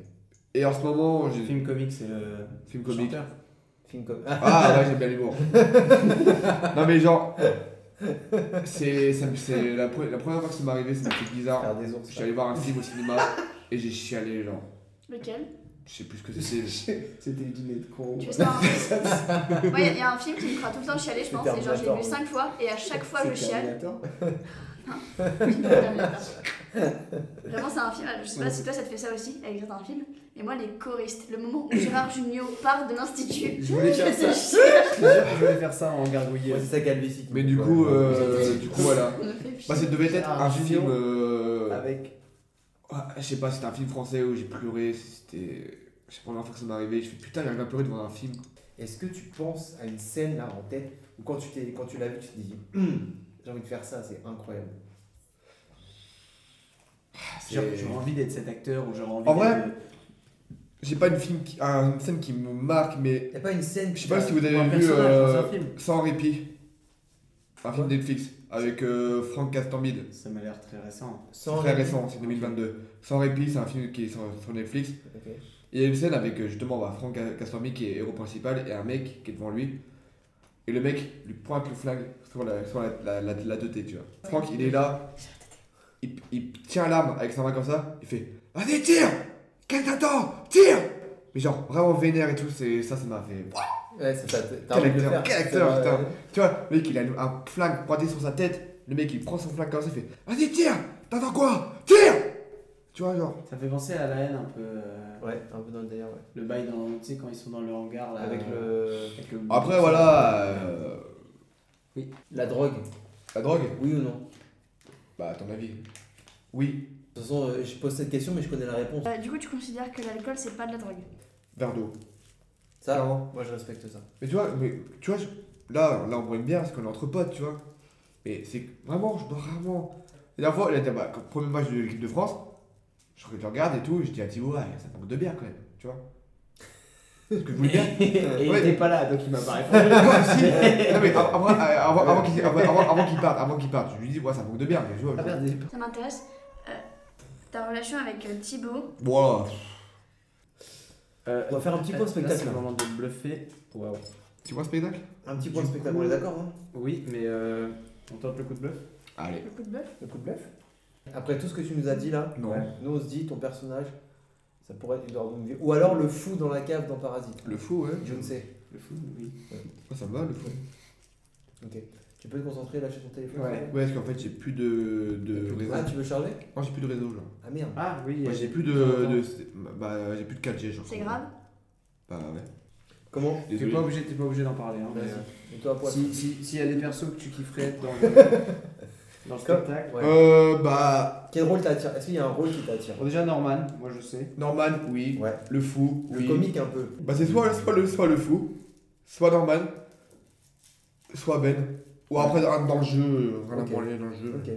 Speaker 1: Et en ce moment,
Speaker 2: Le
Speaker 1: j'ai.
Speaker 2: film comique, c'est le.
Speaker 1: Film comique.
Speaker 2: chanteur.
Speaker 3: Film comme. Ah,
Speaker 1: Ah ouais, j'aime bien l'humour. non mais genre, c'est ça me- c'est la, pre- la première fois que ça m'est arrivé, ça m'a fait bizarre.
Speaker 3: faire des ours.
Speaker 1: Je suis allé voir un film au cinéma et j'ai chialé, genre,
Speaker 4: Lequel
Speaker 1: je sais plus ce que c'était.
Speaker 2: C'était le dîner de
Speaker 1: Oh.
Speaker 2: con.
Speaker 4: Tu veux savoir un- Ouais, il y a un film qui me fera tout le temps chialer, je pense. Et genre, je l'ai vu 5 fois. Et à chaque fois, je
Speaker 2: C'est
Speaker 4: chiale.
Speaker 2: Terminator.
Speaker 4: Vraiment, c'est un film. Je sais pas si toi, ça te fait ça aussi avec certains films. Et moi, les choristes, le moment où Gérard Jugnot part de l'institut.
Speaker 2: Je voulais faire
Speaker 4: c'est
Speaker 2: ça.
Speaker 4: chier.
Speaker 2: Je te jure, je voulais faire ça en gargouille.
Speaker 3: Ouais, c'est ça Galvesi.
Speaker 1: Mais du coup,
Speaker 3: Ouais.
Speaker 1: euh, du coup voilà.
Speaker 4: Ça me fait chier.
Speaker 1: Bah, ça devait être
Speaker 2: Gérard
Speaker 1: un
Speaker 2: Jugnot.
Speaker 1: film. euh,
Speaker 2: Avec.
Speaker 1: Ah, je sais pas, c'était un film français où j'ai pleuré, c'était. Je sais pas, la première fois que ça m'est arrivé, je fais putain, j'arrive à pleurer devant un film.
Speaker 3: Est-ce que tu penses à une scène là en tête où quand tu t'es quand tu l'as vu tu te dis Hum, j'ai envie de faire ça, c'est incroyable.
Speaker 2: J'aurais j'aurais envie d'être cet acteur ou j'aurais envie
Speaker 1: En vrai,
Speaker 2: d'être-
Speaker 1: J'ai pas une, film qui- un- une scène qui me marque, mais
Speaker 3: Y a pas une scène
Speaker 1: je sais pas si vous
Speaker 2: ou un
Speaker 1: avez vu
Speaker 2: personnage dans
Speaker 1: euh,
Speaker 2: un film.
Speaker 1: Sans répit, un film
Speaker 2: Ouais.
Speaker 1: Netflix avec euh, Franck Castambide.
Speaker 2: Ça m'a l'air très récent.
Speaker 1: C'est très récent, c'est 2022. Sans répit, c'est un film qui est sur, sur Netflix.
Speaker 3: Ok.
Speaker 1: Et il y a une scène avec euh, justement bah, Franck Castormi qui est héros principal et un mec qui est devant lui. Et le mec lui pointe le flingue sur la, sur la, la, la, la teuté, tu vois. Franck, il est là, il, il tient l'arme avec sa main comme ça, il fait Vas-y, tire Qu'est-ce que t'attends Tire Mais genre, vraiment vénère et tout, c'est ça, ça m'a fait.
Speaker 3: Ouais, c'est ça. t'as- T'as
Speaker 1: Quel
Speaker 3: envie de
Speaker 1: acteur,
Speaker 3: le faire.
Speaker 1: quel
Speaker 3: c'est
Speaker 1: acteur,
Speaker 3: vrai.
Speaker 1: putain. Tu vois, le mec, il a une- un flingue pointé sur sa tête, le mec, il prend son flingue comme ça, il fait Vas-y, tire T'attends quoi Tire Tu vois, genre.
Speaker 2: Ça fait penser à la haine un peu. euh,
Speaker 3: Ouais, un peu dans le délire, ouais.
Speaker 2: Le bail dans. Tu sais, quand ils sont dans le hangar là.
Speaker 3: Avec
Speaker 2: euh,
Speaker 3: le
Speaker 2: avec le-
Speaker 1: Après, voilà. euh,
Speaker 3: la drogue,
Speaker 1: la drogue
Speaker 3: oui ou non
Speaker 1: Bah, à ton avis Oui.
Speaker 3: De toute façon, euh, je pose cette question mais je connais la réponse.
Speaker 4: Euh, du coup, tu considères que l'alcool, c'est pas de la drogue
Speaker 1: Verre d'eau.
Speaker 3: Ça,
Speaker 1: Clairement.
Speaker 3: moi je respecte ça.
Speaker 1: Mais tu vois, mais, tu vois je- là, là, on boit une bière parce qu'on est entre potes, tu vois. Mais c'est que- vraiment, je bois rarement. La dernière fois, la dernière- bah, quand- premier match de l'équipe de France, je je regarde et tout, et je dis à Thibaut, ouais, ça manque de bière quand même, tu vois. Parce que je voulais bien.
Speaker 2: Et il
Speaker 1: Ouais.
Speaker 2: était pas là, donc il m'a pas répondu.
Speaker 1: Ouais, si. Non, mais av- avant, avant, avant qu'il avant- avant- avant qu'il parte, avant qu'il parte, je lui dis, ouais, ça manque de bière, mais tu vois.
Speaker 2: Ah,
Speaker 1: je-
Speaker 2: merde, j'ai-
Speaker 4: Ça m'intéresse. Euh, ta relation avec euh, Thibaut.
Speaker 1: Voilà.
Speaker 2: Euh,
Speaker 3: On va faire un petit point
Speaker 2: là,
Speaker 3: spectacle,
Speaker 2: C'est le
Speaker 3: là.
Speaker 2: moment de bluffer. Waouh.
Speaker 1: Tu vois le spectacle
Speaker 3: Un petit point
Speaker 2: Du
Speaker 3: spectacle,
Speaker 2: coup-
Speaker 3: on est d'accord hein
Speaker 2: Oui, mais euh, on tente le coup de bluff.
Speaker 1: Allez.
Speaker 4: Le coup de bœuf.
Speaker 2: Le coup de bluff
Speaker 3: Après tout ce que tu nous as dit là,
Speaker 1: Non.
Speaker 2: Ouais.
Speaker 3: nous on se dit ton personnage, ça pourrait être Edward Moonville. Ou alors le fou dans la cave dans Parasite.
Speaker 1: Le fou, ouais.
Speaker 3: Je ne sais.
Speaker 2: Le fou, oui.
Speaker 1: Ouais, ça me va, le fou.
Speaker 3: Ok. Tu peux te concentrer là sur ton téléphone
Speaker 2: Ouais.
Speaker 3: s'il te plaît
Speaker 1: Ouais, parce qu'en fait, j'ai plus de, de réseau.
Speaker 3: Ah, tu veux charger
Speaker 1: Non, j'ai plus de réseau, là.
Speaker 3: Ah merde.
Speaker 2: Ah oui.
Speaker 1: Bah,
Speaker 2: euh,
Speaker 1: j'ai plus de, de- bah j'ai plus de 4G genre.
Speaker 4: C'est grave.
Speaker 1: Bah ouais.
Speaker 3: Comment
Speaker 2: T'es
Speaker 1: Désolé.
Speaker 2: pas obligé, t'es pas obligé d'en parler. Hein, mais,
Speaker 3: Vas-y.
Speaker 2: euh,
Speaker 3: Et toi, poisson
Speaker 2: si si- s'il y a des persos que tu kifferais être dans le, dans le spectacle.
Speaker 3: Ouais.
Speaker 1: Euh bah
Speaker 3: Quel rôle t'attire Est-ce qu'il y a un rôle qui t'attire
Speaker 2: Bon, déjà Norman, moi je sais.
Speaker 1: Norman oui,
Speaker 3: Ouais.
Speaker 1: le fou
Speaker 3: Le
Speaker 1: oui.
Speaker 3: comique un peu.
Speaker 1: Bah c'est soit soit le soit le fou, soit Norman, soit Ben. Ou après dans dans le jeu, rien
Speaker 3: Ok.
Speaker 1: à branler dans le jeu.
Speaker 3: Ok.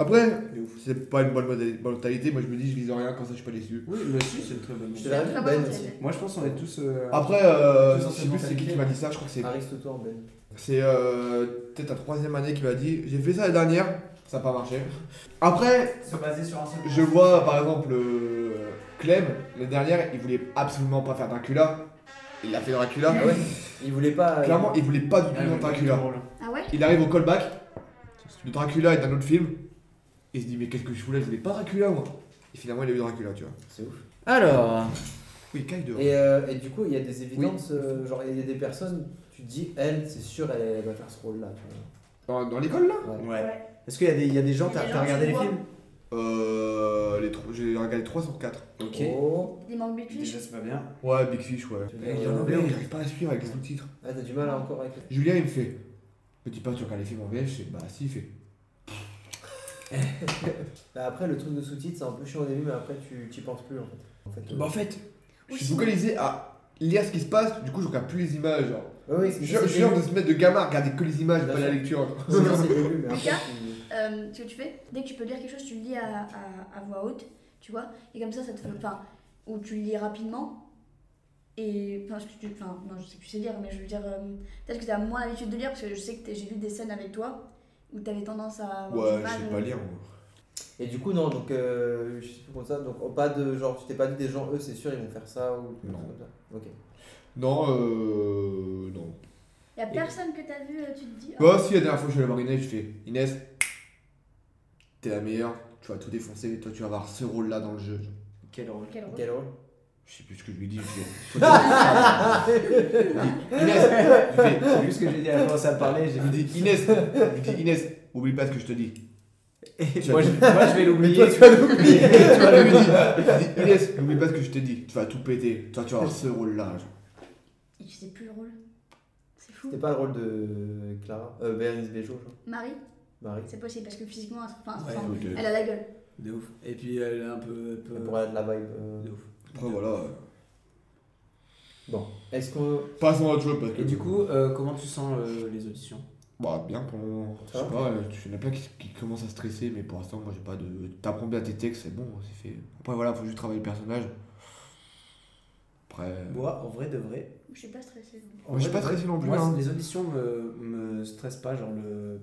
Speaker 1: Après
Speaker 2: De ouf.
Speaker 1: c'est pas une bonne modali- bonne mentalité, moi je me dis je vise rien quand ça je suis pas déçu.
Speaker 2: Oui, mais si, c'est une très bonne
Speaker 3: Je te
Speaker 2: idée.
Speaker 3: la réponds, Ben aussi.
Speaker 2: Moi je pense qu'on est tous. euh,
Speaker 1: Après euh,
Speaker 2: Plus dans
Speaker 1: je sais
Speaker 2: cette
Speaker 1: plus c'est qui
Speaker 2: mentalité.
Speaker 1: qui m'a dit ça, je crois que c'est
Speaker 3: Ariste toi en Ben.
Speaker 1: c'est euh, peut-être la troisième année qui m'a dit j'ai fait ça la dernière, ça n'a pas marché. Après
Speaker 2: se baser sur un seul.
Speaker 1: Je vois par exemple euh, Clem, la dernière, il voulait absolument pas faire Dracula. Il a fait Dracula.
Speaker 3: Ah ouais Il voulait pas. euh,
Speaker 1: Clairement, il voulait pas du tout
Speaker 2: Ah,
Speaker 1: faire
Speaker 2: oui,
Speaker 1: Dracula.
Speaker 2: drôle.
Speaker 4: Ah ouais
Speaker 1: Il arrive au callback de Dracula et d'un autre film. Il se dit, mais qu'est-ce que je voulais Je voulais pas Dracula moi. Et finalement, il a eu Dracula, tu vois.
Speaker 3: C'est ouf.
Speaker 2: Alors.
Speaker 1: Oui, Kyle dehors.
Speaker 3: Et, euh, et du coup, il y a des évidences, euh, genre il y a des personnes, tu te dis, elle, c'est sûr, elle, elle va faire ce rôle-là. tu vois.
Speaker 1: Dans, dans l'école là
Speaker 2: Ouais. Est-ce qu'il y, a des- il y a des gens,
Speaker 4: Il y a
Speaker 2: t'as
Speaker 4: des
Speaker 2: t'as
Speaker 4: gens
Speaker 2: regardé
Speaker 4: qui
Speaker 2: les
Speaker 4: voient.
Speaker 2: films
Speaker 1: Euh. Les trois- J'ai regardé 3 sur 4.
Speaker 2: Ok.
Speaker 3: Oh.
Speaker 4: Il manque Big Fish.
Speaker 2: Déjà, c'est pas bien.
Speaker 1: Ouais, Big Fish, ouais.
Speaker 3: Tu veux
Speaker 1: Mais
Speaker 3: dire,
Speaker 1: Eh, il y en
Speaker 3: euh,
Speaker 1: avait,
Speaker 3: Léo
Speaker 1: j'arrive pas à suivre avec les sous-titres.
Speaker 3: Ah, t'as du mal hein, encore avec.
Speaker 1: Julien, il me fait Me dis pas, tu regardes les films en VF Je fais, bah si, il fait.
Speaker 3: Bah, Après, le truc de sous-titres, c'est un peu chiant au début, mais après, tu tu y penses plus en fait. En fait, euh,
Speaker 1: Bah en fait, je suis
Speaker 4: Aussi.
Speaker 1: focalisé à lire ce qui se passe, du coup je regarde plus les images. genre.
Speaker 3: ouais, ouais,
Speaker 1: Je
Speaker 3: c'est-
Speaker 1: suis je
Speaker 3: c'est
Speaker 1: suis genre de
Speaker 3: début.
Speaker 1: se mettre de gamin à regarder que les images,
Speaker 3: Bien
Speaker 1: pas la
Speaker 4: Bah,
Speaker 3: sûr.
Speaker 1: lecture.
Speaker 3: C'est bien, c'est début, mais après,
Speaker 4: Lucas
Speaker 3: tu-
Speaker 4: Euh, ce que tu fais, dès que tu peux lire quelque chose, tu le lis à, à- à voix haute, tu vois, et comme ça, ça te fait. Enfin, ou tu le lis rapidement, et. Enfin, ce que tu. Enfin, non, je sais que tu sais lire, mais je veux dire, euh, peut-être que t'as moins l'habitude de lire, parce que je sais que t'es- j'ai lu des scènes avec toi où t'avais tendance à. avoir
Speaker 1: Ouais,
Speaker 4: du
Speaker 1: je
Speaker 4: mal,
Speaker 1: sais
Speaker 4: euh,
Speaker 1: pas lire. moi.
Speaker 3: Et du coup, non, donc euh, je sais plus comment ça. Donc, oh, pas de genre, tu t'es pas dit des gens, eux, c'est sûr, ils vont faire ça ou quelque
Speaker 1: Non.
Speaker 3: chose comme ça. Ok.
Speaker 1: Non, euh. Non.
Speaker 4: Y a personne que t'as vu, euh, tu te dis. ah,
Speaker 1: Bah si, la dernière fois que je suis allé voir Inès, je fais Inès, t'es la meilleure, tu vas tout défoncer, toi tu vas avoir ce rôle là dans le jeu.
Speaker 2: Quel rôle.
Speaker 4: oh, quel rôle.
Speaker 3: Quel rôle
Speaker 1: Je sais plus ce que je lui dis, je fais. Toi, t'es la meilleure. Je dis, Inès, je fais-
Speaker 2: C'est juste ce que j'ai dit à la fois, ça parlait, j'ai
Speaker 1: je
Speaker 2: dit.
Speaker 1: lui dis Inès, je lui dis Inès, oublie pas ce que je te dis.
Speaker 2: Et
Speaker 7: Tu
Speaker 2: moi,
Speaker 7: as-
Speaker 2: je, moi, je vais
Speaker 7: Mais toi,
Speaker 2: l'oublier.
Speaker 7: tu vas l'oublier. tu vas lui dire. Inès, n'oublie pas ce que je t'ai dit. Tu vas tout péter. Toi, tu vas avoir ce rôle-là. genre.
Speaker 4: Il faisait plus le rôle. C'est fou.
Speaker 3: C'était pas le rôle de Clara, euh, Bérénice Bejo, genre.
Speaker 4: Marie
Speaker 3: Marie.
Speaker 4: C'est possible parce que physiquement, elle se- enfin, elle se
Speaker 2: Ouais,
Speaker 4: ressemble.
Speaker 7: Donc, euh,
Speaker 4: elle a la gueule.
Speaker 2: De ouf. Et puis elle est un peu. peu-
Speaker 3: Elle pourrait être la vibe. euh,
Speaker 2: de ouf.
Speaker 7: Après, voilà. euh,
Speaker 3: Bon, est-ce qu'on.
Speaker 7: Passons à autre chose parce que.
Speaker 2: Et du coup, euh, comment tu sens euh, les auditions
Speaker 7: Bah, bien pour le moment. Je
Speaker 3: Ça
Speaker 7: sais
Speaker 3: va
Speaker 7: pas, euh, tu- il y en a plein qui, qui commencent à stresser, mais pour l'instant, moi, j'ai pas de. T'apprends bien tes textes, c'est bon, c'est fait. Après, voilà, faut juste travailler le personnage. Après. euh,
Speaker 2: Moi, en vrai de vrai.
Speaker 4: Je suis pas stressée. non.
Speaker 2: en
Speaker 7: moi, je suis
Speaker 2: vrai
Speaker 7: pas
Speaker 2: de vrai,
Speaker 7: stressé non plus.
Speaker 2: Moi,
Speaker 7: hein.
Speaker 2: les auditions me, me stressent pas, genre le.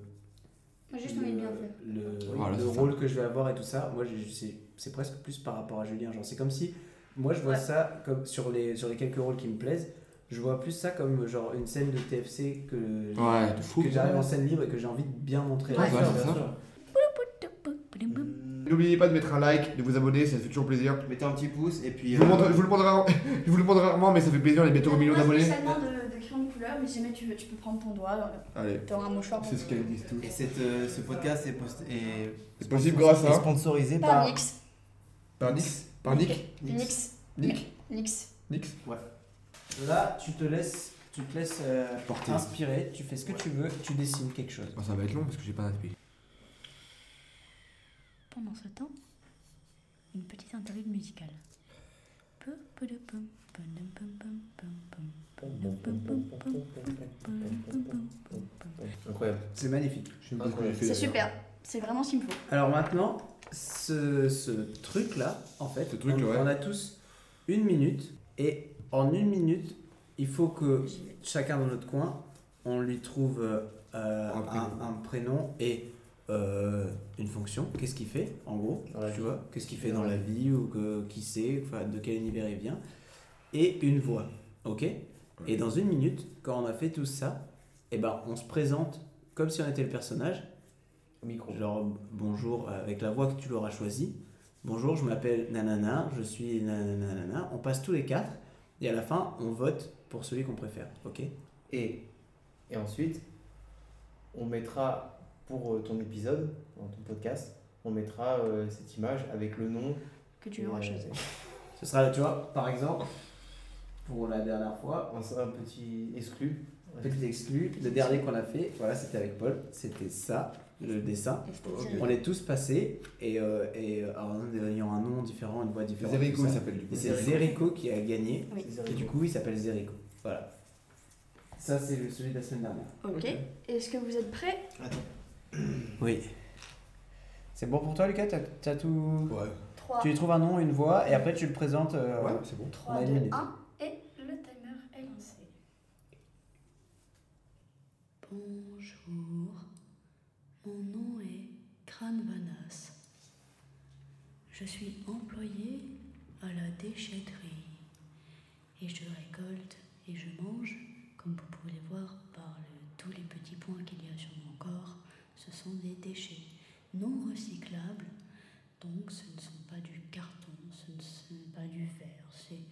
Speaker 4: Moi, juste, on est
Speaker 2: le-
Speaker 4: bien fait.
Speaker 2: Le,
Speaker 7: Voilà,
Speaker 2: le
Speaker 7: Oh c'est ça.
Speaker 2: rôle que je vais avoir et tout ça, moi, j'ai- c'est- c'est presque plus par rapport à Julien. Genre, c'est comme si. Moi, je vois
Speaker 4: Ouais.
Speaker 2: ça comme sur les, sur les quelques rôles qui me plaisent. Je vois plus ça comme genre une scène de TFC que,
Speaker 7: Ouais, de fou.
Speaker 2: que j'arrive en scène libre et que j'ai envie de bien montrer.
Speaker 4: Ouais,
Speaker 7: Ouais, c'est ça. N'oubliez pas de mettre un like, de vous abonner, ça fait toujours plaisir.
Speaker 3: Mettez un petit pouce et
Speaker 7: Je
Speaker 3: puis.
Speaker 7: vous, le
Speaker 3: euh,
Speaker 7: montre- je vous le montre rarement, je vous le montre rarement, mais ça fait plaisir, les bientôt un million
Speaker 4: Pas
Speaker 7: d'abonnés.
Speaker 4: spécialement de, de crayon de couleur, mais si jamais tu veux, tu peux prendre ton doigt.
Speaker 1: Bah,
Speaker 4: euh,
Speaker 7: Allez,
Speaker 4: T'auras un mouchoir. pour-
Speaker 7: c'est ce qu'elles disent tous.
Speaker 3: Et cette, euh, ce podcast est, post- est-
Speaker 7: C'est possible grâce
Speaker 3: est
Speaker 7: à.
Speaker 3: sponsorisé
Speaker 4: Par
Speaker 3: par.
Speaker 4: Nix.
Speaker 7: Par Nix Par Nick
Speaker 4: Nix.
Speaker 7: Nick
Speaker 4: Nix.
Speaker 7: Nix
Speaker 2: Là, tu te laisses, tu te laisses euh,
Speaker 7: Porter.
Speaker 2: inspirer, tu fais ce que tu veux, tu dessines quelque chose.
Speaker 7: Bon, Bah, Ça va être long parce que j'ai pas d'inspi.
Speaker 8: Pendant ce temps, une petite interlude musicale.
Speaker 3: Incroyable.
Speaker 2: C'est magnifique.
Speaker 7: Je sais même pas ce que j'ai fait. euh,
Speaker 4: C'est
Speaker 7: d'ailleurs.
Speaker 4: super. C'est vraiment ce qu'il me faut.
Speaker 2: Alors maintenant, ce, ce truc-là, en fait,
Speaker 7: Ce truc,
Speaker 2: on,
Speaker 7: ouais.
Speaker 2: on a tous une minute, et en une minute, il faut que chacun dans notre coin, on lui trouve euh, euh, un,
Speaker 7: Un prénom.
Speaker 2: un prénom et euh, une fonction. Qu'est-ce qu'il fait, en gros
Speaker 3: Dans la
Speaker 2: Tu
Speaker 3: vie.
Speaker 2: vois Qu'est-ce qu'il fait
Speaker 3: Dans
Speaker 2: dans
Speaker 3: la
Speaker 2: la vie ou que, qui c'est, enfin, de quel univers il vient Et une voix, ok Et dans une minute, quand on a fait tout ça, eh ben, on se présente comme si on était le personnage
Speaker 3: Au micro.
Speaker 2: Genre, bonjour, euh, avec la voix que tu l'auras choisie. Bonjour, je m'appelle Nanana, je suis nanana, nanana. On passe tous les quatre et à la fin, on vote pour celui qu'on préfère. Ok
Speaker 3: Et, et ensuite, on mettra pour euh, ton épisode, dans ton podcast, on mettra euh, cette image avec le nom.
Speaker 4: Que tu l'auras
Speaker 3: et, euh,
Speaker 4: choisi.
Speaker 2: Ce sera là, tu vois, par exemple, pour la dernière fois,
Speaker 3: Un, un petit exclu.
Speaker 2: petit exclu, le dernier qu'on a fait, voilà, c'était avec Paul, c'était ça, le dessin. On est tous passés et, euh, et euh, en ayant un nom différent, une voix différente.
Speaker 7: Zerico,
Speaker 2: tout
Speaker 7: il
Speaker 2: ça.
Speaker 7: s'appelle du
Speaker 2: Et
Speaker 7: coup.
Speaker 2: c'est Zerico qui a gagné
Speaker 4: Oui.
Speaker 2: et du coup, il s'appelle Zerico. Voilà. Ça, c'est le- celui de la semaine dernière.
Speaker 4: Ok. Est-ce que vous êtes prêts
Speaker 3: Attends.
Speaker 2: Oui. C'est bon pour toi, Lucas T'as t'as tout.
Speaker 7: Ouais.
Speaker 4: 3,
Speaker 2: Tu lui trouves un nom, une voix, et après tu le présentes. euh,
Speaker 7: Ouais, c'est bon.
Speaker 4: 3,
Speaker 2: on a
Speaker 4: 2,
Speaker 2: éliminé.
Speaker 4: 1. Et le timer est lancé.
Speaker 8: Bonjour, mon nom est Cranvanas. Je suis employé à la déchetterie et je récolte et je mange, comme vous pouvez le voir par le- tous les petits points qu'il y a sur mon corps, ce sont des déchets non recyclables, donc ce ne sont pas du carton, ce ne sont pas du verre, c'est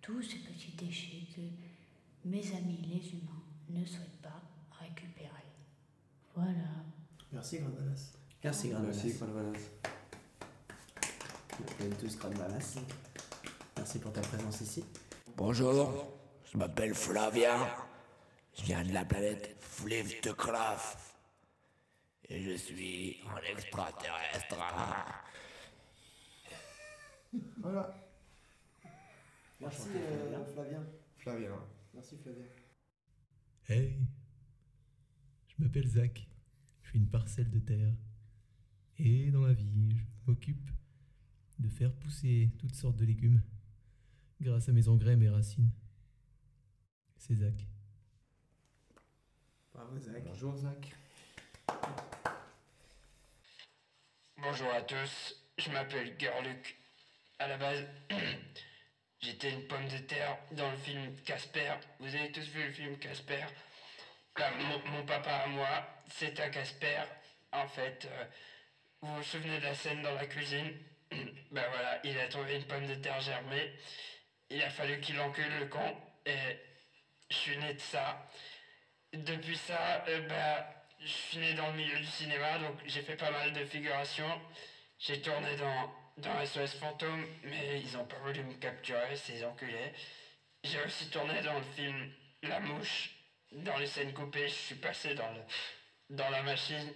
Speaker 8: tous ces petits déchets que mes amis les humains ne souhaitent pas récupérer. Voilà.
Speaker 3: Merci, Grandalas.
Speaker 2: Merci, Grande
Speaker 7: Merci,
Speaker 2: Menace. Vous êtes tous Grande Menace. Merci pour ta présence ici.
Speaker 9: Bonjour, je m'appelle Flavien. Je viens de la planète Fliftcraft. Et je suis un extraterrestre.
Speaker 7: Voilà.
Speaker 3: Merci,
Speaker 2: euh,
Speaker 3: Flavien.
Speaker 7: Flavien.
Speaker 1: hein.
Speaker 3: Merci, Flavien.
Speaker 10: Hey, je m'appelle Zach, je suis une parcelle de terre. Et dans la vie, je m'occupe de faire pousser toutes sortes de légumes grâce à mes engrais et mes racines. C'est Zach.
Speaker 2: Bravo, Zach.
Speaker 7: Bonjour Zach.
Speaker 11: Bonjour à tous, je m'appelle Gerluc. À la base, j'étais une pomme de terre dans le film Casper. Vous avez tous vu le film Casper Bah, mon, mon papa à moi, c'est un Casper. En fait, euh, vous vous souvenez de la scène dans la cuisine Ben voilà, il a trouvé une pomme de terre germée. Il a fallu qu'il encule le con et je suis né de ça. Depuis ça, euh, bah, je suis né dans le milieu du cinéma, donc j'ai fait pas mal de figurations. J'ai tourné dans, dans SOS Fantôme, mais ils ont pas voulu me capturer, ces enculés. J'ai aussi tourné dans le film La Mouche. Dans les scènes coupées, je suis passé dans, le, dans la machine.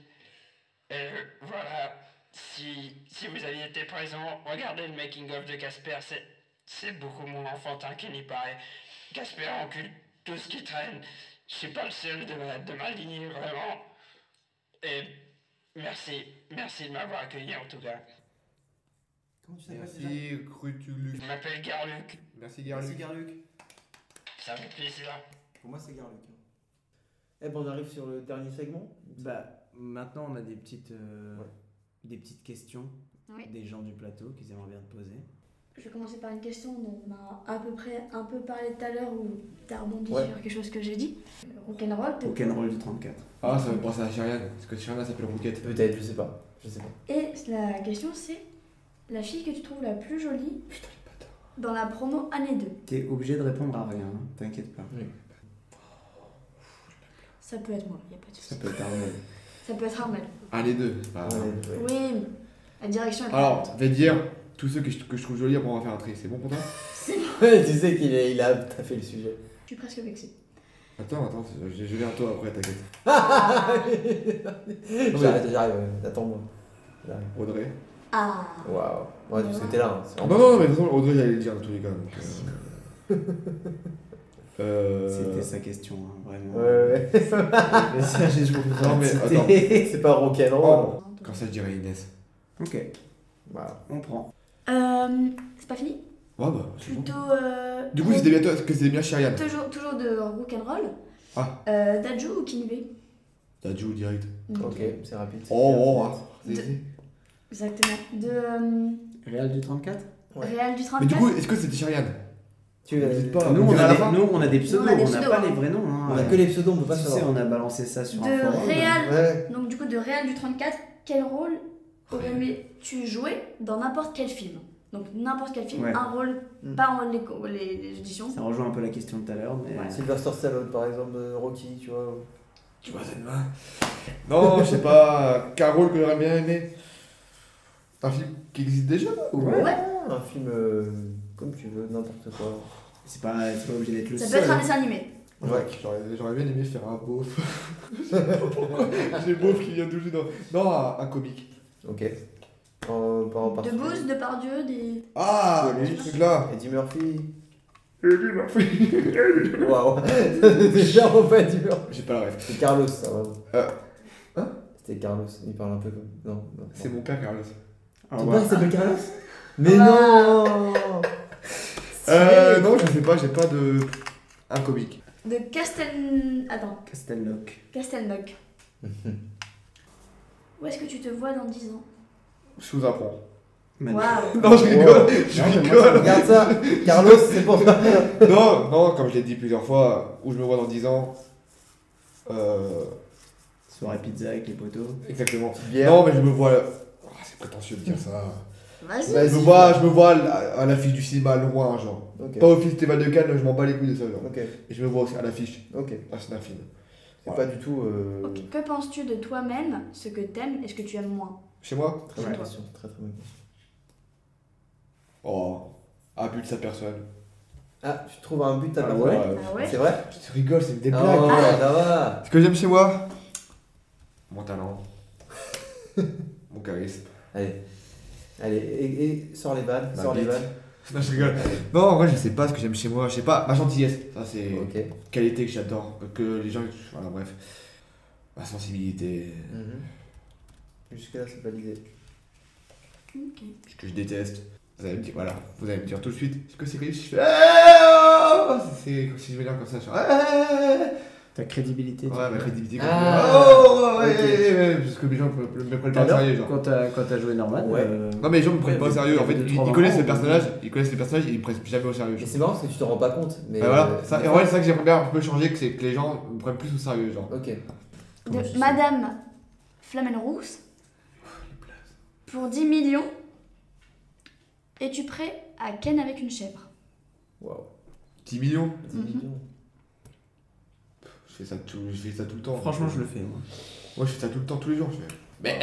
Speaker 11: Et voilà, si, si vous aviez été présent, regardez le making-of de Casper, c'est, c'est beaucoup moins enfantin qu'il n'y paraît. Casper encule tout ce qui traîne. Je suis pas le seul de ma, de ma lignée, vraiment. Et merci, merci de m'avoir accueilli en tout cas.
Speaker 3: Comment tu t'appelles déjà
Speaker 1: Merci, Crutuluc.
Speaker 11: Je m'appelle Garluc,
Speaker 1: Merci,
Speaker 3: Merci
Speaker 1: Garluc.
Speaker 3: Garluc.
Speaker 11: ça me plaisir.
Speaker 3: Pour moi, c'est Garluc. hein. Eh ben, on arrive sur le dernier segment.
Speaker 2: Bah, maintenant, on a des petites, euh,
Speaker 3: Ouais.
Speaker 2: des petites questions
Speaker 4: Oui.
Speaker 2: des gens du plateau qu'ils aimeraient bien te poser.
Speaker 4: Je vais commencer par une question dont on a à peu près un peu parlé tout à l'heure où t'as rebondi
Speaker 3: Ouais.
Speaker 4: sur quelque chose que j'ai dit. Rock'n'roll, t'es-
Speaker 2: Rock'n'roll du 34.
Speaker 1: Ah, ça me penser à Sherian, parce que Sherian s'appelle Rouquette.
Speaker 3: Peut-être, je sais pas. Je sais pas.
Speaker 4: Et la question c'est la fille que tu trouves la plus jolie dans la promo année 2.
Speaker 2: T'es obligé de répondre à rien, hein, t'inquiète pas.
Speaker 4: Ça peut être moi, y a pas de
Speaker 2: Ça
Speaker 4: souci.
Speaker 2: peut être Armel.
Speaker 4: Ça peut être Armel.
Speaker 1: Ah, les deux. c'est pas grave.
Speaker 3: Ouais, ouais.
Speaker 4: Oui, mais la direction est
Speaker 1: Alors,
Speaker 4: pas
Speaker 1: je vais te dire, tous ceux que je, que je trouve jolis, bon, on va faire un tri. C'est bon pour toi
Speaker 3: tu sais qu'il est, il a t'as fait le sujet.
Speaker 4: Je suis presque vexée.
Speaker 1: Attends, attends, je, je vais à toi après, t'inquiète.
Speaker 3: j'arrive, j'arrive, ouais. attends-moi. J'arrive.
Speaker 1: Audrey.
Speaker 4: Ah
Speaker 3: Waouh. Ouais, parce que t'es là. hein. C'est
Speaker 1: Non,
Speaker 3: vraiment-
Speaker 1: non, non, mais de toute façon, Audrey, j'allais le dire dans tous les cas. donc, euh,
Speaker 2: C'était
Speaker 1: euh...
Speaker 2: sa question, hein, vraiment.
Speaker 3: Ouais, ouais.
Speaker 2: Mais ça, j'ai joué.
Speaker 1: Non, mais attends.
Speaker 3: c'est pas rock'n'roll.
Speaker 1: Oh, Quand ça, je dirais Inès.
Speaker 2: Ok,
Speaker 3: Voilà.
Speaker 2: on prend.
Speaker 4: Euh, c'est pas fini
Speaker 1: Ouais, bah, c'est bon.
Speaker 4: Plutôt. euh,
Speaker 1: Du coup, c'était bien toi, parce que c'était bien Sherian.
Speaker 4: toujours, toujours de rock'n'roll.
Speaker 1: Ah.
Speaker 4: Euh, Daju ou Kinvey
Speaker 1: T'as joué direct.
Speaker 3: Ok, c'est rapide.
Speaker 1: Oh, oh, ah.
Speaker 4: De-
Speaker 1: c'est- c'est-
Speaker 4: Exactement. De euh,
Speaker 2: Real du 34
Speaker 3: Ouais.
Speaker 4: Real du
Speaker 1: Mais
Speaker 4: 34.
Speaker 1: du coup, est-ce que c'était Sherian
Speaker 3: Tu
Speaker 1: Vous dites pas.
Speaker 2: Nous,
Speaker 1: on
Speaker 2: on
Speaker 1: dit à
Speaker 2: a
Speaker 1: la
Speaker 2: des,
Speaker 1: fin
Speaker 2: nous, on a des pseudos,
Speaker 4: des
Speaker 2: on n'a
Speaker 4: pseudos,
Speaker 2: pas
Speaker 4: hein.
Speaker 2: les vrais noms. hein.
Speaker 3: On a que les pseudos, on peut pas
Speaker 2: Tu sais,
Speaker 3: savoir.
Speaker 2: on a balancé ça sur un
Speaker 4: de
Speaker 2: forum.
Speaker 4: Real.
Speaker 3: euh, Ouais.
Speaker 4: Donc, du coup, de Real du 34, quel rôle aurais-tu joué dans n'importe quel film Donc, n'importe quel film,
Speaker 2: Ouais.
Speaker 4: un rôle,
Speaker 3: Mm.
Speaker 4: pas en les, les, les auditions.
Speaker 2: Ça rejoint un peu la question de tout à l'heure, mais... euh,
Speaker 3: Sylvester Stallone, par exemple, euh, Rocky, tu vois.
Speaker 1: Tu vois, ça te va Non, je sais pas. Carole, que j'aurais bien aimé. C'est un film qui existe déjà ou
Speaker 4: Ouais.
Speaker 3: Un film euh, comme tu veux, n'importe quoi.
Speaker 2: C'est pas, c'est pas obligé d'être le
Speaker 4: Ça peut
Speaker 2: seul.
Speaker 4: être un
Speaker 2: hein.
Speaker 4: dessin animé.
Speaker 3: Ouais.
Speaker 1: J'aurais j'aurais bien aimé faire un beauf. J'ai beauf qui vient tout juste dans. Non, un, un comique.
Speaker 3: Ok. En, pas en
Speaker 4: De
Speaker 3: particulier.
Speaker 4: Booz, de Pardieu, des.
Speaker 1: Ah,
Speaker 3: Coluche.
Speaker 1: ce truc-là.
Speaker 3: Eddie Murphy. Waouh. C'était clairement pas Eddie Murphy.
Speaker 1: J'ai pas la ref.
Speaker 3: C'est Carlos, ça va.
Speaker 1: Euh,
Speaker 3: Hein C'était Carlos, il parle un peu comme. Non, non.
Speaker 1: C'est mon père, Carlos. Ah
Speaker 2: Au
Speaker 3: Ton
Speaker 2: revoir.
Speaker 3: père s'appelle Carlos Mais non
Speaker 1: Euh, non, je sais pas, j'ai pas de. Un comique.
Speaker 4: De Castel. Attends,
Speaker 2: Castelloc.
Speaker 4: Castelnock. Où est-ce que tu te vois dans 10 ans
Speaker 1: Je vous apprends.
Speaker 2: Manu.
Speaker 4: Waouh
Speaker 1: Non, je rigole. Je
Speaker 2: Non, mais moi,
Speaker 1: rigole.
Speaker 3: Regarde ça Carlos, c'est pour toi
Speaker 1: Non, non, comme je l'ai dit plusieurs fois, où je me vois dans 10 ans. Euh,
Speaker 2: Soirée pizza avec les poteaux.
Speaker 1: exactement.
Speaker 3: Bière.
Speaker 1: Non, mais je me vois. Ah, c'est prétentieux de dire ça.
Speaker 4: Vas-y
Speaker 1: Je me vois, je me vois à à l'affiche du cinéma loin, genre.
Speaker 3: Ok.
Speaker 1: Pas au festival de Cannes, je m'en bats les couilles de ça, genre.
Speaker 3: Ok,
Speaker 1: Et je me vois aussi à l'affiche,
Speaker 3: ok.
Speaker 1: à Snapfilm.
Speaker 3: C'est pas du tout. Euh...
Speaker 4: Ok, Que penses-tu de toi-même, ce que t'aimes et ce que tu aimes moins
Speaker 1: Chez moi
Speaker 3: Très bonne
Speaker 2: Ouais.
Speaker 3: question, très très bonne question.
Speaker 1: Oh, un but de sa personne.
Speaker 3: Ah, tu trouves un but à
Speaker 2: Ah
Speaker 3: la
Speaker 2: ouais
Speaker 1: Euh,
Speaker 4: Ah ouais Ah.
Speaker 3: C'est vrai
Speaker 1: Tu rigoles, c'est des
Speaker 3: Oh,
Speaker 1: blagues.
Speaker 3: ça va
Speaker 1: Ce que j'aime chez moi Mon talent. Mon charisme.
Speaker 3: Allez, allez, et, et- sors les balles,
Speaker 1: Ma
Speaker 3: sors les
Speaker 1: bite.
Speaker 3: balles.
Speaker 1: Non, je rigole. Non, en vrai, je sais pas ce que j'aime chez moi. Je sais pas, ma gentillesse. Ça, c'est
Speaker 3: Ok.
Speaker 1: une qualité que j'adore. que- Que les gens. Voilà, bref. Ma sensibilité.
Speaker 3: Mhm. Jusque-là, c'est validé.
Speaker 4: Ok.
Speaker 1: ce que je déteste. Vous allez me dire, voilà, vous allez me dire tout de suite, est-ce que c'est crédible Je fais. Ah, oh C'est comme si je me dire comme ça, je fais. Ah,
Speaker 2: Ta crédibilité. tu
Speaker 1: Ouais, ma
Speaker 2: vois.
Speaker 1: crédibilité. comme-
Speaker 3: Ah,
Speaker 1: Oh, ouais, ouais,
Speaker 3: ok.
Speaker 1: ouais, ouais, parce que les gens me me- me prennent
Speaker 2: Tout
Speaker 1: pas
Speaker 2: à
Speaker 1: au
Speaker 2: l'heure,
Speaker 1: sérieux, genre.
Speaker 2: Quand t'as quand t'as joué Norman.
Speaker 3: Ouais.
Speaker 2: euh,
Speaker 1: Non, mais les gens me prennent pas au
Speaker 2: Ouais,
Speaker 1: sérieux, en
Speaker 2: il y
Speaker 1: fait,
Speaker 2: a deux,
Speaker 1: ils,
Speaker 2: trois
Speaker 1: ils connaissent le
Speaker 2: moments où-
Speaker 1: personnage, ils connaissent le personnage et ils me prennent jamais au sérieux.
Speaker 3: Mais
Speaker 1: genre.
Speaker 3: c'est marrant parce que tu t'en rends pas compte. Mais
Speaker 1: Bah voilà,
Speaker 3: euh,
Speaker 1: ça, et en vrai, c'est ça que j'aimerais bien un peu changer, que c'est que les gens me prennent plus au sérieux, genre.
Speaker 3: Ok.
Speaker 1: Comment tu
Speaker 4: De
Speaker 1: sais Oh,
Speaker 4: Madame Flamel Rousse pour 10 millions. Es-tu prêt à ken avec une chèvre
Speaker 3: Waouh.
Speaker 1: 10 millions
Speaker 3: 10
Speaker 4: Mhm.
Speaker 3: millions.
Speaker 1: Je fais ça tout, je fais ça tout le temps.
Speaker 2: Franchement, je le fais, moi.
Speaker 1: Moi, je fais ça tout le temps, tous les jours. Je fais.
Speaker 3: Mais.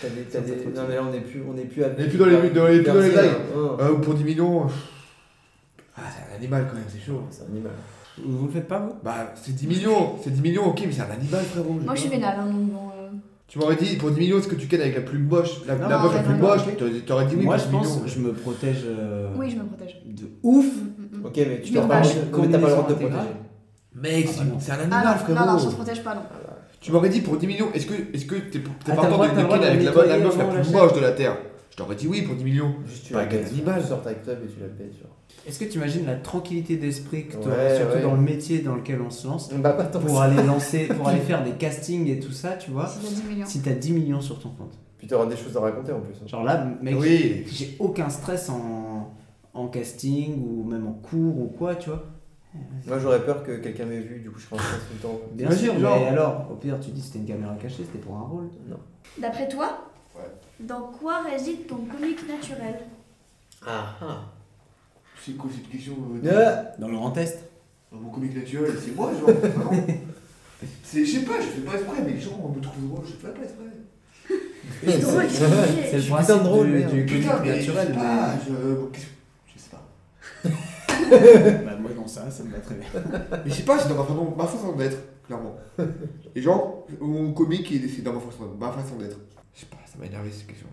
Speaker 3: T'as des- t'as
Speaker 1: Ça, ça
Speaker 3: des-
Speaker 1: te
Speaker 3: Non, mais là, on n'est plus, on est plus,
Speaker 1: On est plus dans les, dans les, plus dans les détails.
Speaker 3: Oh.
Speaker 1: Euh, pour 10 millions. pff. Ah, c'est un animal quand même, c'est chaud.
Speaker 3: C'est un animal.
Speaker 2: Vous, vous le faites pas, vous
Speaker 1: Bah, c'est 10 millions, c'est 10 millions, ok, mais c'est un animal, frérot.
Speaker 4: Moi, je suis vénale, hein, donc bon. euh,
Speaker 1: Tu m'aurais dit, pour 10 millions, est-ce que tu cannes avec la plus moche, la,
Speaker 2: Non,
Speaker 1: la
Speaker 2: non,
Speaker 1: meuf
Speaker 4: non,
Speaker 1: la plus
Speaker 4: non,
Speaker 1: moche
Speaker 2: non.
Speaker 1: T'aurais- T'aurais dit Ah oui,
Speaker 2: Moi,
Speaker 1: pour
Speaker 2: je
Speaker 1: 10
Speaker 2: pense
Speaker 1: millions.
Speaker 2: que je me protège euh,
Speaker 4: Oui, je me protège.
Speaker 2: de
Speaker 1: Euh,
Speaker 2: ouf.
Speaker 4: Mm, mm.
Speaker 3: Ok, mais tu
Speaker 4: Mais
Speaker 3: t'as pas,
Speaker 4: vache,
Speaker 3: le droit- mais t'as pas le droit de te
Speaker 2: combinaison
Speaker 3: protéger.
Speaker 1: Mec,
Speaker 2: Ah,
Speaker 1: c'est-
Speaker 2: bah non.
Speaker 1: c'est un
Speaker 4: Ah
Speaker 1: animal,
Speaker 4: non,
Speaker 1: frérot.
Speaker 4: non, non, je ne protège pas, non.
Speaker 1: Tu m'aurais dit, pour 10 millions, est-ce que est-ce que t'es t'es
Speaker 2: Ah, t'as le
Speaker 1: partant
Speaker 2: droit-
Speaker 1: de
Speaker 2: t'as le
Speaker 1: de
Speaker 2: droit
Speaker 1: cannes
Speaker 2: de
Speaker 1: avec la,
Speaker 2: nettoyer
Speaker 1: la meuf la
Speaker 2: avant
Speaker 1: plus
Speaker 2: la
Speaker 1: moche de la Terre Je t'aurais dit oui pour 10 millions.
Speaker 3: Juste, tu
Speaker 1: Pas
Speaker 3: la
Speaker 1: avec un
Speaker 3: gagnes,
Speaker 1: animal.
Speaker 3: Tu sors ta club et tu la pètes, genre.
Speaker 2: Est-ce que tu imagines la tranquillité d'esprit que tu
Speaker 3: Ouais,
Speaker 2: surtout
Speaker 3: ouais.
Speaker 2: dans le métier dans lequel on se lance,
Speaker 3: Bah, pas tant que
Speaker 2: pour
Speaker 3: ça.
Speaker 2: aller lancer, pour aller faire des castings et tout ça, tu vois
Speaker 4: Si t'as 10 millions.
Speaker 2: si t'as 10 millions sur ton compte.
Speaker 3: Puis t'auras des choses à raconter en plus. hein.
Speaker 2: Genre là, mec,
Speaker 1: Oui.
Speaker 2: j'ai aucun stress en, en casting ou même en cours ou quoi, tu vois.
Speaker 3: Moi j'aurais peur que quelqu'un m'ait vu, du coup je serais en stress tout le temps.
Speaker 2: Bien
Speaker 1: Vas-y,
Speaker 2: sûr,
Speaker 1: genre.
Speaker 2: mais alors, au pire, tu dis c'était une caméra cachée, c'était pour un rôle.
Speaker 3: Non.
Speaker 4: D'après toi, dans quoi réside ton comique naturel
Speaker 3: Ah ah.
Speaker 1: C'est quoi cette question
Speaker 3: Euh,
Speaker 2: Dans le test.
Speaker 1: Mon comique naturel, c'est moi, genre. vraiment. C'est, je sais pas, je fais pas exprès, mais les gens me trouvent drôle, je fais pas exprès.
Speaker 4: C'est drôle, c'est
Speaker 2: C'est
Speaker 4: compliqué.
Speaker 2: le
Speaker 3: suis
Speaker 2: principe
Speaker 3: putain de drôle,
Speaker 2: du,
Speaker 3: merde.
Speaker 2: du
Speaker 1: Putain,
Speaker 2: comique
Speaker 1: mais je sais
Speaker 2: naturel.
Speaker 1: pas, je. qu'est-ce que- Je sais pas.
Speaker 2: mais- Bah, moi, dans ça, ça me va très bien.
Speaker 1: Mais je sais pas, c'est dans ma façon, ma façon d'être, clairement. Les gens, mon comique, il- c'est dans ma façon, ma façon d'être. Je sais pas, ça m'a énervé cette question.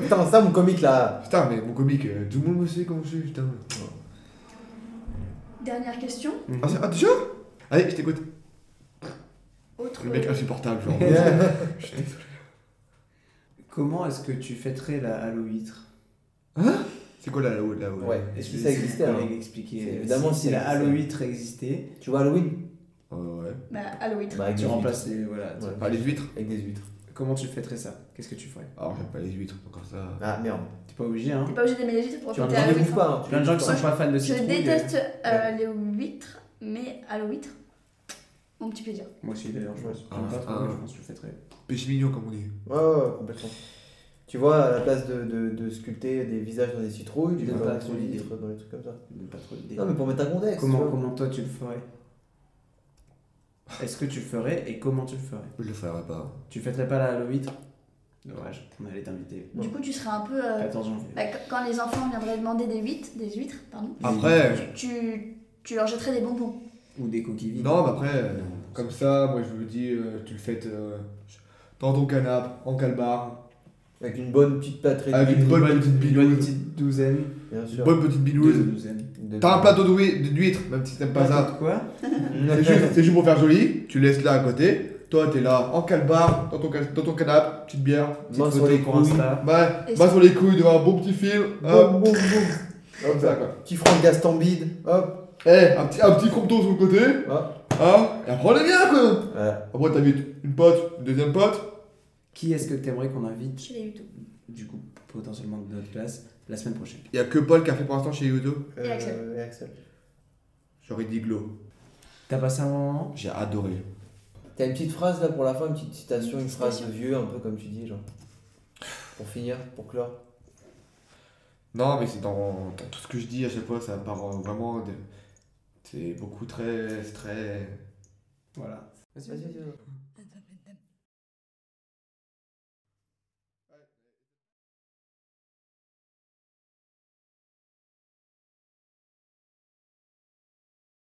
Speaker 3: Putain, ça mon comique là.
Speaker 1: Putain, mais mon comique, euh, tout le monde me sait comment je suis, putain.
Speaker 4: Dernière question.
Speaker 1: Ah, c'est- ah, déjà Allez, je t'écoute.
Speaker 4: Autre.
Speaker 1: Le mec insupportable, genre. Je suis désolé.
Speaker 2: Comment est-ce que tu fêterais la Halo huître
Speaker 1: c'est quoi là, là-haut, là-haut
Speaker 3: Ouais, est-ce que ça existait
Speaker 2: alors
Speaker 3: alors
Speaker 2: expliquer.
Speaker 3: C'est
Speaker 2: Évidemment,
Speaker 3: évidemment
Speaker 2: si,
Speaker 3: euh, si
Speaker 2: la
Speaker 3: ça
Speaker 2: Halo
Speaker 3: existait.
Speaker 2: huître existait,
Speaker 3: Tu vois Halloween
Speaker 1: Euh, Ouais, ouais.
Speaker 4: Bah, Halloween.
Speaker 3: Bah, avec
Speaker 2: tu
Speaker 3: des
Speaker 2: remplaces les. Voilà.
Speaker 3: huîtres. Ouais,
Speaker 1: Ah, les huîtres
Speaker 3: Avec des huîtres.
Speaker 2: Comment tu fêterais ça Qu'est-ce que tu ferais
Speaker 1: Alors, j'aime pas les huîtres, donc comme ça.
Speaker 3: Ah merde.
Speaker 2: T'es pas obligé, hein
Speaker 4: T'es pas obligé d'aimer les huîtres pour
Speaker 2: Tu en
Speaker 4: fêter
Speaker 3: Tu les
Speaker 4: Halloween.
Speaker 3: bouffes pas. hein, tu
Speaker 2: Plein de
Speaker 3: les
Speaker 2: gens qui
Speaker 3: bouffes
Speaker 2: sont pas fans de
Speaker 4: Je
Speaker 2: citrouille.
Speaker 4: déteste euh,
Speaker 2: Ouais.
Speaker 4: les huîtres, mais Halloween, mon petit plaisir.
Speaker 2: euh, Moi aussi, d'ailleurs, je pense. J'aime
Speaker 1: Ah,
Speaker 2: pas trop, mais
Speaker 1: ah.
Speaker 2: je pense que je fêterais.
Speaker 1: Péché mignon, comme on dit.
Speaker 3: pas. Ouais, ouais, ouais, complètement. Tu vois, à la place de, de, de sculpter des visages dans des citrouilles, tu
Speaker 2: J'aime
Speaker 3: les
Speaker 2: pas
Speaker 3: mets dans
Speaker 2: trop
Speaker 3: des
Speaker 2: l'idée.
Speaker 3: huîtres, dans des trucs comme ça.
Speaker 2: J'aime pas trop l'idée.
Speaker 3: Non, mais pour mettre un contexte. tu
Speaker 2: Comment,
Speaker 3: vois.
Speaker 2: comment toi tu le ferais Est-ce que tu le ferais et comment tu le ferais
Speaker 1: Je le ferai pas.
Speaker 2: Tu fêterais pas la Halo huître Dommage, on allait t'inviter.
Speaker 4: Du coup, tu serais un peu. euh,
Speaker 2: 14 janvier.
Speaker 4: bah, quand- quand les enfants viendraient demander des huîtres, des huîtres, pardon,
Speaker 1: Après,
Speaker 4: tu, tu leur jetterais des bonbons.
Speaker 2: Ou des coquilles vides.
Speaker 1: non, mais après, euh, comme ça, moi je vous le dis, euh, tu le fêtes euh, dans ton canapé, en calbar,
Speaker 3: Avec une bonne petite pâte
Speaker 1: avec une bonne petite
Speaker 2: Une bonne
Speaker 1: bilouse.
Speaker 2: petite douzaine.
Speaker 3: Bien
Speaker 1: Une
Speaker 3: sûr.
Speaker 1: bonne petite
Speaker 2: Deux
Speaker 1: bilouse.
Speaker 2: douzaines.
Speaker 3: De-
Speaker 1: T'as un plateau d'hui- d'huîtres, même si t'aimes pas ça.
Speaker 2: Attends, Quoi
Speaker 1: C'est juste, c'est juste pour faire joli, tu laisses là à côté. Toi, t'es là, en calbar, dans ton, cal- dans ton canapé, petite bière, petite
Speaker 3: Main sur
Speaker 1: photo.
Speaker 3: les
Speaker 2: Pour Insta.
Speaker 1: Ouais,
Speaker 4: Et
Speaker 1: main sur les couilles devant un bon petit film.
Speaker 3: Boum,
Speaker 1: Hop,
Speaker 3: boum, boum.
Speaker 1: comme ça quoi.
Speaker 3: Petit franc de Gastambide. Hop.
Speaker 1: Eh, un petit, un petit crompton sur le côté.
Speaker 3: Hop.
Speaker 1: Hein Et après, on est bien quoi.
Speaker 3: Voilà.
Speaker 1: Après, t'invites une pote, une deuxième pote.
Speaker 2: Qui est-ce que t'aimerais qu'on invite,
Speaker 4: Chez les YouTube.
Speaker 2: du coup, potentiellement de notre classe, la semaine prochaine
Speaker 1: Il y a que Paul qui a fait pour l'instant chez Yudo.
Speaker 4: Et Axel.
Speaker 3: Euh, et Axel.
Speaker 1: J'aurais dit Glow.
Speaker 2: T'as passé un bon moment
Speaker 1: J'ai adoré.
Speaker 3: T'as une petite phrase là pour la fin, une petite citation, une phrase de
Speaker 4: Citation.
Speaker 3: vieux, un peu comme tu dis, genre. Pour finir, pour clore.
Speaker 1: Non, mais c'est dans, dans tout ce que je dis à chaque fois, ça part euh, vraiment. de- C'est beaucoup très. c'est très.
Speaker 2: Voilà.
Speaker 3: Vas-y, vas-y, vas-y.